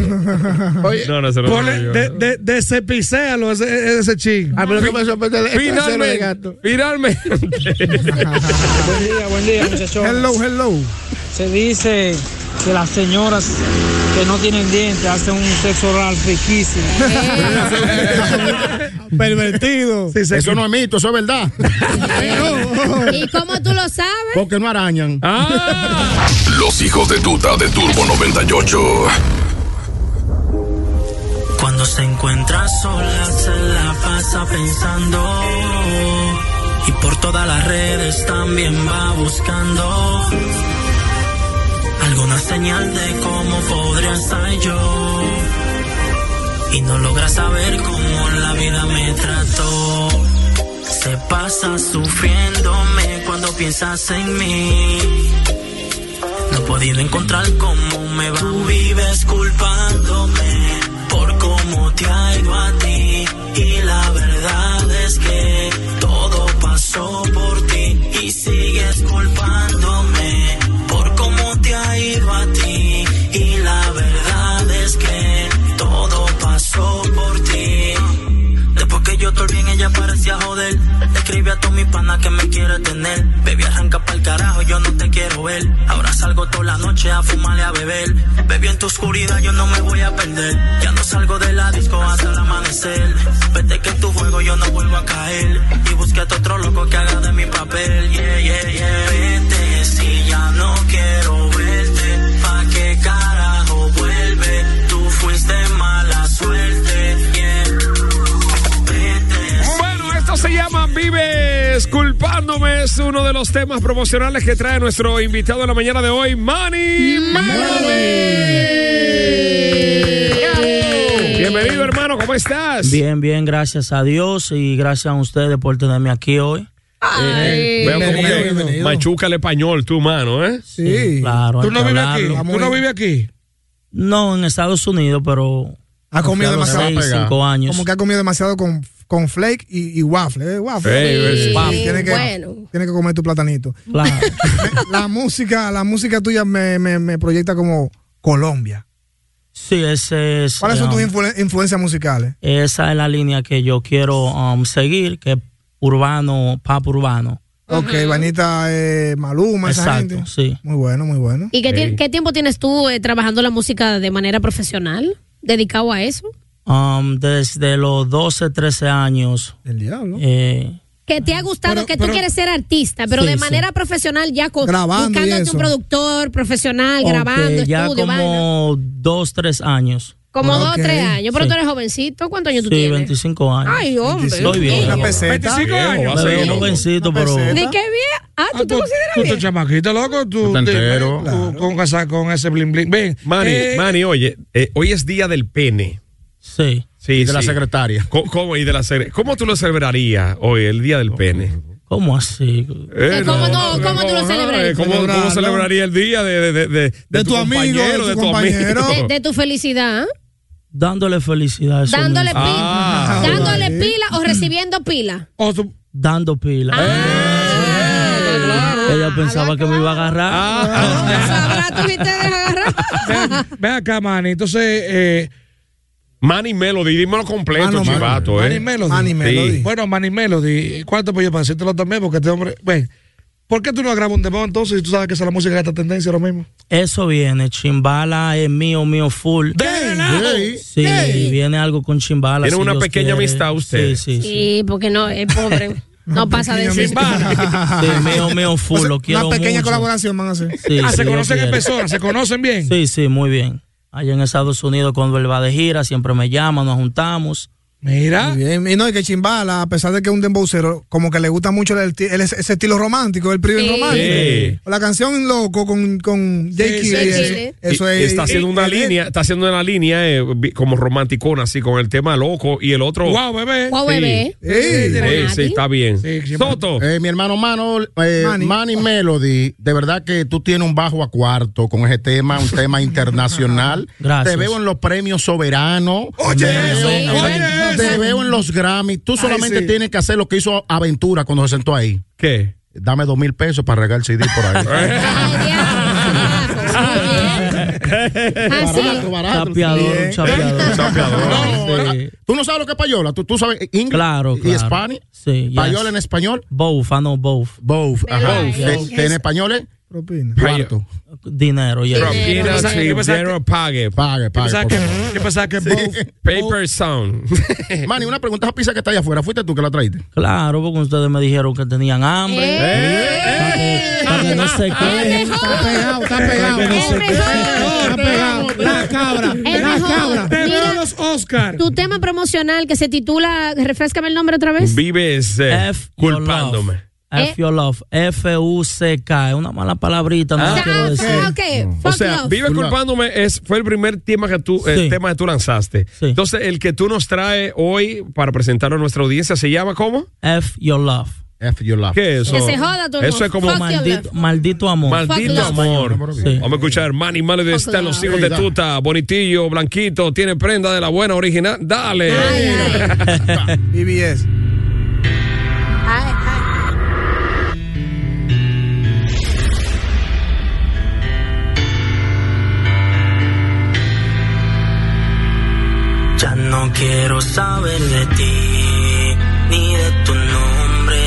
Speaker 8: Oye,
Speaker 3: No, no, se lo
Speaker 7: Ponle, de, de, desepicéalo ese, ese ching.
Speaker 8: A mí lo que me
Speaker 7: Pues,
Speaker 8: sorprende
Speaker 7: este
Speaker 8: es el trasero de gato.
Speaker 3: Finalmente. Finalmente.
Speaker 15: Buen día, buen día, muchachos.
Speaker 23: Hello, hello.
Speaker 15: Se dice que las señoras que no tienen dientes hacen un sexo oral riquísimo.
Speaker 23: Pervertido.
Speaker 5: eso no es mito, eso es verdad.
Speaker 4: ¿Y cómo tú lo sabes?
Speaker 5: Porque no arañan.
Speaker 9: Los hijos de tuta de Turbo 98.
Speaker 15: Cuando se encuentra sola se la pasa pensando y por todas las redes también va buscando alguna señal de cómo podría estar yo y no logra saber cómo la vida me trató. Se pasa sufriéndome cuando piensas en mí. No he podido encontrar cómo me va. Tú vives culpándome por cómo te ha ido a ti. Y la verdad es que todo pasó por ti. Y sigues culpándome por cómo te ha ido a ti. Y la verdad es que todo pasó por ti. Después que yo estoy bien, ella parecía joder. Le escribí a todos mis panas que me quiere tener. Baby, arranca pa'l carajo, yo no te quiero ver. Ahora salgo toda la noche a fumar y a beber. Baby, en tu oscuridad yo no me voy a perder. Ya no salgo de la disco hasta el amanecer. Vete que en tu juego yo no vuelvo a caer. Y búscate otro loco que haga de mi papel. Yeah, yeah, yeah. Vete si ya no quiero verte. ¿Pa' qué carajo vuelve? Tú fuiste mala suerte. Yeah.
Speaker 3: Bueno, esto se llama Vives Disculpándome es uno de los temas promocionales que trae nuestro invitado de la mañana de hoy, Manny Melody. Bienvenido, hermano, ¿cómo estás?
Speaker 18: Bien, bien, gracias a Dios y gracias a ustedes por tenerme aquí hoy.
Speaker 3: Eh, veo como que machuca el español, tu mano, ¿eh?
Speaker 18: Sí, claro.
Speaker 7: ¿Tú
Speaker 18: hay
Speaker 7: no
Speaker 18: que
Speaker 7: vives aquí?
Speaker 18: hablarlo.
Speaker 7: ¿Tú no vives aquí?
Speaker 18: No, en Estados Unidos, pero.
Speaker 23: Ha comido
Speaker 18: hasta los
Speaker 23: demasiado
Speaker 18: seis,
Speaker 23: pegado.
Speaker 18: cinco años.
Speaker 23: Como que ha comido demasiado con, con flake y, y waffle. ¿eh? Waffle.
Speaker 18: Sí, Sí, waffle.
Speaker 23: Tiene que,
Speaker 18: bueno.
Speaker 23: tiene que comer tu platanito.
Speaker 18: Claro.
Speaker 23: la música, la música tuya me, me- me proyecta como Colombia.
Speaker 18: Sí, ese es.
Speaker 23: ¿Cuáles son tus
Speaker 18: um,
Speaker 23: influ- influencias musicales?
Speaker 18: Esa es la línea que yo quiero um, seguir, que es urbano, pop urbano.
Speaker 23: Ok, Vanita eh, Maluma, esa
Speaker 18: Exacto,
Speaker 23: gente.
Speaker 18: sí.
Speaker 23: Muy bueno, muy bueno.
Speaker 4: ¿Y qué, ti- qué tiempo tienes tú eh, trabajando la música de manera profesional? ¿Dedicado a eso?
Speaker 18: Um, desde los 12, 13 años. eh,
Speaker 23: El diablo.
Speaker 4: Que te ha gustado, que tú quieres ser artista, pero
Speaker 18: Sí,
Speaker 4: de
Speaker 18: sí.
Speaker 4: manera profesional ya con,
Speaker 18: Grabando y
Speaker 4: buscándote
Speaker 18: eso.
Speaker 4: un productor profesional, grabando,
Speaker 18: ya
Speaker 4: estudio, vaina.
Speaker 18: como 2, 3 años.
Speaker 4: Como dos o tres años. Pero
Speaker 18: Sí.
Speaker 4: tú eres jovencito, ¿cuántos años tú
Speaker 18: Sí,
Speaker 4: tienes?
Speaker 18: 25 años.
Speaker 4: Ay, hombre.
Speaker 18: Estoy bien.
Speaker 4: Una
Speaker 7: peseta. 25 años.
Speaker 18: Me veo
Speaker 7: Una
Speaker 18: jovencito, pero. pues,
Speaker 4: ¿De qué bien? Ah, tú te
Speaker 7: pues,
Speaker 4: consideras
Speaker 7: Tú
Speaker 4: bien.
Speaker 7: estás chamaquito, loco. Tú,
Speaker 3: Está
Speaker 7: te-
Speaker 3: entero.
Speaker 7: tú con, esa- con ese bling bling. Ven,
Speaker 3: Manny,
Speaker 7: eh,
Speaker 3: Manny, oye, eh, hoy es día del pene.
Speaker 18: Sí.
Speaker 3: Sí,
Speaker 5: de la
Speaker 3: secretaria. ¿Cómo, cómo- y de la secre- ¿Cómo tú lo celebrarías hoy, el día del pene?
Speaker 18: ¿Cómo así?
Speaker 3: Eh,
Speaker 4: ¿Cómo, no, ¿Cómo tú lo
Speaker 3: eh,
Speaker 4: celebras?
Speaker 3: ¿Cómo, cómo
Speaker 18: Celebrarlo.
Speaker 3: celebraría el día de, de, de, de- de tu, compañero, de tu compañero?
Speaker 4: De, de tu felicidad, ¿eh?
Speaker 18: Dándole felicidad a eso
Speaker 4: dándole
Speaker 18: mismo. Ah,
Speaker 4: pila, Ah, dándole pila o recibiendo pila.
Speaker 18: Dando pila.
Speaker 4: Ah,
Speaker 18: Ella pensaba que me iba a agarrar. Ah,
Speaker 7: ven acá, Manny. Entonces, eh,
Speaker 3: Manny Melody, dímelo completo,
Speaker 7: Mano,
Speaker 3: chivato,
Speaker 7: Ah, Manny
Speaker 3: eh.
Speaker 7: Melody.
Speaker 3: Sí.
Speaker 7: Bueno, Manny Melody, ¿cuánto pues yo para decírtelo también? Porque este hombre, ven, ¿por qué tú no grabas un demo entonces si tú sabes que esa es la música de esta tendencia ahora mismo?
Speaker 18: Eso viene, chimbala es mío, mío full. Sí, viene algo con chimbala.
Speaker 3: Tienen
Speaker 18: si
Speaker 3: una
Speaker 18: Dios
Speaker 3: pequeña
Speaker 18: quiere.
Speaker 3: amistad ustedes.
Speaker 18: Sí, sí, sí.
Speaker 4: Sí, porque no, es pobre. No pasa de eso.
Speaker 18: Sí, mío, mío full, lo quiero
Speaker 23: Una pequeña
Speaker 18: mucho.
Speaker 23: colaboración van a hacer. Ah,
Speaker 18: Sí,
Speaker 6: Ah,
Speaker 18: si Dios quiere.
Speaker 7: conocen bien?
Speaker 18: Sí, sí, muy bien. Allá en Estados Unidos, cuando él va de gira, siempre me llama, nos juntamos.
Speaker 7: Mira.
Speaker 23: Muy bien. Y no, y que Chimbala, a pesar de que es un dembowcero, como que le gusta mucho el, esti- el- ese estilo romántico, el primer
Speaker 7: Sí.
Speaker 23: romántico.
Speaker 3: Sí.
Speaker 23: La canción Loco con, con Jay
Speaker 3: Sí, sí,
Speaker 23: Kidd,
Speaker 6: eh,
Speaker 3: sí.
Speaker 23: eso- Eso
Speaker 3: Y-
Speaker 23: es. eh,
Speaker 3: y está haciendo una línea, está haciendo una línea eh, vi- como romanticona, así con el tema loco y el otro.
Speaker 7: Guau, bebé.
Speaker 4: Guau,
Speaker 3: Sí.
Speaker 4: bebé.
Speaker 3: Sí, sí, sí, está bien. Soto.
Speaker 5: Eh, mi hermano Mano, eh, Manny. Melody, de verdad que tú tienes un bajo a cuarto con ese tema, un tema internacional.
Speaker 18: Gracias.
Speaker 5: Te veo en los premios soberanos.
Speaker 18: Oye,
Speaker 5: te veo,
Speaker 18: eso,
Speaker 5: te
Speaker 18: oye, eso.
Speaker 5: veo en los Grammy. Tú solamente
Speaker 18: sí.
Speaker 5: tienes que hacer lo que hizo Aventura cuando se sentó ahí.
Speaker 3: ¿Qué?
Speaker 5: Dame dos mil pesos para regar el CD por ahí. Ah,
Speaker 4: Así.
Speaker 18: Ah, Chapeador, un chapeador.
Speaker 5: Tú no sabes lo que es payola. Tú, tú sabes inglés
Speaker 18: Claro,
Speaker 5: y
Speaker 18: claro.
Speaker 5: Spanish.
Speaker 18: Sí, yes.
Speaker 5: Payola en español.
Speaker 18: Both, ah, no, both.
Speaker 5: Both, ajá.
Speaker 18: Both.
Speaker 5: Que- que en español es
Speaker 18: Cuarto. Dinero, ya.
Speaker 3: Propina,
Speaker 7: Yo pensaba- yo pensaba
Speaker 3: dinero, pague.
Speaker 5: Pague,
Speaker 7: Yo pensaba que, yo pensaba que both-
Speaker 3: Paper Sound.
Speaker 5: Manny, una pregunta, esa pizza que está allá afuera, ¿fuiste tú que la traíste?
Speaker 18: Claro, porque ustedes me dijeron que tenían hambre. Para que- para que no se quejen.
Speaker 2: eh. Está pegado, está pegado. Está pegado. La cabra.
Speaker 4: Es
Speaker 2: La
Speaker 4: mejor.
Speaker 2: cabra.
Speaker 4: Te veo
Speaker 2: los
Speaker 7: Oscar.
Speaker 4: Tu tema promocional que se titula, refrescame el nombre otra vez.
Speaker 3: Vives eh,
Speaker 18: Pues, F your love.
Speaker 3: culpándome.
Speaker 18: F
Speaker 4: Eh.
Speaker 18: your love. F-U-C-K. Es una mala palabrita, no la quiero decir.
Speaker 4: Ah, ok,
Speaker 3: O sea, Vive culpándome es, fue el primer tema que tú, eh,
Speaker 18: Sí.
Speaker 3: tema que tú lanzaste. Entonces, el que tú nos trae hoy para presentar a nuestra audiencia se llama ¿cómo?
Speaker 18: F your love.
Speaker 5: F your love.
Speaker 3: ¿Qué es eso?
Speaker 4: Que se joda tu
Speaker 3: Eso
Speaker 4: amor.
Speaker 3: es como
Speaker 4: Fuck your
Speaker 3: maldito,
Speaker 18: maldito amor.
Speaker 3: Maldito
Speaker 18: Fuck love.
Speaker 3: amor. Vamos a escuchar Manny Malo de Están los hijos de tuta, bonitillo, blanquito, tiene prenda de la buena original. Dale.
Speaker 23: BBS.
Speaker 15: Ya no quiero saber de ti, ni de tu nombre.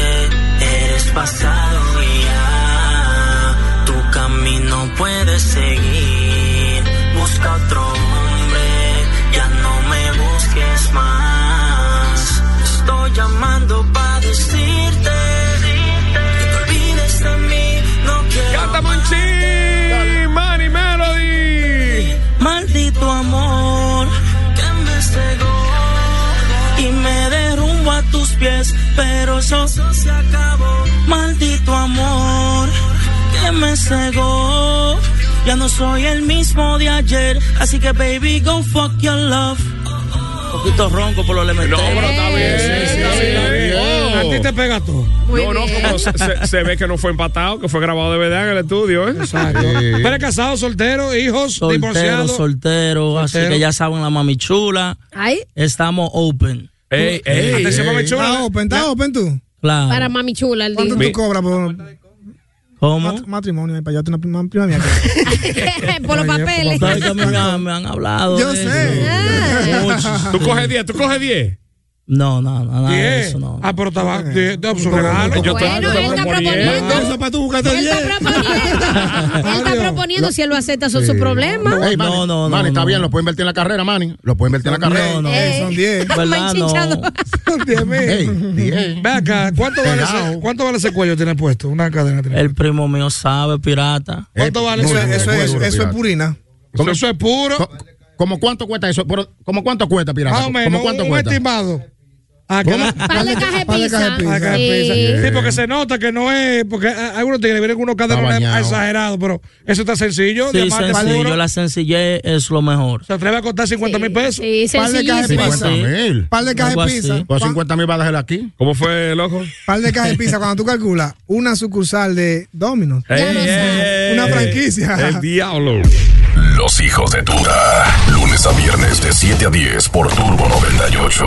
Speaker 15: Eres pasado y ya tu camino puedes seguir. Busca otro hombre, ya no me busques más. Estoy llamando para decirte, que te olvides de mí, no quiero.
Speaker 3: Canta Monchi, Manny Melody.
Speaker 15: Maldito amor que me cegó y me derrumbo a tus pies, pero eso, eso se acabó. Maldito amor que me cegó. Ya no soy el mismo de ayer, así que baby, go fuck your love. Un poquito ronco por lo elemental.
Speaker 3: No, pero está bien, está bien, está bien.
Speaker 7: A ti te pega todo.
Speaker 4: Muy
Speaker 3: Oh. no, no,
Speaker 4: bien.
Speaker 3: como se, se- se ve que no fue empatado, que fue grabado de verdad en el estudio, ¿eh?
Speaker 7: Exacto. Tú eres casado, soltero, hijos,
Speaker 18: Soltero,
Speaker 7: divorciado.
Speaker 18: soltero, así
Speaker 7: Soltero.
Speaker 18: que ya saben la mami chula.
Speaker 4: Ay,
Speaker 18: Estamos open.
Speaker 23: eh,
Speaker 18: eh,
Speaker 22: Ey, ey,
Speaker 7: Atención,
Speaker 22: ey.
Speaker 7: mami chula.
Speaker 6: Está open, está open tú.
Speaker 18: Claro.
Speaker 4: para mami chula el
Speaker 6: ¿Cuánto
Speaker 4: día.
Speaker 6: tú cobras por
Speaker 18: ¿Cómo?
Speaker 6: mat- matrimonio? Para yo tengo una prima, prima mía.
Speaker 4: Por los papeles.
Speaker 18: Sabes que a mí me, han- me han hablado.
Speaker 6: Yo
Speaker 18: de eso.
Speaker 6: sé.
Speaker 4: Ah.
Speaker 18: Muchos.
Speaker 3: Tú coges 10, tú coges 10.
Speaker 18: No, no, no, nada de
Speaker 7: Diez.
Speaker 18: eso, no.
Speaker 7: Ah, pero estaba. diez, no, pues, un regalo.
Speaker 3: Yo te-
Speaker 4: Bueno, él está proponiendo.
Speaker 6: Eso es para tú buscarte
Speaker 4: Él está
Speaker 6: 10.
Speaker 4: proponiendo. Él está proponiendo. Si él lo acepta, son sus problemas.
Speaker 18: No, no, no,
Speaker 5: Manny,
Speaker 18: no,
Speaker 5: está
Speaker 18: no.
Speaker 5: bien, lo puede invertir en la carrera, Manny. Lo puede invertir en la carrera.
Speaker 18: No, no.
Speaker 4: Eh.
Speaker 6: Son 10.
Speaker 18: ¿Verdad?
Speaker 4: Manchichado.
Speaker 18: No.
Speaker 5: Ey, bien.
Speaker 7: Ve acá, ¿cuánto vale, ese,
Speaker 5: Pegado.
Speaker 7: ¿cuánto vale ese cuello que tiene puesto? Una cadena tiene.
Speaker 18: El primo mío sabe, pirata.
Speaker 7: ¿Cuánto
Speaker 5: Eh,
Speaker 7: vale
Speaker 5: muy
Speaker 7: eso?
Speaker 5: duro,
Speaker 6: Eso
Speaker 5: muy
Speaker 6: es,
Speaker 5: duro,
Speaker 6: eso es
Speaker 5: pirata.
Speaker 6: purina.
Speaker 7: Eso, eso es puro.
Speaker 5: Co- ¿Cómo cuánto cuesta eso? Pero, ¿Cómo cuánto cuesta, pirata?
Speaker 7: Más o menos,
Speaker 5: ¿Cómo
Speaker 7: un,
Speaker 5: cuánto
Speaker 7: un
Speaker 5: cuesta?
Speaker 7: estimado. Ah, que la-
Speaker 4: Par de caja de
Speaker 6: Par de caja de
Speaker 4: pizza.
Speaker 6: pizza.
Speaker 7: acá
Speaker 4: Sí.
Speaker 7: empieza. Sí, porque se nota que no es. Porque hay unos tigres que vienen con unos caderones
Speaker 5: bañado.
Speaker 7: exagerados, pero eso está sencillo.
Speaker 18: Sí,
Speaker 7: diamante puro.
Speaker 18: sencillo, la sencillez es lo mejor.
Speaker 7: Se atreve a costar 50 mil pesos.
Speaker 4: Sí,
Speaker 6: Par de caja de
Speaker 4: sencillísimo.
Speaker 6: pizza.
Speaker 18: Sí.
Speaker 5: mil.
Speaker 6: Par de caja
Speaker 18: Algo
Speaker 6: de
Speaker 18: así.
Speaker 6: pizza.
Speaker 5: Por
Speaker 6: pa-
Speaker 5: 50 mil va a dejar aquí.
Speaker 3: ¿Cómo fue, loco?
Speaker 6: Par de caja de pizza. Cuando tú calculas una sucursal de Domino's.
Speaker 4: Ya lo
Speaker 3: Ey,
Speaker 4: sé.
Speaker 3: ey,
Speaker 6: Una
Speaker 3: ey.
Speaker 6: franquicia.
Speaker 3: El diablo.
Speaker 9: Los hijos de Tuta. Lunes a viernes de 7 a 10 por Turbo 98.